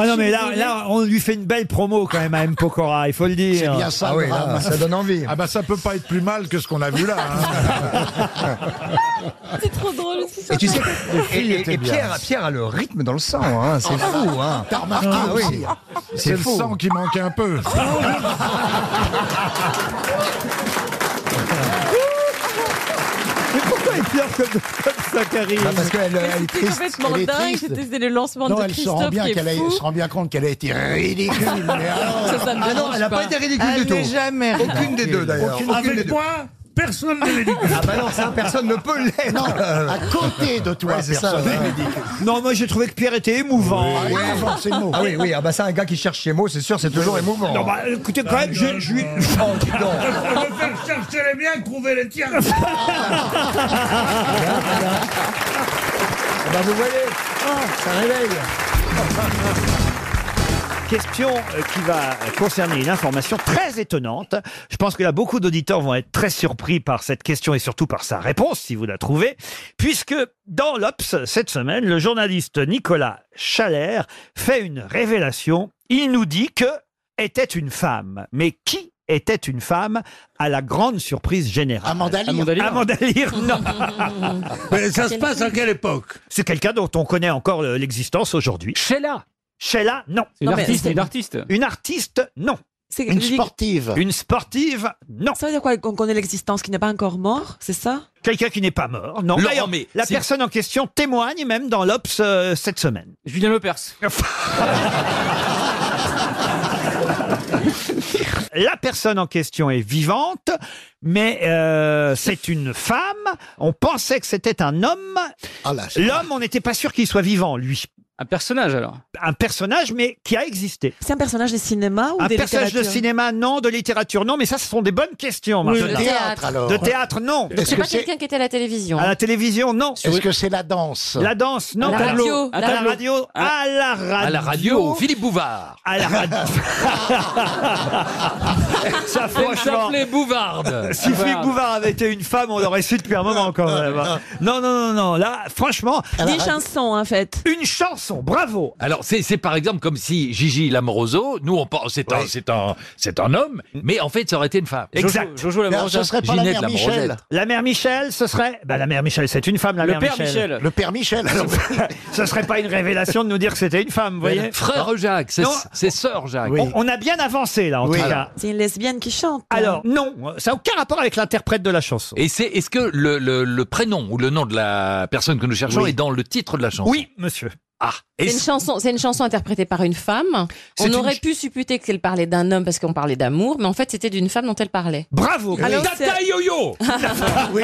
Speaker 1: Ah non, mais là, là, on lui fait une belle promo quand même à M. Pokora, il faut le dire.
Speaker 21: C'est bien ça, Ah oui, le là, drame. ça donne envie.
Speaker 16: Ah bah ça peut pas être plus mal que ce qu'on a vu là. hein.
Speaker 23: C'est trop drôle.
Speaker 21: Et tu sais, et,
Speaker 16: filles
Speaker 21: et-
Speaker 16: étaient
Speaker 21: et
Speaker 16: bien.
Speaker 21: Pierre, Pierre a le rythme dans le sang, hein, c'est fou. Hein.
Speaker 16: T'as remarqué
Speaker 21: ah,
Speaker 16: aussi.
Speaker 21: oui.
Speaker 2: hein.
Speaker 16: C'est le
Speaker 21: fou.
Speaker 16: sang qui manquait un peu.
Speaker 1: Mais pourquoi il pleure comme, comme ça, Karine
Speaker 21: Bah, parce
Speaker 16: euh,
Speaker 21: qu'elle elle est
Speaker 23: C'était
Speaker 21: triste.
Speaker 23: complètement
Speaker 21: elle est
Speaker 23: dingue.
Speaker 21: triste.
Speaker 23: C'était c'était le lancement
Speaker 21: Non,
Speaker 23: de
Speaker 21: elle se
Speaker 23: Christophe
Speaker 21: rend bien
Speaker 23: qui est
Speaker 21: qu'elle a-
Speaker 23: fou.
Speaker 21: se rend bien compte qu'elle a été ridicule. mais alors-
Speaker 23: Ça, ça me
Speaker 21: ah non,
Speaker 23: dérange
Speaker 21: elle n'a pas
Speaker 23: pas.
Speaker 21: été ridicule
Speaker 23: Elle
Speaker 21: du tout.
Speaker 23: n'est jamais
Speaker 21: Aucune des deux d'ailleurs.
Speaker 4: Aucune-
Speaker 21: Aucune des
Speaker 4: Avec
Speaker 21: deux.
Speaker 4: moi, personne ne l'a dit.
Speaker 21: Ah bah non, ça personne ne peut l'être.
Speaker 4: Non, à côté de toi,
Speaker 21: Ouais, c'est ça,
Speaker 4: personne ne
Speaker 21: ouais.
Speaker 4: l'a dit.
Speaker 1: Non, moi j'ai trouvé que Pierre était émouvant.
Speaker 21: Ah, oui. Ah oui, oui, ah bah ça, un gars qui cherche ses mots, c'est sûr, c'est toujours émouvant.
Speaker 1: Non, bah écoutez, quand même, je, je lui.
Speaker 21: Oh, dis donc.
Speaker 27: Je vais faire chercher les miens, trouver les tiens.
Speaker 21: Ah bah vous voyez, ah, ça réveille.
Speaker 1: Question euh, qui va concerner une information très étonnante. Je pense que là, beaucoup d'auditeurs vont être très surpris par cette question et surtout par sa réponse, si vous la trouvez, puisque dans l'Obs, cette semaine, le journaliste Nicolas Chalère fait une révélation. Il nous dit que était une femme. Mais qui était une femme à la grande surprise générale Amanda
Speaker 4: Lear. Amanda Lear.
Speaker 1: non.
Speaker 4: Mais ça se passe à quelle époque
Speaker 1: C'est quelqu'un dont on connaît encore euh, l'existence aujourd'hui. Sheila Sheila, non.
Speaker 4: C'est une
Speaker 1: Non, mais
Speaker 4: artiste,
Speaker 1: c'est-
Speaker 4: une artiste.
Speaker 1: Une artiste, non.
Speaker 23: C'est- Une musique- sportive.
Speaker 1: Une sportive, non.
Speaker 23: Ça veut dire quoi Qu'on connaît l'existence, qui n'est pas encore mort, c'est ça
Speaker 1: Quelqu'un qui n'est pas mort, non.
Speaker 4: Laurent,
Speaker 1: D'ailleurs,
Speaker 4: mais
Speaker 1: la
Speaker 4: si-
Speaker 1: personne en question témoigne même dans l'Obs euh, cette semaine.
Speaker 4: Julien Lepers.
Speaker 1: La personne en question est vivante, mais euh, c'est une femme. On pensait que c'était un homme. L'homme, on n'était pas sûr qu'il soit vivant, lui. Un personnage alors Un personnage, mais qui a existé.
Speaker 23: C'est un personnage de cinéma ou
Speaker 1: Un
Speaker 23: des
Speaker 1: personnage de
Speaker 23: littératures
Speaker 1: cinéma, non. De littérature, non. Mais ça, ce sont des bonnes questions.
Speaker 4: Oui,
Speaker 1: Marcella.
Speaker 4: de théâtre, alors.
Speaker 1: De théâtre, non.
Speaker 4: Est-ce C'est que pas c'est- quelqu'un
Speaker 23: qui était à la télévision.
Speaker 1: À la télévision, non.
Speaker 4: Est-ce que c'est la danse
Speaker 1: La danse, non.
Speaker 4: À la
Speaker 1: Tableau.
Speaker 4: radio.
Speaker 1: À la
Speaker 4: Tableau.
Speaker 1: radio.
Speaker 4: À-
Speaker 1: À la radio.
Speaker 4: à la radio,
Speaker 1: Philippe Bouvard. À la radio. Ça,
Speaker 14: Elle
Speaker 1: franchement.
Speaker 14: s'appelait
Speaker 12: Ah, ben,
Speaker 14: Bouvarde.
Speaker 1: Si Philippe Bouvard avait été une femme, on l'aurait su hein. depuis un moment quand même. Non, non, non, non. Là, franchement.
Speaker 23: Des chansons, en fait.
Speaker 1: Une chanson Besson, bravo
Speaker 12: Alors, c'est c'est par exemple comme si Gigi Lamoroso, nous on pense c'est un, c'est un, c'est un homme, mais en fait ça aurait été une femme.
Speaker 1: Exact.
Speaker 12: Ginette Lamorosette.
Speaker 1: La mère Michel, ce serait. Bah, la mère Michel, c'est une femme, la
Speaker 12: Le
Speaker 1: mère
Speaker 12: père
Speaker 1: Michel.
Speaker 12: Michel.
Speaker 1: Le père Michel. ce serait pas une révélation de nous dire que c'était une femme, vous voyez
Speaker 12: Ben, Frère Jacques, c'est
Speaker 1: Non,
Speaker 12: c'est sœur Jacques.
Speaker 1: on, on a bien avancé, là, en tout cas.
Speaker 30: C'est une lesbienne qui chante. hein.
Speaker 1: Alors, non, ça n'a aucun rapport avec l'interprète de la chanson.
Speaker 12: Et c'est est-ce que le, le- le prénom ou le nom de la personne que nous cherchons
Speaker 1: Oui.
Speaker 12: est dans le titre de la chanson
Speaker 1: Oui, monsieur.
Speaker 12: Ah,
Speaker 13: C'est
Speaker 12: et
Speaker 13: une chanson, c'est une chanson interprétée par une femme.
Speaker 12: C'est
Speaker 13: On
Speaker 12: une
Speaker 13: aurait
Speaker 12: ch-
Speaker 13: pu supputer qu'elle parlait d'un homme parce qu'on parlait d'amour, mais en fait c'était d'une femme dont elle parlait.
Speaker 1: Bravo
Speaker 13: Alors,
Speaker 1: Tata
Speaker 13: c'est-
Speaker 1: Yo-Yo
Speaker 2: Ah
Speaker 31: Ah
Speaker 1: Oui.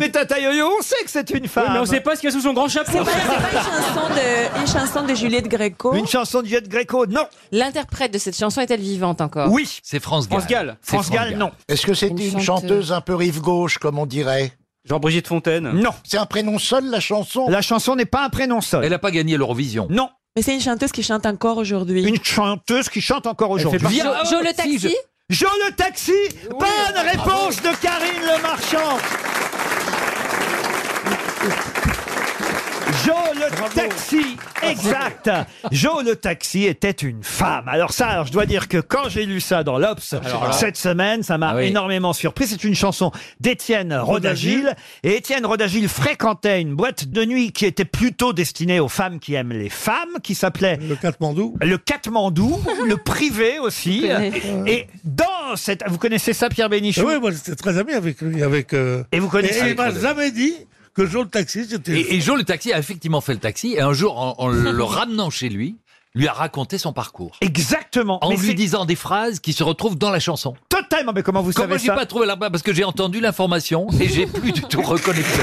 Speaker 1: Mais Tata Yo-Yo, on sait que c'est une femme.
Speaker 12: Oui, mais on sait
Speaker 1: pas ce qu'il y a sous son grand chapeau.
Speaker 30: C'est pas, c'est pas une, chanson de, une chanson de Juliette Gréco.
Speaker 1: Une chanson de Juliette Gréco, non.
Speaker 13: L'interprète de cette chanson est-elle vivante encore
Speaker 1: Oui.
Speaker 12: C'est France Gall.
Speaker 13: France Gall.
Speaker 12: C'est
Speaker 13: France Gall, non.
Speaker 31: Est-ce que c'était une,
Speaker 13: Une chanteuse
Speaker 31: chanteuse un peu rive gauche, comme on dirait
Speaker 12: Jean-Brigitte Fontaine
Speaker 1: Non.
Speaker 31: C'est un prénom seul, la chanson
Speaker 1: La chanson n'est pas un prénom seul.
Speaker 12: Elle n'a pas gagné l'Eurovision.
Speaker 1: Non.
Speaker 30: Mais c'est une chanteuse qui chante encore aujourd'hui.
Speaker 1: Une chanteuse qui chante encore aujourd'hui.
Speaker 30: Jo,
Speaker 1: Via-
Speaker 30: Jo le taxi
Speaker 1: Si, Ah, je- Jo le taxi Bonne réponse de Karine Le Marchand Jo le taxi, exact. Jo le taxi était une femme. Alors ça, alors je dois dire que quand j'ai lu ça dans l'Obs
Speaker 2: Alors là.
Speaker 1: cette semaine, ça m'a
Speaker 2: Ah oui.
Speaker 1: énormément surpris. C'est une chanson d'Étienne Rodagil. Et Étienne Rodagil fréquentait une boîte de nuit qui était plutôt destinée aux femmes qui aiment les femmes, qui s'appelait le Katmandou. Le Katmandou, le privé aussi.
Speaker 17: Je
Speaker 1: Et, dans cette, vous connaissez ça, Pierre Bénichou
Speaker 17: Oui, moi j'étais très ami avec lui. Avec, euh,
Speaker 1: Et vous connaissez
Speaker 17: il m'a jamais dit que Jean le taxi, c'était.
Speaker 12: Et, et Joe le taxi a effectivement fait le taxi, et un jour, en, en le ramenant chez lui, lui a raconté son parcours.
Speaker 1: Exactement.
Speaker 12: En
Speaker 1: Mais
Speaker 12: lui
Speaker 1: c'est
Speaker 12: disant des phrases qui se retrouvent dans la chanson.
Speaker 1: Totalement, mais comment vous
Speaker 12: Comment
Speaker 1: savez
Speaker 12: j'ai
Speaker 1: ça
Speaker 12: pas trouvé là-bas Parce que j'ai entendu l'information et j'ai plus du tout reconnecté.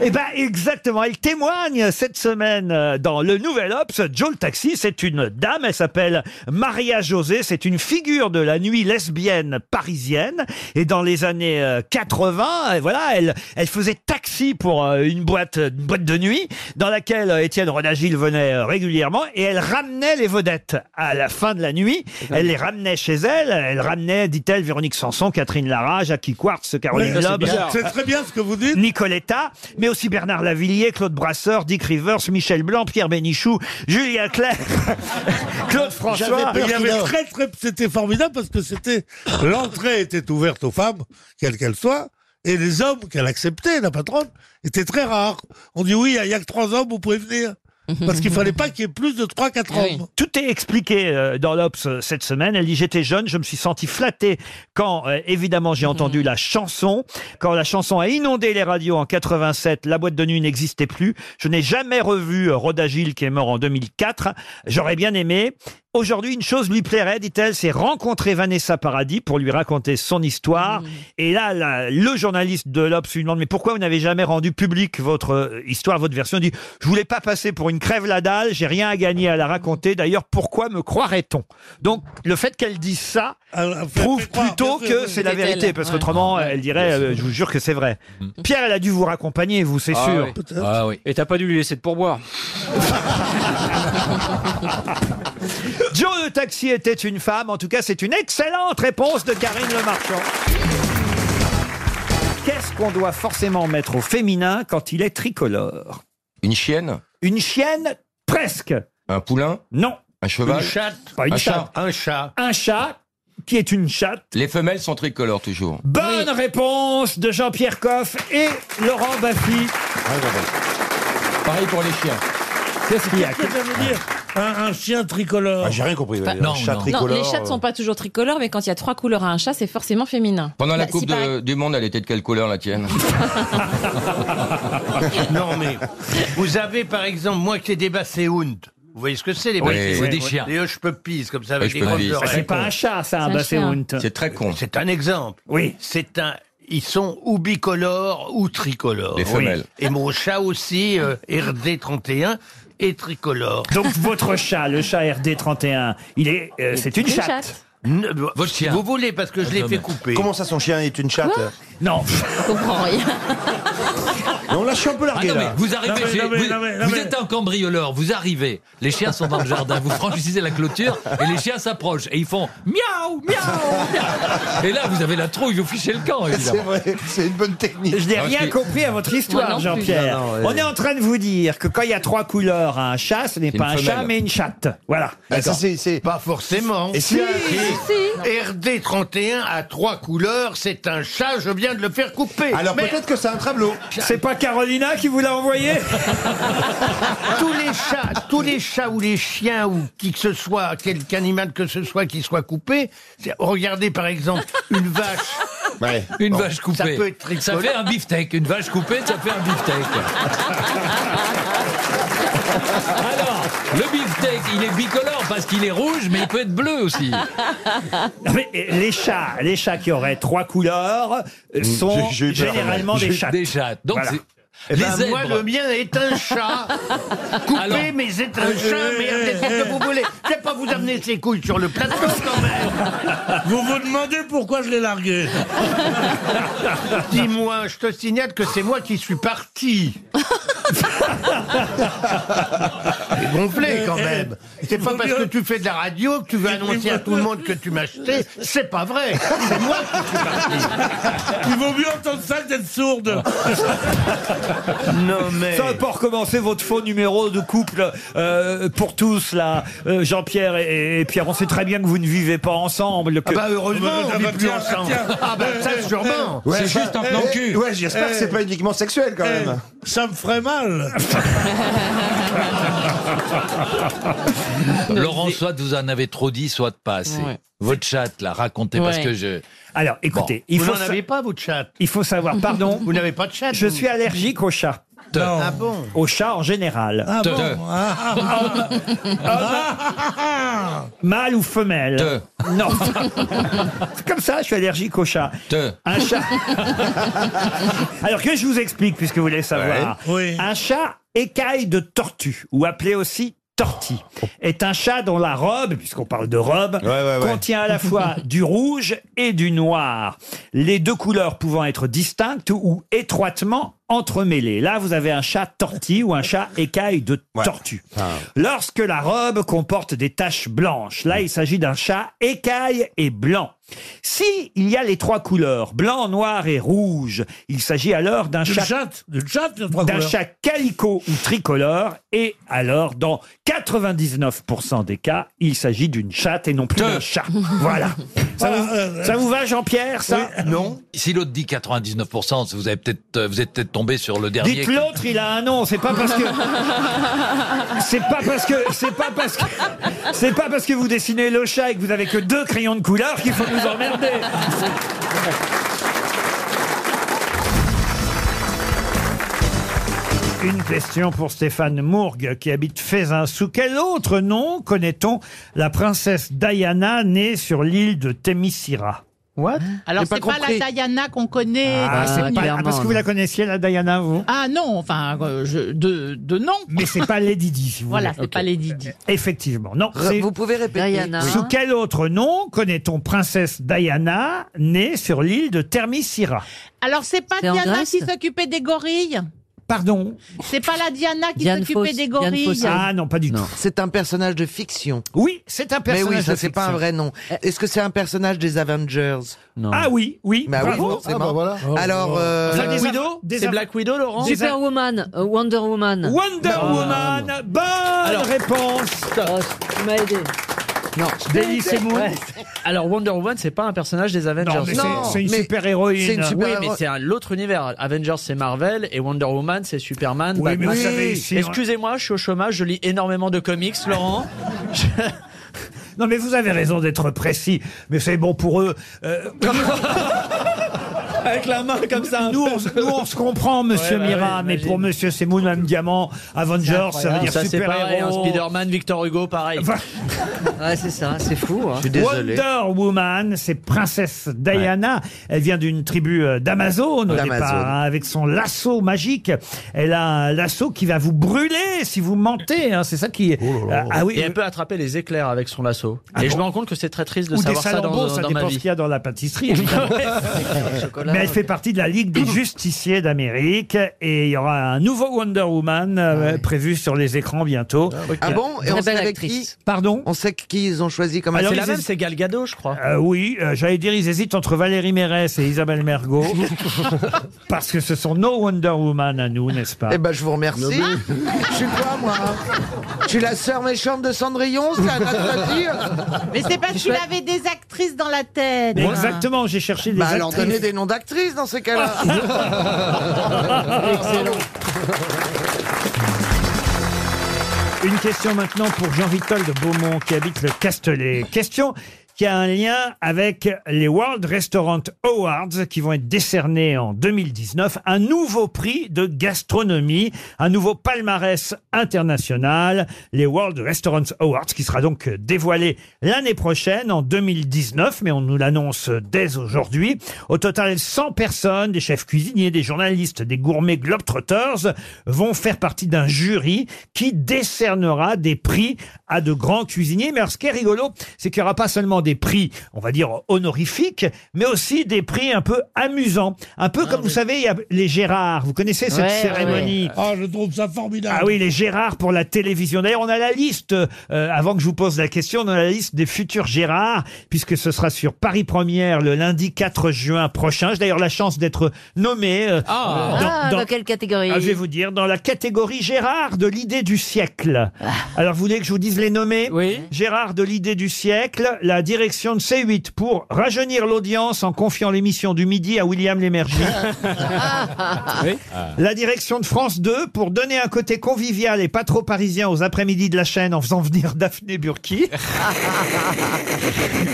Speaker 1: Eh ben exactement, elle témoigne cette semaine euh, dans le Nouvel Obs. Joe le taxi, c'est une dame, elle s'appelle Maria José, c'est une figure de la nuit lesbienne parisienne. Et dans les années euh, 80, euh, voilà, elle, elle faisait taxi pour euh, une boîte, une boîte de nuit dans laquelle euh, Étienne Renagil venait euh, régulièrement et elle ramenait les vedettes à la fin de la nuit. Elle les ramenait chez elle, elle ramenait, dit-elle, Véronique Sanson, Catherine Lara, Jackie Quartz, Caroline
Speaker 17: Ouais, ça, c'est
Speaker 1: Loeb.
Speaker 17: bizarre. C'est très bien
Speaker 1: ce que vous dites. Nicoletta, mais aussi Bernard Lavillier, Claude Brasseur, Dick Rivers, Michel Blanc, Pierre Bénichou, Julien Clerc, Claude François.
Speaker 17: J'avais peur qu'il dort. très, très- c'était formidable parce que c'était l'entrée était ouverte aux femmes, quelles qu'elles soient, et les hommes qu'elle acceptait, la patronne, étaient très rares. On dit oui, il n'y a que trois hommes, vous pouvez venir. Parce qu'il fallait pas qu'il y ait plus de trois,
Speaker 1: Eh
Speaker 17: quatre hommes.
Speaker 1: Tout est expliqué euh, dans l'Obs euh, cette semaine. Elle dit J'étais jeune, je me suis senti flatté quand, euh, évidemment, j'ai entendu la chanson. Quand la chanson a inondé les radios en 87, la boîte de nuit n'existait plus. Je n'ai jamais revu euh, Rodagil qui est mort en 2004. J'aurais bien aimé. Aujourd'hui, une chose lui plairait, dit-elle, c'est rencontrer Vanessa Paradis pour lui raconter son
Speaker 17: Mm.
Speaker 1: histoire. Et là, la- le journaliste de l'Obs lui demande Mais pourquoi vous n'avez jamais rendu public votre euh, histoire, votre version Il dit Je voulais pas passer pour une crève la dalle, j'ai rien à gagner à la raconter. D'ailleurs, pourquoi me croirait-on Donc, le fait qu'elle dise ça prouve plutôt
Speaker 17: bien sûr,
Speaker 1: que
Speaker 17: oui.
Speaker 1: c'est la
Speaker 17: C'est
Speaker 1: vérité,
Speaker 17: elle,
Speaker 1: parce
Speaker 17: ouais.
Speaker 1: qu'autrement, elle dirait euh, Je vous jure que c'est vrai.
Speaker 30: Mm.
Speaker 1: Pierre, elle a dû vous raccompagner, vous, c'est
Speaker 32: Ah
Speaker 1: sûr.
Speaker 32: oui. Ah oui. Et t'as pas dû lui laisser de pourboire.
Speaker 1: Joe le taxi était une femme. En tout cas, c'est une excellente réponse de Karine Le Marchand. Qu'est-ce qu'on doit forcément mettre au féminin quand il est tricolore
Speaker 33: Une chienne
Speaker 1: Une chienne Presque.
Speaker 33: Un poulain
Speaker 1: Non.
Speaker 33: Un cheval
Speaker 1: Une chatte Pas une
Speaker 33: un
Speaker 1: chatte.
Speaker 33: chat. Un chat.
Speaker 1: Un chat qui est une chatte.
Speaker 33: Les femelles sont tricolores toujours.
Speaker 1: Bonne réponse de Jean-Pierre Coff et Laurent Baffy.
Speaker 33: Pareil pour les chiens.
Speaker 1: Qu'est-ce qu'il y a
Speaker 17: veut dire un, un chien tricolore Ah, J'ai rien compris.
Speaker 33: Enfin, non, non.
Speaker 13: Non, les
Speaker 33: Euh, Tricolore,
Speaker 13: chats ne
Speaker 17: euh,
Speaker 13: sont pas toujours tricolores, mais quand il y a trois couleurs à un chat, c'est forcément féminin.
Speaker 33: Pendant la
Speaker 13: Bah,
Speaker 33: Coupe
Speaker 13: si
Speaker 33: de-
Speaker 13: par-
Speaker 33: du Monde, elle était de quelle couleur la tienne
Speaker 2: non, mais vous avez par exemple, moi qui ai des Basséhound. Vous voyez ce que c'est les
Speaker 33: Oui,
Speaker 2: Basséhound
Speaker 33: c'est des chiens.
Speaker 2: Des Hochepuppies, comme ça, avec des
Speaker 33: Hochepuppies.
Speaker 2: grandes
Speaker 33: Ah,
Speaker 2: oreilles.
Speaker 33: c'est pas un
Speaker 1: chat, ça,
Speaker 33: un C'est un Basséhound. chien. C'est très con.
Speaker 2: C'est un exemple.
Speaker 1: Oui.
Speaker 2: C'est un. Ils sont ou bicolores ou tricolores.
Speaker 33: Les femelles.
Speaker 2: Oui. Et mon chat aussi, euh, RD31, est tricolore.
Speaker 1: Donc votre chat, le chat RD31, il est, euh, c'est une, chatte. Ah,
Speaker 2: N- si Vous voulez, parce que je l'ai fait couper.
Speaker 1: Comment ça, son chien est une chatte
Speaker 2: Quoi
Speaker 1: Non.
Speaker 13: Je comprends rien.
Speaker 12: Ah Non, là, je suis un peu
Speaker 17: largué, là.
Speaker 12: Vous arrivez,
Speaker 17: Non, mais,
Speaker 12: chez-
Speaker 17: non, mais,
Speaker 12: vous,
Speaker 17: non, mais,
Speaker 12: vous
Speaker 17: non, mais-
Speaker 12: êtes un cambrioleur, vous arrivez, les chiens sont dans le jardin, vous franchissez la clôture et les chiens s'approchent et ils font miaou, miaou, miaou. Et là, vous avez la trouille, vous fichez le
Speaker 23: Oh,
Speaker 12: camp, évidemment.
Speaker 1: C'est
Speaker 12: vrai, c'est une bonne technique.
Speaker 1: Je n'ai rien compris à votre histoire, Jean-Pierre. On est en train de vous dire que quand il y a trois couleurs à un chat, ce n'est
Speaker 12: euh, C'est
Speaker 1: pas
Speaker 12: une
Speaker 1: un
Speaker 12: femelle.
Speaker 1: chat, mais une chatte. Voilà.
Speaker 2: Ah,
Speaker 1: D'accord.
Speaker 2: pas forcément.
Speaker 1: Et si- euh,
Speaker 2: RD 31 à trois couleurs, c'est un chat. Je viens de le faire couper.
Speaker 1: Alors peut-être que c'est un tableau. C'est pas Carolina qui vous l'a envoyé
Speaker 2: tous les chats, tous les chats ou les chiens ou qui que ce soit, quelque animal que ce soit qui soit coupé. c'est- Regardez par exemple une vache.
Speaker 12: Une
Speaker 2: Bon,
Speaker 12: vache coupée.
Speaker 2: Ça peut être
Speaker 12: Ça
Speaker 2: tricolore.
Speaker 12: fait un beefsteak. Une vache coupée, ça fait un beefsteak. Alors, le beefsteak, il est bicolore parce qu'il est rouge, mais il peut être bleu aussi.
Speaker 1: Non, mais, euh, les chats, les chats qui auraient trois couleurs
Speaker 2: Mm.
Speaker 1: euh, sont
Speaker 12: j'ai- j'ai eu peur,
Speaker 1: généralement
Speaker 12: j'ai-
Speaker 1: des chattes.
Speaker 12: des chattes. Donc, c'est-
Speaker 2: Eh ben, moi, le mien est un chat. Coupé,
Speaker 1: Alors.
Speaker 2: mais c'est
Speaker 17: Euh,
Speaker 2: un chat. Mais qu'est-ce que vous voulez Je vais pas vous amener ces couilles sur le plateau quand même.
Speaker 17: Vous vous demandez pourquoi je l'ai largué.
Speaker 2: Dis-moi, je te signale que c'est moi qui suis parti. C'est gonflé
Speaker 17: Eh,
Speaker 2: quand même. C'est pas parce que tu fais de la radio que tu veux annoncer à tout le monde que tu m'achetais. C'est pas vrai. C'est moi qui suis parti.
Speaker 17: Il vaut mieux entendre ça que d'être sourde.
Speaker 2: Non mais.
Speaker 1: Ça va pas recommencer votre faux numéro de couple euh, pour tous là, Euh, Jean-Pierre et, et Pierre. On sait très bien que vous ne vivez pas ensemble. que-
Speaker 2: Ah bah heureusement, on vit plus
Speaker 1: tiens,
Speaker 2: ensemble.
Speaker 1: tiens.
Speaker 2: Ah bah ça sûrement. Eh.
Speaker 1: Ouais, ça-
Speaker 2: euh,
Speaker 1: eh, ouais, j'espère que c'est pas
Speaker 2: uniquement sexuel
Speaker 1: quand même.
Speaker 17: Ça me ferait mal.
Speaker 12: Laurent, soit vous en avez trop dit, soit pas assez.
Speaker 2: Ouais.
Speaker 12: Votre chatte, là, racontez parce
Speaker 2: Ouais.
Speaker 12: que je.
Speaker 1: Alors, écoutez, il
Speaker 2: vous
Speaker 1: faut
Speaker 2: n'en
Speaker 1: sa-
Speaker 2: avez pas, votre chat.
Speaker 1: Il faut savoir, pardon.
Speaker 2: Vous n'avez pas de chat.
Speaker 1: Je
Speaker 2: vous
Speaker 1: suis allergique aux chats.
Speaker 2: Non. Ah bon
Speaker 1: Aux chats en général.
Speaker 2: Ah bon
Speaker 1: Ah, bah. Mâle ou femelle Non. C'est comme ça, je suis allergique aux chats. Un chat. Alors que je vous explique, puisque vous voulez savoir. Un chat écaille de tortue, ou appelé aussi tortille, est un chat dont la robe, puisqu'on parle de robe, contient à la fois du rouge et du noir, les deux couleurs pouvant être distinctes ou étroitement entremêlées. Là, vous avez un chat tortille ou un chat écaille de tortue. Lorsque la robe comporte des taches blanches, là il s'agit d'un chat écaille et blanc. Si il y a les trois couleurs, blanc, noir et rouge, il s'agit alors d'un
Speaker 17: D'une
Speaker 1: chat,
Speaker 17: chatte, d'une chatte, les trois
Speaker 1: d'un
Speaker 17: couleurs.
Speaker 1: chat calico ou tricolore, et alors dans 99% des cas, il s'agit d'une chatte et non plus d'un chat. Voilà. Ça vous, ça vous va, Jean-Pierre, ça
Speaker 12: Euh, Non. Si l'autre dit 99%, vous, avez peut-être, euh, vous êtes peut-être tombé sur le dernier.
Speaker 1: Dites l'autre, il a un nom. C'est pas parce que. C'est pas parce que. C'est pas parce que. C'est pas parce que vous dessinez le chat et que vous avez que deux crayons de couleur qu'il faut nous emmerder. Une question pour Stéphane Mourgue qui habite Fézin. Sous quel autre nom connaît-on la princesse Diana née sur l'île de Témissira What
Speaker 11: Alors, c'est pas, la Diana qu'on connaît.
Speaker 7: Bah,
Speaker 1: Ah, c'est pas- ah, parce que vous la connaissiez, la Diana, vous
Speaker 11: Ah non, enfin, euh, je- de, de nom.
Speaker 1: Mais c'est pas Lady Di, si vous
Speaker 11: Voilà,
Speaker 1: voulez.
Speaker 11: c'est pas Lady Di.
Speaker 1: Effectivement, non.
Speaker 11: Re-
Speaker 1: c'est-
Speaker 11: vous pouvez répéter. Diana.
Speaker 1: Sous quel autre nom connaît-on princesse Diana, née sur l'île de Thermissira
Speaker 11: Alors, c'est pas
Speaker 1: C'est en
Speaker 11: Diana
Speaker 1: Grèce
Speaker 11: qui s'occupait des gorilles
Speaker 1: Pardon
Speaker 11: C'est pas la Diana qui
Speaker 25: Diane
Speaker 11: s'occupait
Speaker 25: Fosse,
Speaker 11: des
Speaker 25: Diane
Speaker 11: gorilles
Speaker 25: Fossel.
Speaker 5: hein.
Speaker 1: Ah non, pas du tout.
Speaker 25: C'est un personnage de fiction.
Speaker 1: Oui, c'est un personnage
Speaker 25: Mais oui, ça
Speaker 1: de
Speaker 25: c'est pas un
Speaker 1: fiction.
Speaker 25: vrai nom.
Speaker 5: Euh,
Speaker 25: Est-ce que c'est un personnage des Avengers
Speaker 1: Ah oui, oui.
Speaker 25: Bah oui,
Speaker 1: bravo.
Speaker 25: forcément.
Speaker 1: Ah bah voilà.
Speaker 2: Oh.
Speaker 25: Alors, euh,
Speaker 1: Black Widow Des av- Des av-
Speaker 25: Superwoman, euh, Wonder Woman.
Speaker 1: Wonder Woman, bonne réponse.
Speaker 25: tu m'as aidé.
Speaker 1: Non,
Speaker 25: Daily Seymour.
Speaker 5: Alors Wonder Woman, c'est pas un personnage des Avengers.
Speaker 1: Non, mais c'est- Non, c'est une mais- super-héroïne.
Speaker 5: C'est une super
Speaker 1: Oui,
Speaker 5: Oui,
Speaker 1: mais
Speaker 5: mais c'est l'autre univers. Avengers, c'est Marvel et Wonder Woman, c'est Superman.
Speaker 1: Oui, mais vous
Speaker 5: Batman.
Speaker 1: savez, ici,
Speaker 5: Excusez-moi, je suis au chômage, je lis énormément de comics, Laurent.
Speaker 1: Non, mais vous avez raison d'être précis. Mais c'est bon pour eux. Euh,
Speaker 5: Avec la main comme ça. hein.
Speaker 1: Nous, on, se- nous, on se comprend, monsieur
Speaker 5: Ouais, bah
Speaker 1: Mira,
Speaker 5: oui,
Speaker 1: mais pour monsieur Semoun, même Diamant, Avengers, ça veut dire
Speaker 5: ça c'est pareil, hein,
Speaker 1: super-héros.
Speaker 5: Spider-Man, Victor Hugo, pareil.
Speaker 25: ouais, c'est ça, c'est fou. hein.
Speaker 1: Wonder Woman, c'est princesse Diana. Elle vient d'une tribu euh, d'Amazone au
Speaker 25: D'Amazone.
Speaker 1: départ, hein, avec son lasso magique. Elle a un lasso qui va vous brûler si vous mentez. hein, C'est ça qui est.
Speaker 2: Oh
Speaker 1: Ah, ah oui. Ah
Speaker 5: et elle peut attraper les éclairs avec son lasso. et je me rends compte que c'est très triste de
Speaker 1: Ou des
Speaker 5: savoir ça
Speaker 1: salambos,
Speaker 5: dans,
Speaker 1: ça
Speaker 5: dans
Speaker 1: dépend
Speaker 5: ma
Speaker 1: ce
Speaker 5: vie.
Speaker 1: qu'il y a dans la pâtisserie. évidemment.
Speaker 5: Chocolat.
Speaker 1: Mais elle fait partie de la Ligue des justiciers d'Amérique et il y aura un nouveau Wonder Woman euh, prévu sur les écrans bientôt.
Speaker 2: Ah bon Et on sait avec qui
Speaker 1: Pardon
Speaker 2: On sait qui ils ont choisi comme
Speaker 1: Alors,
Speaker 2: C'est
Speaker 1: ils
Speaker 2: la même,
Speaker 1: hési-
Speaker 2: c'est Gal Gadot, je crois.
Speaker 1: Euh, oui, euh, j'allais dire, ils hésitent entre Valérie Mérès et Isabelle Mergot. parce que ce sont nos Wonder Woman à nous, n'est-ce pas
Speaker 2: Eh ben, je vous remercie. je suis quoi, moi Je suis la sœur méchante de Cendrillon, ça, notre
Speaker 6: Mais c'est parce qu'il avait des actrices dans la tête.
Speaker 1: Exactement, j'ai cherché des
Speaker 2: bah, alors,
Speaker 1: actrices.
Speaker 2: donnez des noms d'actrices dans ces cas-là.
Speaker 1: Excellent. Une question maintenant pour Jean Vitol de Beaumont qui habite le Castelet. Question qui a un lien avec les World Restaurant Awards qui vont être décernés en 2019. Un nouveau prix de gastronomie, un nouveau palmarès international, les World Restaurant Awards qui sera donc dévoilé l'année prochaine en 2019, mais on nous l'annonce dès aujourd'hui. Au total, 100 personnes, des chefs cuisiniers, des journalistes, des gourmets globetrotters vont faire partie d'un jury qui décernera des prix à de grands cuisiniers. Mais alors, ce qui est rigolo, c'est qu'il n'y aura pas seulement des prix, on va dire, honorifiques, mais aussi des prix un peu amusants. Un peu comme, vous savez, il y a les Gérards. Vous connaissez cette
Speaker 27: Ah Ouais, ouais,
Speaker 1: cérémonie
Speaker 27: ouais. Ah, je trouve ça formidable.
Speaker 1: Ah oui, les Gérards pour la télévision. D'ailleurs, on a la liste, euh, avant que je vous pose la question, on a la liste des futurs Gérards, puisque ce sera sur Paris Première le lundi 4 juin prochain. J'ai d'ailleurs la chance d'être nommé euh,
Speaker 17: Ah,
Speaker 1: dans-
Speaker 17: dans,
Speaker 1: dans-
Speaker 17: quelle catégorie
Speaker 1: ah, je vais vous dire, dans la catégorie Gérard de l'idée du siècle.
Speaker 17: Ah.
Speaker 1: Alors, vous voulez que je vous dise les nommés Oui. Gérard de l'idée du siècle, la direction de C8 pour rajeunir l'audience en confiant l'émission du midi à William Lémergie.
Speaker 17: Ah,
Speaker 1: La direction de France 2 pour donner un côté convivial et pas trop parisien aux après-midi de la chaîne en faisant venir Daphné Burki.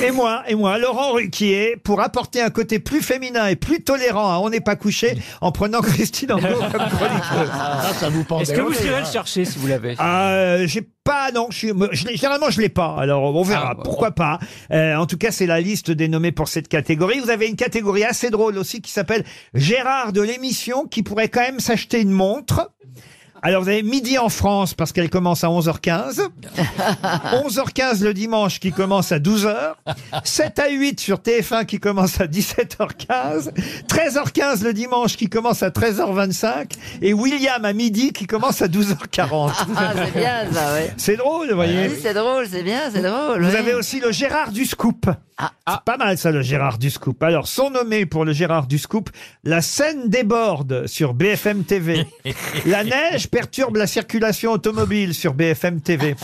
Speaker 1: et moi, et moi, Laurent Ruquier pour apporter un côté plus féminin et plus tolérant à On n'est pas couché en prenant Christine Angot comme chroniqueuse.
Speaker 7: ça vous
Speaker 19: Est-ce que vous irez le chercher si vous l'avez
Speaker 1: Euh, j'ai pas, non, je suis, je l'ai- généralement je l'ai pas, alors on
Speaker 19: Ah,
Speaker 1: verra, pourquoi pas. Euh, en tout cas, c'est la liste des nommés pour cette catégorie. Vous avez une catégorie assez drôle aussi qui s'appelle Gérard de l'émission qui pourrait quand même s'acheter une montre. Alors vous avez midi en France parce qu'elle commence à 11h15. 11h15 le dimanche qui commence à 12h. 7 à 8 sur TF1 qui commence à 17h15. 13h15 le dimanche qui commence à 13h25. Et William à midi qui commence à 12h40.
Speaker 17: Ah, c'est bien ça, ouais. Ah
Speaker 1: C'est drôle, vous voyez.
Speaker 25: Ah,
Speaker 17: Oui, c'est drôle, c'est bien, c'est drôle.
Speaker 1: Vous
Speaker 17: oui. Ah.
Speaker 1: avez aussi le Gérard du Scoop. C'est pas mal ça, le Gérard du Scoop. Alors, sont nommés pour le Gérard du Scoop la scène déborde sur BFM TV. la neige perturbe la circulation automobile sur BFM TV.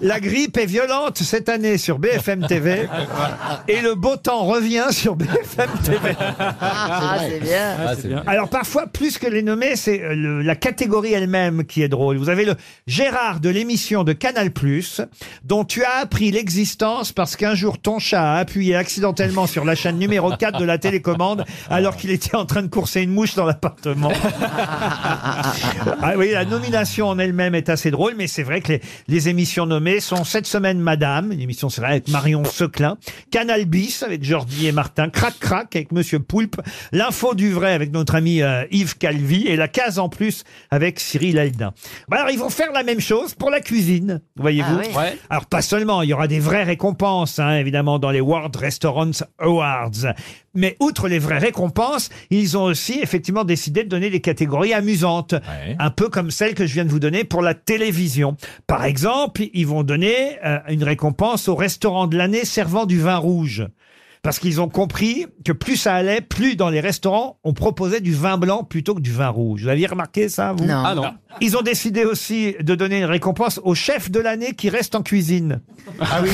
Speaker 1: la grippe est violente cette année sur BFM TV. Et le beau temps revient sur BFM TV.
Speaker 17: Ah, c'est bien.
Speaker 1: Alors parfois, plus que les nommés, c'est euh, le- la catégorie elle-même qui est drôle. Vous avez le Gérard de l'émission de Canal+, dont tu as appris l'existence parce qu'un jour, ton chat a appuyé accidentellement sur la chaîne numéro 4 de la télécommande alors qu'il était en train de courser une mouche dans l'appartement. Ah oui, la nomination en elle-même est assez drôle, mais c'est vrai que les, les émissions nommées sont cette semaine Madame, une émission c'est vrai avec Marion Seclin, Canal Bis avec Jordi et Martin, Crac Crac avec Monsieur Poulpe, l'info du vrai avec notre ami euh, Yves Calvi et la case en plus avec Cyril Aldin. Bah alors ils vont faire la même chose pour la cuisine, voyez-vous.
Speaker 16: Ah oui. Ouais.
Speaker 1: Alors pas seulement, il y aura des vraies récompenses, hein, évidemment, dans les World Restaurant Awards. Mais outre les vraies récompenses, ils ont aussi effectivement décidé de donner des catégories amusantes, un peu comme celle que je viens de vous donner pour la télévision. Par exemple, ils vont donner euh, une récompense au restaurant de l'année servant du vin rouge. Parce qu'ils ont compris que plus ça allait, plus dans les restaurants, on proposait du vin blanc plutôt que du vin rouge. Vous aviez remarqué ça, vous
Speaker 16: Non. Ah non.
Speaker 1: Ils ont décidé aussi de donner une récompense au chef de l'année qui reste en cuisine.
Speaker 19: Ah oui.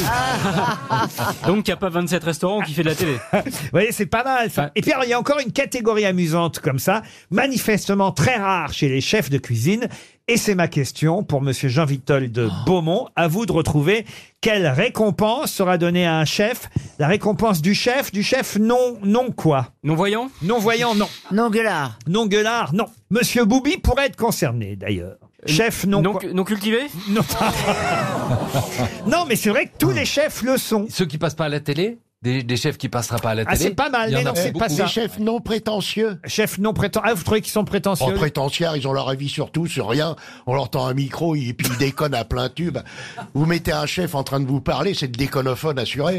Speaker 19: Donc il n'y a pas 27 restaurants qui fait de la télé.
Speaker 1: Vous voyez, c'est pas mal. ça. Et puis, alors, il y a encore une catégorie amusante comme ça, manifestement très rare chez les chefs de cuisine. Et c'est ma question pour Monsieur Jean-Victor
Speaker 19: Oh.
Speaker 1: de Beaumont. À vous de retrouver quelle récompense sera donnée à un chef. La récompense du chef, du chef non, non quoi Non-voyant Non-voyant, non. Non-gueulard Non-gueulard, non. Monsieur Boubi pourrait être concerné, d'ailleurs. Chef non
Speaker 19: Euh, non,
Speaker 1: quoi.
Speaker 19: cu- non cultivé
Speaker 1: Non. Non, mais c'est vrai que tous les chefs le sont.
Speaker 12: Ceux qui passent pas à la télé des, des chefs qui passera pas à la
Speaker 34: Ah,
Speaker 12: télé.
Speaker 34: c'est pas mal,
Speaker 12: Il y en
Speaker 34: mais
Speaker 12: a
Speaker 34: non, c'est pas
Speaker 12: beaucoup.
Speaker 34: ça. chefs non prétentieux.
Speaker 1: Chefs non prétentieux. Ah, vous trouvez qu'ils sont prétentieux
Speaker 34: En prétentieux, ils ont leur avis sur tout, sur rien. On leur tend un micro et puis ils déconnent à plein tube. Vous mettez un chef en train de vous parler, c'est le déconnophone assuré.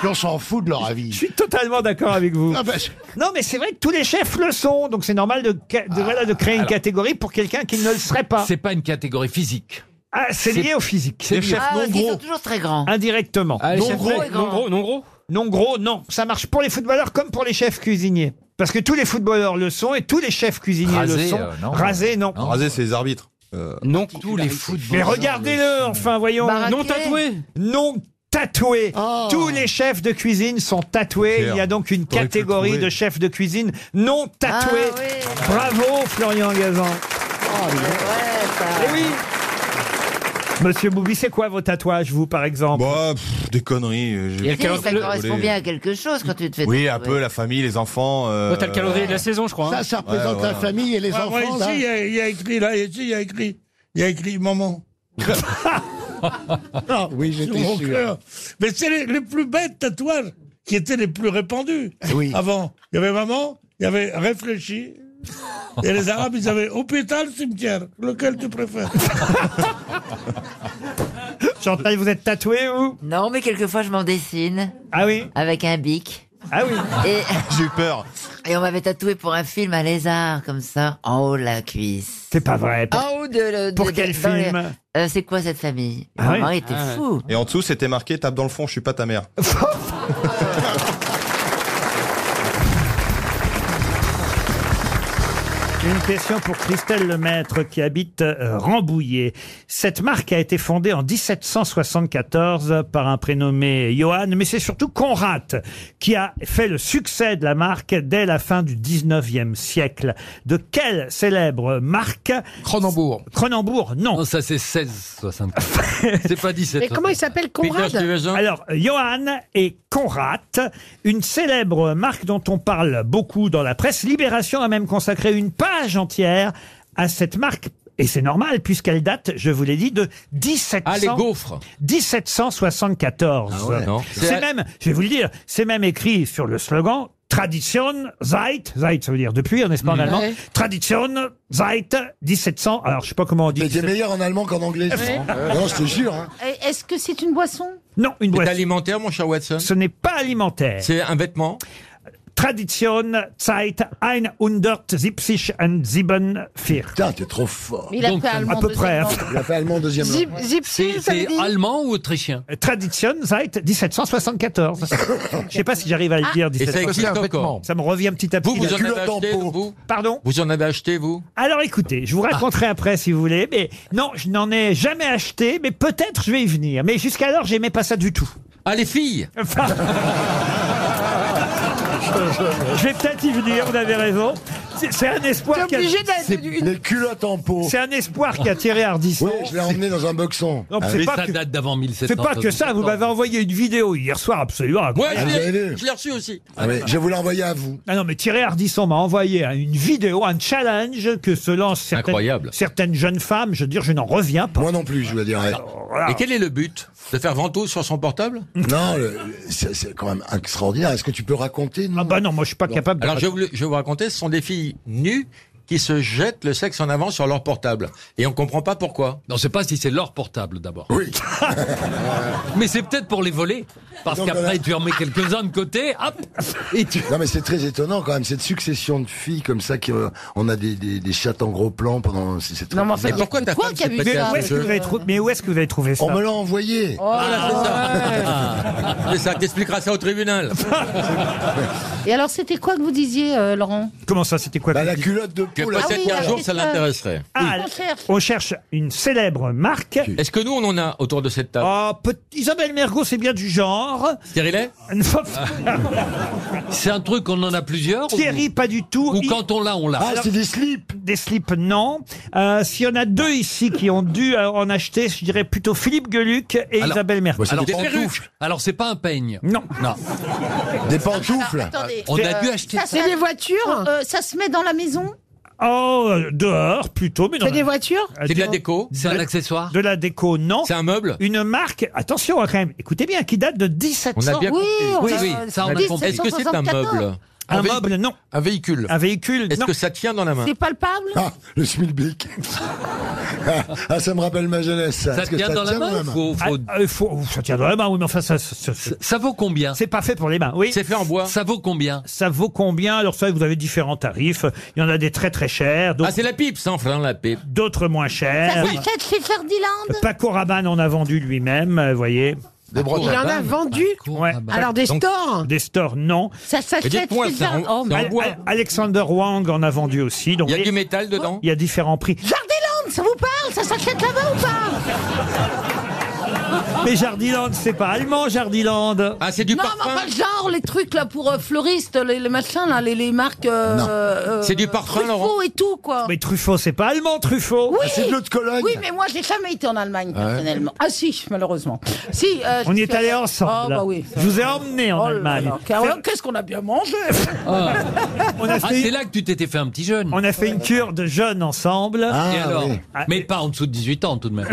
Speaker 34: puis on s'en fout de leur avis. Ah, bah, Je
Speaker 1: suis totalement d'accord avec vous.
Speaker 23: Ah, bah,
Speaker 1: Non, mais c'est vrai que tous les chefs le sont, donc c'est normal de, ca- de,
Speaker 23: Ah,
Speaker 1: voilà, de créer une
Speaker 12: alors.
Speaker 1: catégorie pour quelqu'un qui ne le serait pas.
Speaker 12: C'est pas une catégorie physique.
Speaker 1: Ah, c'est lié au physique.
Speaker 12: C'est lié. Ah,
Speaker 25: parce qu'ils sont toujours très grands.
Speaker 1: Indirectement.
Speaker 25: Ah, les
Speaker 1: non,
Speaker 25: chefs
Speaker 1: gros,
Speaker 25: gros et
Speaker 1: non
Speaker 25: grands.
Speaker 1: gros, non gros Non gros, non. Ça marche pour les footballeurs comme pour les chefs cuisiniers. Parce que tous les footballeurs le sont et tous les chefs cuisiniers le
Speaker 23: Rasé,
Speaker 1: sont.
Speaker 23: euh, non.
Speaker 1: Rasé, non.
Speaker 23: Raser, c'est les arbitres.
Speaker 3: Euh,
Speaker 12: non, tous les footballeurs.
Speaker 1: Mais regardez-le, enfin, voyons.
Speaker 23: Baraqué. Non
Speaker 1: tatoué. Non tatoué.
Speaker 34: Ah.
Speaker 1: Tous les chefs de cuisine sont tatoués.
Speaker 23: Pierre,
Speaker 1: Il y a donc une
Speaker 23: t'aurais pu le
Speaker 1: catégorie
Speaker 23: trouver.
Speaker 1: de chefs de cuisine non tatoués. Bravo, Florian Gazan. Eh oui. Monsieur Boubi, c'est quoi vos tatouages, vous, par exemple
Speaker 23: Bah, Des conneries. euh, j'ai-
Speaker 25: Si, ça
Speaker 23: Désolé.
Speaker 25: correspond bien à quelque chose quand tu te fais
Speaker 23: Oui, un
Speaker 25: tatouer.
Speaker 23: peu, la famille, les enfants. euh,
Speaker 25: Ouais, t'as le calendrier de la saison, je crois, hein.
Speaker 23: Ouais,
Speaker 34: Ouais,
Speaker 23: voilà.
Speaker 17: moi,
Speaker 34: enfants,
Speaker 17: ici,
Speaker 34: là.
Speaker 17: il y a- il y, a écrit, là, ici, il y a écrit, il y a écrit maman. Ah, non, oui,
Speaker 35: j'étais sûr.
Speaker 17: Mais c'est les, les plus bêtes tatouages qui étaient les plus répandus.
Speaker 35: Oui.
Speaker 17: Avant, il y avait maman, il y avait réfléchi. Et les Arabes, ils avaient hôpital, cimetière. Lequel tu préfères
Speaker 1: Chantal, vous êtes tatoué, vous
Speaker 25: Non, mais quelquefois, je m'en dessine.
Speaker 1: Ah oui
Speaker 25: Avec un bic.
Speaker 1: Ah oui
Speaker 25: Et...
Speaker 23: J'ai eu peur.
Speaker 25: Et on m'avait tatoué pour un film un lézard, comme ça, en haut de la cuisse.
Speaker 1: C'est pas vrai.
Speaker 25: En haut de... le- de-
Speaker 23: Pour
Speaker 25: de-
Speaker 23: quel
Speaker 25: dans les-
Speaker 23: film
Speaker 25: Euh, C'est quoi cette famille
Speaker 23: Ah
Speaker 25: Maman
Speaker 23: oui.
Speaker 25: était
Speaker 23: Ah ouais.
Speaker 25: fou.
Speaker 23: Et en dessous, c'était marqué Tape dans le fond, je suis pas ta mère.
Speaker 1: Une question pour Christelle Lemaître qui habite euh, Rambouillet. Cette marque a été fondée en 1774 par un prénommé Johann, mais c'est surtout Conrad qui a fait le succès de la marque dès la fin du 19e siècle. De quelle célèbre marque Cronenbourg. Cronenbourg, non.
Speaker 12: Ça, c'est 16,64. c'est pas 17.
Speaker 1: Mais comment il
Speaker 12: s'appelle, Conrad Peter Stuyvesant
Speaker 1: Alors, Johan et Conrad, une célèbre marque dont on parle beaucoup dans la presse. Libération a même consacré une page entière à cette marque. Et c'est normal, puisqu'elle date, je vous l'ai dit, de 1700...
Speaker 12: Ah, les gaufres
Speaker 1: 1774.
Speaker 12: Ah ouais, non.
Speaker 1: c'est même, je vais vous le dire, c'est même écrit sur le slogan Tradition Zeit, Zeit ça veut dire depuis, n'est-ce pas en
Speaker 12: Mm.
Speaker 2: Mhm.
Speaker 1: allemand
Speaker 2: Ouais.
Speaker 1: Tradition Zeit 1700, alors je sais pas comment on dit.
Speaker 2: Mais t'es meilleur en allemand qu'en anglais.
Speaker 1: Ouais.
Speaker 2: Non, je te jure. hein.
Speaker 18: Et Euh, Est-ce que c'est une boisson
Speaker 1: Non, une boisson.
Speaker 11: C'est alimentaire, mon cher Watson
Speaker 1: Ce n'est pas alimentaire.
Speaker 11: C'est un vêtement
Speaker 1: Tradition, Zeit, 174. Putain, t'es trop fort.
Speaker 2: Mais il a fait allemand
Speaker 1: à peu près.
Speaker 2: deuxième langue. Il a fait allemand deuxième langue. Zip- Zipsil, C'est- ça veut c'est dire allemand
Speaker 1: ou autrichien Euh, Tradition, Zeit, 1774. Je sais pas si j'arrive à le
Speaker 11: Ah.
Speaker 1: dire,
Speaker 11: Et ça existe
Speaker 1: 1774.
Speaker 11: encore
Speaker 1: Ça me revient petit à petit.
Speaker 11: Vous, vous
Speaker 1: La
Speaker 11: en avez
Speaker 1: culotte en
Speaker 11: acheté,
Speaker 1: peau.
Speaker 11: vous
Speaker 1: Pardon
Speaker 11: Vous en avez acheté, vous
Speaker 1: Alors écoutez, je vous
Speaker 11: Ah.
Speaker 1: raconterai après si vous voulez, mais non, je n'en ai jamais acheté, mais peut-être je vais y venir. Mais jusqu'alors, j'aimais pas ça du tout.
Speaker 11: Ah, les filles
Speaker 1: Je vais peut-être y venir, vous avez raison. C'est- C'est un espoir.
Speaker 2: T'es obligé d'être C'est- d'une- les
Speaker 1: culottes en peau. C'est un espoir qu'a Thierry Ardisson.
Speaker 2: Oui, je l'ai emmené dans un boxon.
Speaker 1: Non,
Speaker 11: Ah
Speaker 1: c'est pas que-
Speaker 12: d'avant
Speaker 1: C'est pas que ça, vous m'avez envoyé une vidéo hier soir absolument
Speaker 11: Moi,
Speaker 1: incroyable.
Speaker 11: je l'ai- je l'ai reçu aussi.
Speaker 1: Ah oui, je vous l'ai envoyé à vous. Ah non, mais Thierry Ardisson m'a envoyé hein, une vidéo, un challenge que se lancent certaines, certaines jeunes femmes. Je veux dire, je n'en reviens pas. Moi non plus, je veux dire.
Speaker 11: Et quel est le but De faire ventouse sur son portable
Speaker 2: Non, le- c'est c'est quand même extraordinaire. Est-ce que tu peux raconter non
Speaker 1: Ah bah non, moi je suis pas capable.
Speaker 11: Alors, je vais, vous, le- je vais vous raconter, ce sont des filles nues qui se jettent le sexe en avant sur leur portable. Et on comprend pas pourquoi.
Speaker 12: On ne sait pas si c'est leur portable d'abord. Oui. mais c'est peut-être pour les voler. Parce
Speaker 2: Donc,
Speaker 12: qu'après,
Speaker 2: voilà.
Speaker 12: tu en mets quelques-uns de côté, hop
Speaker 2: Non mais c'est très étonnant quand même cette succession de filles comme ça qui euh, on a des, des, des chattes en gros plan pendant c'est c'est très bizarre.
Speaker 1: mais où est-ce que vous avez trou- mais où est-ce que vous avez trouvé ça
Speaker 2: On me l'a envoyé. Oh.
Speaker 11: C'est ça, t'expliqueras ça au tribunal.
Speaker 18: Et alors, c'était quoi que vous disiez, euh, Laurent
Speaker 1: Comment ça, c'était
Speaker 16: Bah,
Speaker 1: quoi
Speaker 2: La culotte de
Speaker 11: Que
Speaker 2: poule.
Speaker 18: Ah
Speaker 11: peut-être
Speaker 18: oui,
Speaker 11: qu'un
Speaker 18: alors,
Speaker 11: jour,
Speaker 18: qu'est-ce
Speaker 11: ça
Speaker 18: que-
Speaker 11: l'intéresserait.
Speaker 1: Ah, on cherche une célèbre marque.
Speaker 11: Est-ce que nous, on en a autour de cette table
Speaker 1: Ah, peut- Isabelle Mergot, c'est bien du genre.
Speaker 11: Stérilet
Speaker 12: C'est un truc, on en a plusieurs
Speaker 1: Thierry, pas du tout.
Speaker 12: Ou quand on l'a, on l'a.
Speaker 1: Alors, slips Ah, Des slips, non. Euh, S'il y en a deux ici qui ont dû euh, en acheter, je dirais plutôt Philippe Geluc et
Speaker 12: Alors-
Speaker 1: Isabelle Mergo.
Speaker 11: Bah,
Speaker 12: Alors, Alors, c'est pas un peigne.
Speaker 1: Non.
Speaker 12: Non.
Speaker 1: Des pantoufles
Speaker 18: Attendez.
Speaker 12: On a
Speaker 18: Euh,
Speaker 12: dû acheter
Speaker 18: ça. Oh,
Speaker 12: ça.
Speaker 18: se met- Euh, ça se met dans la maison
Speaker 1: Oh, euh, dehors plutôt, mais non.
Speaker 18: C'est des voitures
Speaker 1: Ah,
Speaker 3: C'est de la
Speaker 1: dis-
Speaker 3: déco C'est un
Speaker 1: de-
Speaker 3: accessoire
Speaker 1: De la déco, non. C'est
Speaker 3: un meuble
Speaker 1: Une marque, attention hein, quand même, écoutez bien, qui date de 1700.
Speaker 3: On a bien compris. Oui, oui, ça, on a compris. Est-ce que c'est un meuble
Speaker 1: Un,
Speaker 3: Un véhicule
Speaker 1: meuble, non. Un véhicule Un véhicule,
Speaker 3: Est-ce
Speaker 1: non.
Speaker 3: que ça tient dans la main
Speaker 18: C'est palpable
Speaker 16: Ah, le schmilblick. ah, ça me rappelle ma jeunesse. ça. Est-ce que
Speaker 1: Ah, euh, faut- ça tient dans la main, oui, mais enfin, ça... Ça, vaut combien C'est pas fait pour les mains, oui. C'est fait en bois Ça vaut combien Ça vaut combien Alors ça, vous avez différents tarifs. Il y en a des très très chers, d'autres-
Speaker 3: Ah, c'est la pipe, ça, enfin, la pipe.
Speaker 1: d'autres moins
Speaker 18: Ça
Speaker 1: chers.
Speaker 18: s'achète chez Ferdinand
Speaker 1: Paco Rabanne en a vendu lui-même, euh, vous voyez.
Speaker 18: Des broches Il en a Rabanne, vendu
Speaker 1: Ouais.
Speaker 18: Rabanne. Alors, des
Speaker 1: Donc,
Speaker 18: stores
Speaker 1: Des stores, non.
Speaker 18: Ça s'achète Oh, Mais euh, dites-moi, chez c'est en- Jardin- c'est en
Speaker 1: Al-
Speaker 18: bois.
Speaker 1: Al- Alexander Wang en a vendu aussi. Il y a du métal dedans Il y a différents prix.
Speaker 18: Jardiland, ça vous parle Ça s'achète là-bas ou pas
Speaker 1: Mais Jardiland, c'est pas allemand, Jardiland. Ah, c'est
Speaker 6: non, mais enfin, genre les trucs là pour euh, fleuristes, les, les machins là, les, les marques. euh,
Speaker 1: Non.
Speaker 6: euh,
Speaker 1: C'est du parfum,
Speaker 6: Truffaut
Speaker 1: Laurent
Speaker 6: et tout quoi.
Speaker 1: Mais oh, Truffaut, c'est pas allemand, Truffaut.
Speaker 6: Ah.
Speaker 18: Ah,
Speaker 6: Oui. Oui, mais moi j'ai jamais été en Allemagne
Speaker 1: Ah ouais.
Speaker 6: personnellement. Ah si, malheureusement. Si. euh,
Speaker 1: On y
Speaker 6: je-
Speaker 1: est allé ensemble.
Speaker 6: Ah bah oui.
Speaker 1: Je vous ai emmené
Speaker 6: Oh
Speaker 1: en
Speaker 6: là
Speaker 1: Allemagne.
Speaker 6: là, car- alors, Qu'est-ce qu'on a bien mangé hein
Speaker 1: On a
Speaker 12: Ah,
Speaker 1: fait-
Speaker 12: c'est là que tu t'étais fait un petit jeune.
Speaker 1: On a fait une cure de jeunes ensemble. Ah,
Speaker 12: Et alors Mais pas en dessous de 18 ans tout de même.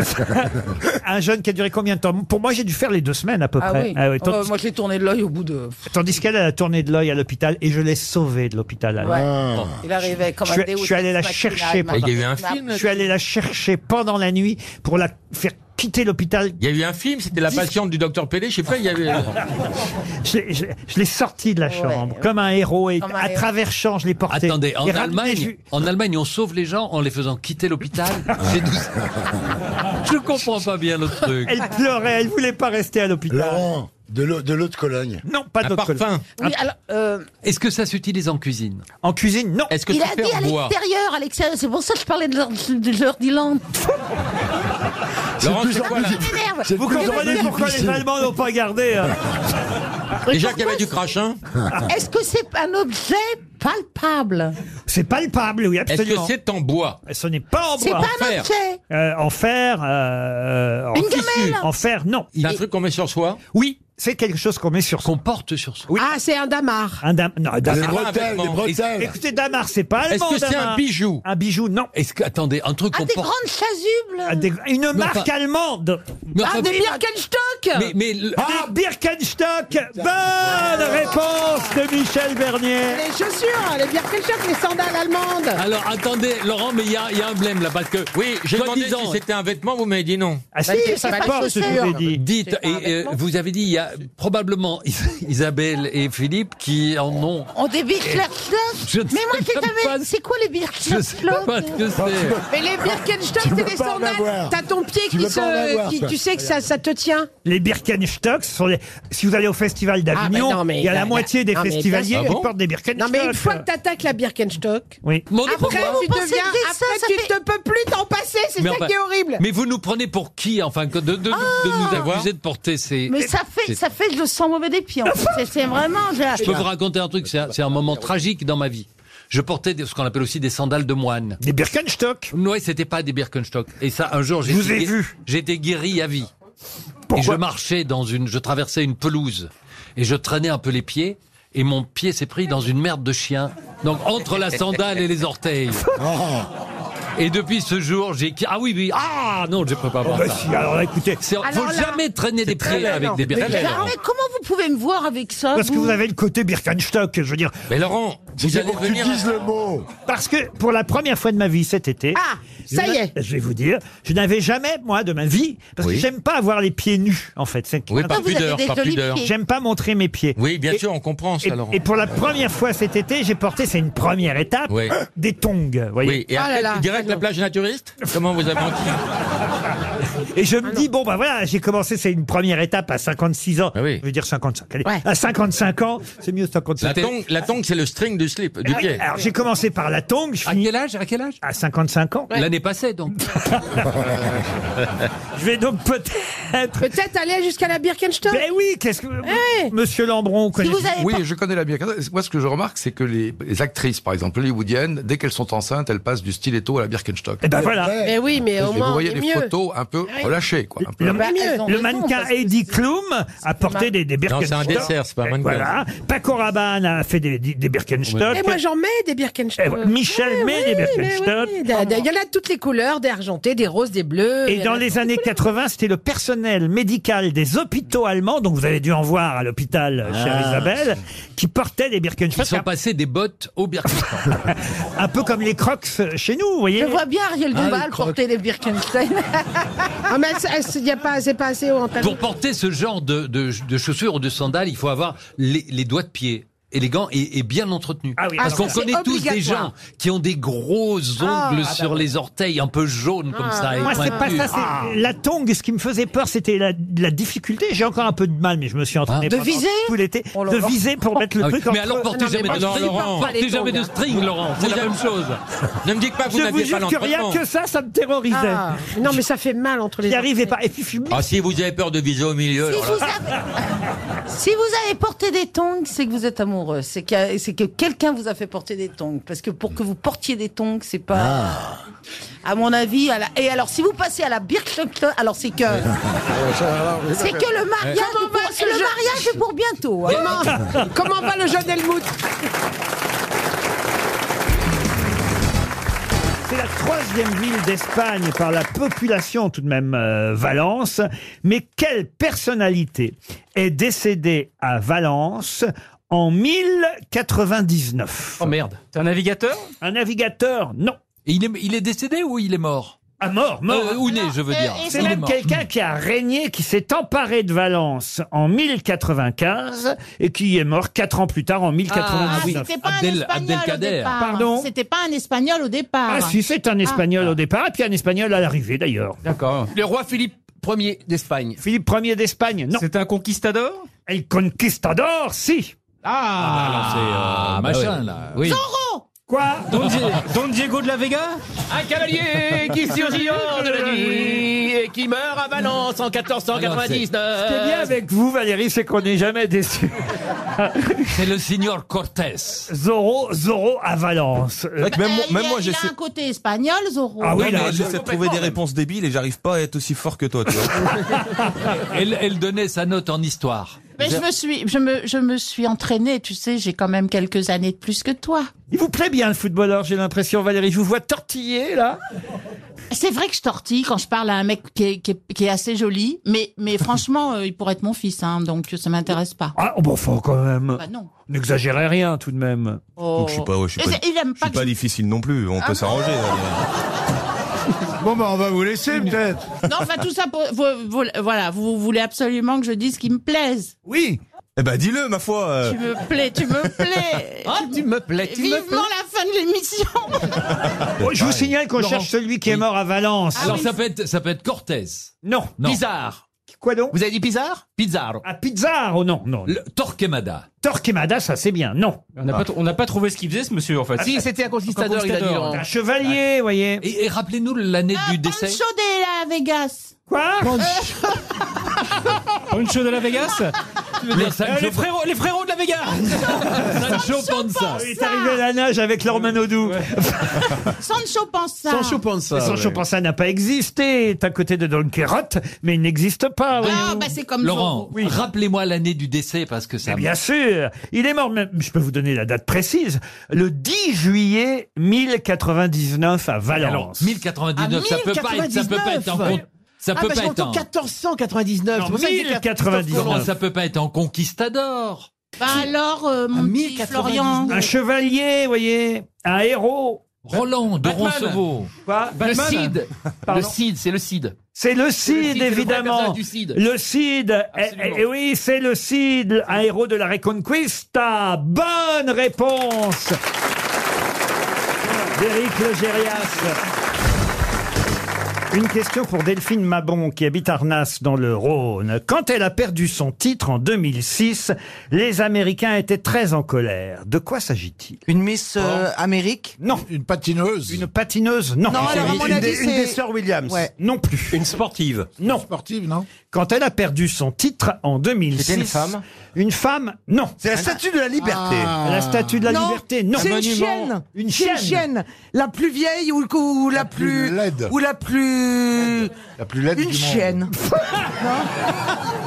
Speaker 1: Un jeune qui a duré combien de temps Pour moi, j'ai dû faire les deux semaines à peu
Speaker 6: Ah
Speaker 1: près.
Speaker 6: oui.
Speaker 1: Ah ouais,
Speaker 6: Oh, bah,
Speaker 1: tandis
Speaker 6: moi j'ai tourné de l'œil au bout de.
Speaker 1: tandis qu'elle elle a tourné de l'œil à l'hôpital et je l'ai sauvée de l'hôpital. elle.
Speaker 6: Ouais.
Speaker 18: Ah.
Speaker 1: Ah.
Speaker 6: Il arrivait comme
Speaker 1: Je
Speaker 6: un
Speaker 1: suis,
Speaker 6: déo-
Speaker 1: je suis allé la
Speaker 6: matinal,
Speaker 1: chercher.
Speaker 6: matin.
Speaker 1: Pendant... Je suis allé la chercher pendant la nuit pour la faire quitter l'hôpital.
Speaker 3: Il y a eu un film, c'était la patiente du docteur Pelé, je sais pas, il y avait. euh,
Speaker 1: Ah. Je, l'ai- je l'ai- je l'ai sorti de la chambre comme un héros et
Speaker 12: Comme un
Speaker 1: à
Speaker 12: héros.
Speaker 1: travers champ, je l'ai porté.
Speaker 12: Attendez, en
Speaker 1: Et ramené
Speaker 12: Allemagne,
Speaker 1: ju-
Speaker 12: en Allemagne, on sauve les gens en les faisant quitter l'hôpital. C'est tout. Je comprends pas bien le truc.
Speaker 1: Elle pleurait, elle voulait pas rester à l'hôpital.
Speaker 16: Laurent, de l'eau de, l'eau de Cologne.
Speaker 1: Non, pas de
Speaker 12: parfum.
Speaker 6: Oui, alors, euh,
Speaker 12: Est-ce que ça s'utilise en cuisine
Speaker 1: En cuisine, non.
Speaker 12: Est-ce que
Speaker 6: il
Speaker 12: c'est
Speaker 6: a
Speaker 12: fait
Speaker 6: dit
Speaker 12: en
Speaker 6: à
Speaker 12: bois
Speaker 6: l'extérieur, à l'extérieur. C'est pour ça que je parlais de leur- de Jardiland.
Speaker 3: Laurent,
Speaker 6: plus
Speaker 3: c'est
Speaker 6: en
Speaker 3: quoi,
Speaker 6: plus
Speaker 3: là
Speaker 6: difficile. C'est
Speaker 1: Vous
Speaker 6: plus en
Speaker 1: comprenez
Speaker 6: plus
Speaker 1: pourquoi les
Speaker 6: difficile.
Speaker 1: Allemands n'ont pas gardé hein
Speaker 3: Déjà qu'il y avait du crachin.
Speaker 6: Est-ce que c'est un objet palpable
Speaker 1: C'est palpable, oui,
Speaker 3: Est-ce que
Speaker 1: absolument.
Speaker 3: c'est en bois
Speaker 1: Ce n'est pas en
Speaker 6: C'est
Speaker 1: bois.
Speaker 6: pas un objet.
Speaker 1: Euh, en fer, euh, en
Speaker 6: Une
Speaker 1: tissu.
Speaker 6: gamelle
Speaker 1: En fer, non.
Speaker 3: C'est un truc qu'on met sur soi
Speaker 1: Oui, c'est quelque chose qu'on met sur soi. Qu'on
Speaker 12: porte sur soi.
Speaker 18: Ah, c'est un damar.
Speaker 1: Un dam- non, un damar.
Speaker 12: bretelles,
Speaker 1: c'est pas un
Speaker 12: les
Speaker 1: vêtement.
Speaker 12: bretelles.
Speaker 1: Écoutez, damar, c'est pas allemand.
Speaker 12: Est-ce que c'est un
Speaker 1: damar.
Speaker 12: bijou
Speaker 1: Un bijou, non.
Speaker 12: Est-ce que attendez, un truc
Speaker 6: Ah,
Speaker 12: qu'on
Speaker 6: des
Speaker 12: porte.
Speaker 6: grandes chasubles
Speaker 1: Ah, des- Une
Speaker 12: Mais
Speaker 1: marque
Speaker 12: enfin-
Speaker 1: allemande.
Speaker 12: Mais enfin-
Speaker 6: Ah, des Birkenstock
Speaker 12: Mais- mais le-
Speaker 1: Ah, Birkenstock
Speaker 18: Ah.
Speaker 1: Bonne réponse de Michel Bernier
Speaker 18: Les chaussures, les Birkenstock, les sandales allemandes.
Speaker 12: Alors attendez, Laurent, mais il y, a il y a un blème là parce que oui,
Speaker 3: J'ai demandé si c'était un vêtement, vous m'avez dit non.
Speaker 1: Ah
Speaker 12: si,
Speaker 6: Bah,
Speaker 1: ça se porte, je vous ai dit.
Speaker 12: Dites, et, euh, vous avez dit, il y a probablement Isabelle et Philippe qui en ont.
Speaker 6: On débite leurs
Speaker 12: Je ne
Speaker 6: slots. Mais moi,
Speaker 12: sais
Speaker 6: j'ai jamais. C'est quoi les
Speaker 12: Je sais pas ce que c'est.
Speaker 18: Mais les Birkenstock, c'est des sandales. T'as ton pied qui
Speaker 1: Tu peux pas en
Speaker 18: se.
Speaker 1: avoir,
Speaker 18: qui-
Speaker 1: toi.
Speaker 18: tu sais que ça, ça te tient.
Speaker 1: Les Birkenstock, ce sont les... si vous allez au festival d'Avignon,
Speaker 18: Ah, bah non, mais
Speaker 1: il y a la
Speaker 18: là,
Speaker 1: moitié des
Speaker 18: non, mais bien
Speaker 1: festivaliers
Speaker 18: sûr. Ah
Speaker 1: qui portent des Birkenstock.
Speaker 18: Non, mais une fois que t'attaques la Birkenstock,
Speaker 1: Oui.
Speaker 18: après, tu
Speaker 6: pensez que
Speaker 18: deviens.
Speaker 6: j'ai ça,
Speaker 18: Après,
Speaker 6: ça
Speaker 18: tu
Speaker 6: fait-
Speaker 18: te peux plus t'en passer. C'est
Speaker 12: Mais
Speaker 18: ça
Speaker 12: enfin-
Speaker 18: qui est horrible.
Speaker 12: Mais vous nous prenez pour qui, enfin, que de, de, de nous accuser de porter ces.
Speaker 6: Ah Mais ça fait,
Speaker 12: ces-
Speaker 6: ça fait, je sens mauvais des pieds. en fait. C'est- C'est vraiment.
Speaker 12: Je peux vous raconter un truc, c'est un, c'est un moment tragique dans ma vie. Je portais des- ce qu'on appelle aussi des sandales de moine.
Speaker 1: Des Birkenstock
Speaker 12: Oui, c'était pas des Birkenstock. Et ça, un jour, j'ai
Speaker 1: Je vous
Speaker 12: été
Speaker 1: ai
Speaker 12: gué-
Speaker 1: vu.
Speaker 12: j'ai été guéri à vie. et je marchais dans une, je traversais une pelouse et je traînais un peu les pieds et mon pied s'est pris dans une merde de chien. Donc entre la sandale et les orteils. Et depuis ce jour, j'ai ah oui oui ah non, je peux pas voir
Speaker 1: bah
Speaker 12: ça.
Speaker 1: si, alors là, écoutez,
Speaker 12: C'est- faut
Speaker 6: Alors là,
Speaker 12: jamais traîner des pieds
Speaker 1: Ah,
Speaker 12: avec des
Speaker 6: Mais,
Speaker 12: Birkenstock.
Speaker 6: Laurent, mais comment vous pouvez me voir avec ça
Speaker 1: Parce que vous avez le côté Birkenstock, je veux dire.
Speaker 3: Mais Laurent, vous allez venir.
Speaker 1: le mot. Parce que pour la première fois de ma vie cet été.
Speaker 18: Ah, ça
Speaker 1: je-
Speaker 18: y est.
Speaker 1: Je vais vous dire, je n'avais jamais, moi, de ma vie, parce
Speaker 3: Oui.
Speaker 1: que j'aime pas avoir les pieds nus, en fait. C'est-
Speaker 3: Oui, par
Speaker 1: Ah, vous avez
Speaker 3: pudeur,
Speaker 1: des
Speaker 3: par
Speaker 1: jolis
Speaker 3: pudeur.
Speaker 1: pieds. J'aime pas montrer mes pieds.
Speaker 3: Oui, bien
Speaker 1: Et-
Speaker 3: sûr, on comprend ça,
Speaker 1: Et,
Speaker 3: Laurent.
Speaker 1: et pour la première fois cet été, j'ai porté, c'est une première étape,
Speaker 3: Oui.
Speaker 1: des tongs. vous Voyez.
Speaker 12: Ah
Speaker 3: Oui, et après, tu direct la plage naturiste Comment vous avez menti
Speaker 1: Ah, Et je me dis, bon, bah voilà, j'ai commencé, c'est une première étape à 56
Speaker 3: Ah
Speaker 1: ans. Je veux dire 55. Allez, à 55 ans, c'est mieux 55.
Speaker 3: La tongue, la tongue, c'est le string du slip, du
Speaker 1: Ah,
Speaker 3: pied.
Speaker 1: Alors j'ai commencé par la tongue. Je
Speaker 12: À quel âge À quel âge
Speaker 1: À 55 ans.
Speaker 12: L'année passée donc.
Speaker 1: Je vais donc peut-être.
Speaker 18: Peut-être aller jusqu'à la Birkenstock. Eh
Speaker 1: Mais oui, qu'est-ce que. Monsieur Lambron,
Speaker 15: Oui, je connais la Birkenstock. Moi, ce que je remarque, c'est que les, les actrices, par exemple, hollywoodiennes, dès qu'elles sont enceintes, elles passent du stiletto à la Birkenstock.
Speaker 1: Et ben voilà.
Speaker 18: Mais Eh oui, mais
Speaker 15: Et
Speaker 18: au moins,
Speaker 15: vous voyez
Speaker 18: on est
Speaker 15: des
Speaker 18: mieux.
Speaker 15: photos un peu peu
Speaker 2: Ah
Speaker 15: relâché, quoi. un peu
Speaker 2: Bah,
Speaker 1: Le,
Speaker 15: lâché.
Speaker 1: le mannequin Eddie Klum a porté des, des
Speaker 15: Non, c'est un
Speaker 1: Birkenstock.
Speaker 15: dessert, c'est pas un mannequin.
Speaker 1: Voilà. Paco Rabanne a fait des, des, des Birkenstock.
Speaker 18: Et moi j'en mets des
Speaker 1: Eh,
Speaker 18: Birkenstock.
Speaker 1: voilà. Michel
Speaker 18: Ouais,
Speaker 1: met des
Speaker 18: oui, mais
Speaker 1: Birkenstock.
Speaker 18: oui. Da- da- Il y en a de toutes les couleurs, des argentés, des roses, des bleus.
Speaker 1: Et
Speaker 18: Il y
Speaker 1: dans
Speaker 18: en a-
Speaker 1: les années 80, c'était le personnel médical des hôpitaux allemands, donc vous avez dû en voir à l'hôpital, chère
Speaker 12: Ah.
Speaker 1: Isabelle, qui portait des Birkenstock.
Speaker 12: Ils sont passés des bottes au Birkenstock.
Speaker 1: un peu comme les Crocs chez nous, vous voyez.
Speaker 18: Je vois bien Ariel
Speaker 12: Ah,
Speaker 18: Dombal
Speaker 12: le croc.
Speaker 18: porter des Birkenstein. ah, mais c'est- c'est- y a pas, c'est pas assez haut en talons.
Speaker 12: Pour porter ce genre de, de- de chaussures ou de sandales, il faut avoir les, les doigts de pied élégants et, et bien entretenus.
Speaker 1: oui,
Speaker 12: Parce
Speaker 1: ah,
Speaker 12: qu'on
Speaker 1: ça,
Speaker 12: connaît
Speaker 1: c'est
Speaker 12: tous des
Speaker 1: obligatoire.
Speaker 12: gens qui ont des gros
Speaker 1: Ah,
Speaker 12: ongles
Speaker 1: ah, bah
Speaker 12: sur
Speaker 1: oui. ah,
Speaker 12: les orteils un peu jaunes comme ça. Ah. et
Speaker 1: Moi, c'est pas
Speaker 12: pointus.
Speaker 1: ça. c'est La tongue, ce qui me faisait peur, c'était la, la difficulté. J'ai encore un peu de mal, mais je me suis entraîné
Speaker 12: Ah. De
Speaker 1: pendant
Speaker 12: viser
Speaker 1: tout l'été.
Speaker 12: Oh là
Speaker 1: de
Speaker 12: là.
Speaker 1: viser pour mettre le
Speaker 12: Ah oui.
Speaker 1: truc
Speaker 12: Mais
Speaker 1: entre-
Speaker 12: alors portez jamais de string, portez jamais de string, Laurent. C'est la même chose. Ne me dites
Speaker 1: Je vous jure que rien que ça, ça me terrorisait.
Speaker 18: Ah, non, mais ça fait mal entre les.
Speaker 1: J'y arrivais pas. Et puis, je suis-
Speaker 21: Ah, si vous avez peur de viser au milieu, alors là-
Speaker 6: Si vous avez porté des tongs, c'est que vous êtes amoureux. C'est qu'il y a- c'est que quelqu'un vous a fait porter des tongs. Parce que pour que vous portiez des tongs, c'est pas.
Speaker 18: Ah.
Speaker 6: À mon avis. à la- Et alors, si vous passez à la Birkenstock, alors c'est que. C'est que le mariage, est pour-
Speaker 18: ce
Speaker 6: le
Speaker 18: jeune-
Speaker 6: mariage est pour bientôt. hein.
Speaker 18: Comment, comment va le jeune Helmut
Speaker 1: C'est la troisième ville d'Espagne par la population, tout de même, euh, Valence. Mais quelle personnalité est décédée à Valence en 1099 Oh
Speaker 12: merde.
Speaker 1: C'est un navigateur Un navigateur, Ah, non.
Speaker 12: il, est, il est décédé ou il est mort
Speaker 1: Ah, mort, mort.
Speaker 12: Euh, ou né, je veux dire.
Speaker 1: C'est
Speaker 12: Il est
Speaker 1: même
Speaker 12: mort.
Speaker 1: quelqu'un qui a régné, qui s'est emparé de Valence en 1095 et qui est mort quatre ans plus tard en 1099.
Speaker 11: Ah, C'était pas un espagnol au départ.
Speaker 1: Pardon
Speaker 11: C'était pas un espagnol au départ.
Speaker 1: Ah si, c'est un Espagnol au départ, et puis un Espagnol à l'arrivée d'ailleurs.
Speaker 20: D'accord. Le roi Philippe Ier d'Espagne.
Speaker 1: Philippe Ier d'Espagne, non.
Speaker 20: C'est un conquistador
Speaker 1: El conquistador, si.
Speaker 12: Ah,
Speaker 20: Ah,
Speaker 12: bah machin, ouais. là. Oui.
Speaker 20: Zorro
Speaker 1: Quoi
Speaker 20: Don, Diego de la Vega Un cavalier Eh, qui surgit hors de la nuit et qui meurt à Valence en
Speaker 1: Ce qui est bien
Speaker 20: 1499.
Speaker 1: avec vous, Valérie, Ah c'est qu'on n'est jamais déçu.
Speaker 12: C'est le signor Cortés.
Speaker 1: Zorro, Zorro Oh, à Valence. Euh,
Speaker 11: Bah, il a- il a un côté espagnol, Zorro.
Speaker 22: Ah oui,
Speaker 11: là,
Speaker 22: j'essaie de trouver des réponses débiles et j'arrive pas à être aussi fort que toi, tu vois.
Speaker 12: Elle, elle donnait sa note en histoire.
Speaker 11: Mais je me suis, je me, je me suis entraînée, tu sais, j'ai quand même quelques années de plus que toi.
Speaker 1: Il vous plaît bien le footballeur, j'ai l'impression, Valérie. Je vous vois tortiller, là.
Speaker 11: C'est vrai que je tortille quand je parle à un mec qui est, qui est- qui est assez joli, mais, mais franchement, euh, il pourrait être mon fils, hein, donc ça m'intéresse pas.
Speaker 1: Ah, bon, enfin, quand même.
Speaker 11: Bah non.
Speaker 1: N'exagérez rien, tout de même.
Speaker 11: Oh.
Speaker 22: Je suis pas, ouais, je suis
Speaker 11: Et
Speaker 22: pas,
Speaker 11: c'est- il aime
Speaker 22: je suis pas difficile non plus,
Speaker 1: Ah
Speaker 22: on peut s'arranger. hein,
Speaker 16: Bon, bah, on va vous laisser, peut-être.
Speaker 11: Non, enfin tout ça, pour, vous- vous- voilà, vous voulez absolument que je dise qu'il me plaise.
Speaker 1: Oui.
Speaker 22: Eh ben, dis-le, ma foi. euh.
Speaker 11: Tu me plais, tu me plais.
Speaker 20: Ah, tu me plais, tu me plais.
Speaker 11: Vivement la fin de l'émission.
Speaker 1: Oh, je vous signale qu'on
Speaker 12: Laurent.
Speaker 1: cherche celui qui est mort à Valence.
Speaker 20: Ah
Speaker 12: Alors ça peut être, ça peut être Cortés.
Speaker 1: Non.
Speaker 12: Non.
Speaker 20: Bizarre.
Speaker 1: Quoi donc
Speaker 20: Vous avez dit bizarre Bizarre.
Speaker 1: À Pizarro, non, non.
Speaker 12: Torquemada.
Speaker 1: Torquemada, ça c'est bien, non.
Speaker 20: On n'a pas, tr- on n'a pas trouvé ce qu'il faisait, ce monsieur, en fait. Si, c'était un conquistador, il a dit. Laurent.
Speaker 1: Ah, Un chevalier, vous voyez.
Speaker 12: Et, et rappelez-nous l'année du décès.
Speaker 11: Pancho de la Vegas.
Speaker 1: Quoi
Speaker 20: Pancho de la Vegas
Speaker 12: Les Sancho-
Speaker 20: Euh, les, frérots, les frérots de la Vegas
Speaker 12: Sancho Panza.
Speaker 1: Il est arrivé à la nage avec l'Ormano Doux.
Speaker 11: Sancho Panza.
Speaker 1: Et Sancho Panza n'a pas existé. Il est à côté de Don Quixote, mais il n'existe pas.
Speaker 11: Ah,
Speaker 1: voyez-vous.
Speaker 11: bah c'est comme
Speaker 12: Laurent,
Speaker 11: Zorro.
Speaker 12: rappelez-moi l'année du décès parce que ça.
Speaker 1: Eh bien sûr, il est mort, même, je peux vous donner la date précise, le 10 juillet 1099 à
Speaker 12: Alors,
Speaker 1: Valence.
Speaker 12: 1099, ça peut pas être, ça peut pas être en compte.
Speaker 1: Ah,
Speaker 12: Ça
Speaker 2: Ah, bah,
Speaker 12: peut pas être en
Speaker 20: 1499.
Speaker 1: Non, 1099.
Speaker 12: Ça peut pas être en conquistador.
Speaker 11: Bah alors, euh, mon petit Florian.
Speaker 1: Un chevalier, vous voyez, un héros.
Speaker 12: Roland de
Speaker 20: Batman.
Speaker 12: Roncevaux.
Speaker 1: Quoi
Speaker 20: Le
Speaker 1: Batman
Speaker 20: Cid.
Speaker 1: Pardon
Speaker 20: Le Cid, c'est le Cid.
Speaker 1: C'est le
Speaker 20: le Cid,
Speaker 1: Cid,
Speaker 20: c'est le vrai
Speaker 1: évidemment.
Speaker 20: personnage du Cid.
Speaker 1: Le Cid. Eh,
Speaker 20: Absolument.
Speaker 1: eh, eh oui, c'est le Cid, un héros de la Reconquista. Bonne réponse d'Éric Legérias. Une question pour Delphine Mabon, qui habite Arnas dans le Rhône. Quand elle a perdu son titre en 2006, les Américains étaient très en colère. De quoi s'agit-il
Speaker 24: Une Miss euh, Amérique
Speaker 1: Non.
Speaker 24: Une patineuse
Speaker 1: Une patineuse Non.
Speaker 24: Non, alors, à mon avis, c'est-
Speaker 1: Williams
Speaker 24: Ouais.
Speaker 1: Non plus.
Speaker 24: Une sportive
Speaker 1: Non.
Speaker 24: sportive, non
Speaker 1: Quand elle a perdu son titre en 2006.
Speaker 24: C'était une femme
Speaker 1: Une femme, non.
Speaker 24: C'est la statue de la liberté.
Speaker 1: Ah. La statue de la
Speaker 24: Non,
Speaker 1: liberté, non.
Speaker 24: c'est une
Speaker 1: Un monument.
Speaker 24: chienne.
Speaker 1: Une
Speaker 24: C'est
Speaker 1: chienne.
Speaker 24: une chienne.
Speaker 11: La plus vieille ou, ou la,
Speaker 24: plus laide.
Speaker 11: ou la plus
Speaker 7: plus.
Speaker 36: La plus laide
Speaker 7: une
Speaker 36: du monde.
Speaker 7: chienne.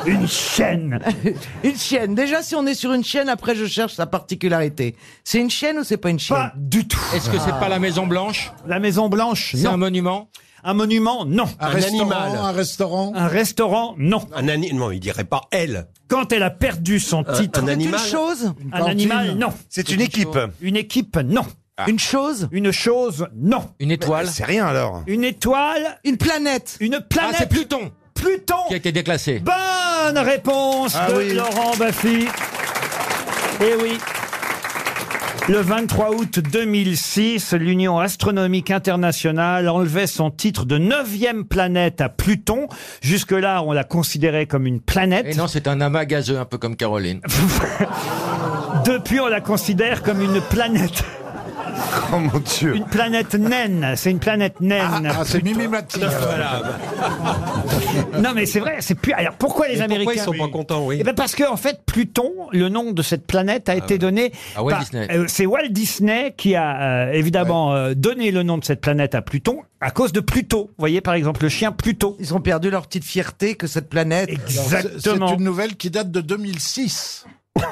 Speaker 1: Une chienne.
Speaker 7: une chienne. Déjà, si on est sur une chienne, après, je cherche sa particularité. C'est une chienne ou c'est pas une chienne Pas
Speaker 1: du tout.
Speaker 37: Est-ce que c'est pas la Maison Blanche
Speaker 1: La Maison Blanche, C'est
Speaker 37: un monument
Speaker 1: Un monument, non.
Speaker 37: Un Un restaurant, animal. un
Speaker 1: restaurant Un restaurant, non.
Speaker 2: Un ani- non, il dirait pas elle.
Speaker 1: Quand elle a perdu son
Speaker 2: Un-
Speaker 1: titre.
Speaker 2: un C'est une animal chose Une
Speaker 1: Un
Speaker 2: cantine
Speaker 1: animal, non.
Speaker 2: C'est une équipe
Speaker 1: Une équipe, non. Une chose Une chose, non. Une
Speaker 2: étoile C'est rien, alors.
Speaker 1: Une étoile Une planète Une planète
Speaker 2: Ah, c'est
Speaker 1: Pluton Pluton
Speaker 12: Qui a été déclassé.
Speaker 1: Bonne réponse
Speaker 12: Ah
Speaker 1: de
Speaker 12: oui.
Speaker 1: Laurent Baffy. Eh oui. Le 23 août 2006, l'Union astronomique internationale enlevait son titre de neuvième planète à Pluton. Jusque-là, on la considérait comme une planète.
Speaker 12: Et non, c'est un amas gazeux, un peu comme Caroline.
Speaker 1: Depuis, on la considère comme une planète. Oh mon Dieu Une planète naine. C'est une planète naine.
Speaker 2: ah, c'est
Speaker 1: Pluton. Non, mais c'est vrai. C'est plus. Alors pourquoi les
Speaker 2: Et pourquoi
Speaker 1: Américains
Speaker 2: ils sont pas contents, oui Ah
Speaker 1: Eh ben parce que en fait, Pluton, le nom de cette planète, a été
Speaker 2: ouais.
Speaker 1: donné.
Speaker 2: À Walt
Speaker 1: par-
Speaker 2: Disney.
Speaker 1: euh, c'est Walt Disney qui a euh, évidemment euh, donné le nom de cette planète à Pluton à cause de Pluto. Vous voyez par exemple le chien Pluto.
Speaker 7: Ils ont perdu leur petite fierté que cette planète.
Speaker 1: Exactement.
Speaker 7: une nouvelle qui date de 2006.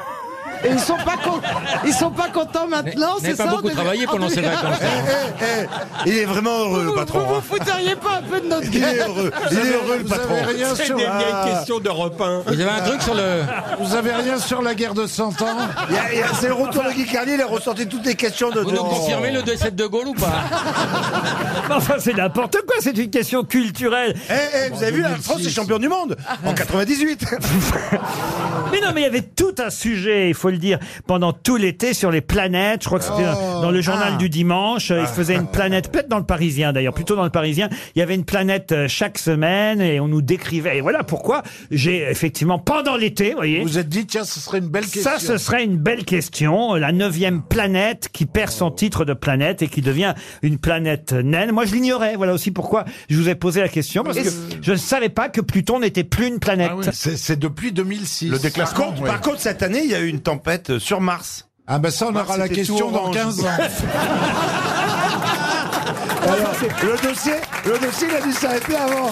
Speaker 7: Et ils sont pas con- ils sont pas contents maintenant,
Speaker 12: N'avez
Speaker 7: c'est ça
Speaker 12: pas beaucoup
Speaker 7: on est-
Speaker 12: travaillé pendant
Speaker 7: on est-
Speaker 12: ces vacances. hein.
Speaker 2: Eh, Il est vraiment heureux, le patron. hein.
Speaker 7: Vous fouteriez pas un peu de notre
Speaker 2: Il est
Speaker 7: gueule
Speaker 2: heureux, il est heureux, le patron. C'est des
Speaker 7: Ah.
Speaker 2: vieilles questions d'Europe 1.
Speaker 12: Vous avez un truc sur le.
Speaker 7: Vous avez rien sur la guerre de 100 ans
Speaker 2: Il y a- il y a- C'est le retour de Guy Carlier, il a ressorti toutes les questions de
Speaker 12: Vous nous confirmez le décès de De Gaulle ou pas
Speaker 1: Enfin, c'est n'importe quoi. C'est une question culturelle. Ah.
Speaker 2: Eh, eh, vous avez vu, la France est champion du monde en 98.
Speaker 1: Mais non, mais il y avait tout un sujet, il faut le dire, pendant tout l'été sur les planètes. Je crois que c'était
Speaker 2: Oh.
Speaker 1: dans le journal
Speaker 2: Ah.
Speaker 1: du dimanche. Il
Speaker 2: Ah.
Speaker 1: faisait une planète, peut-être dans le Parisien d'ailleurs, plutôt dans le Parisien. Il y avait une planète euh, chaque semaine et on nous décrivait. Et voilà pourquoi j'ai effectivement, pendant l'été, vous voyez.
Speaker 7: Vous êtes dit, tiens, ce serait une belle question.
Speaker 1: Ça, ce serait une belle question. euh, La neuvième planète qui perd
Speaker 7: Oh.
Speaker 1: son titre de planète et qui devient une planète naine. Moi, je l'ignorais. Voilà aussi pourquoi je vous ai posé la question parce que je ne savais pas que Pluton n'était plus une planète.
Speaker 7: Ah C'est depuis 2006.
Speaker 2: Le déclassement. Par contre, par contre, cette année, il y a eu une tempête euh, sur Mars. Ah ben ça,
Speaker 7: bah on aura la question dans 15 ans.
Speaker 2: le dossier, le dossier, il a dû s'arrêter avant.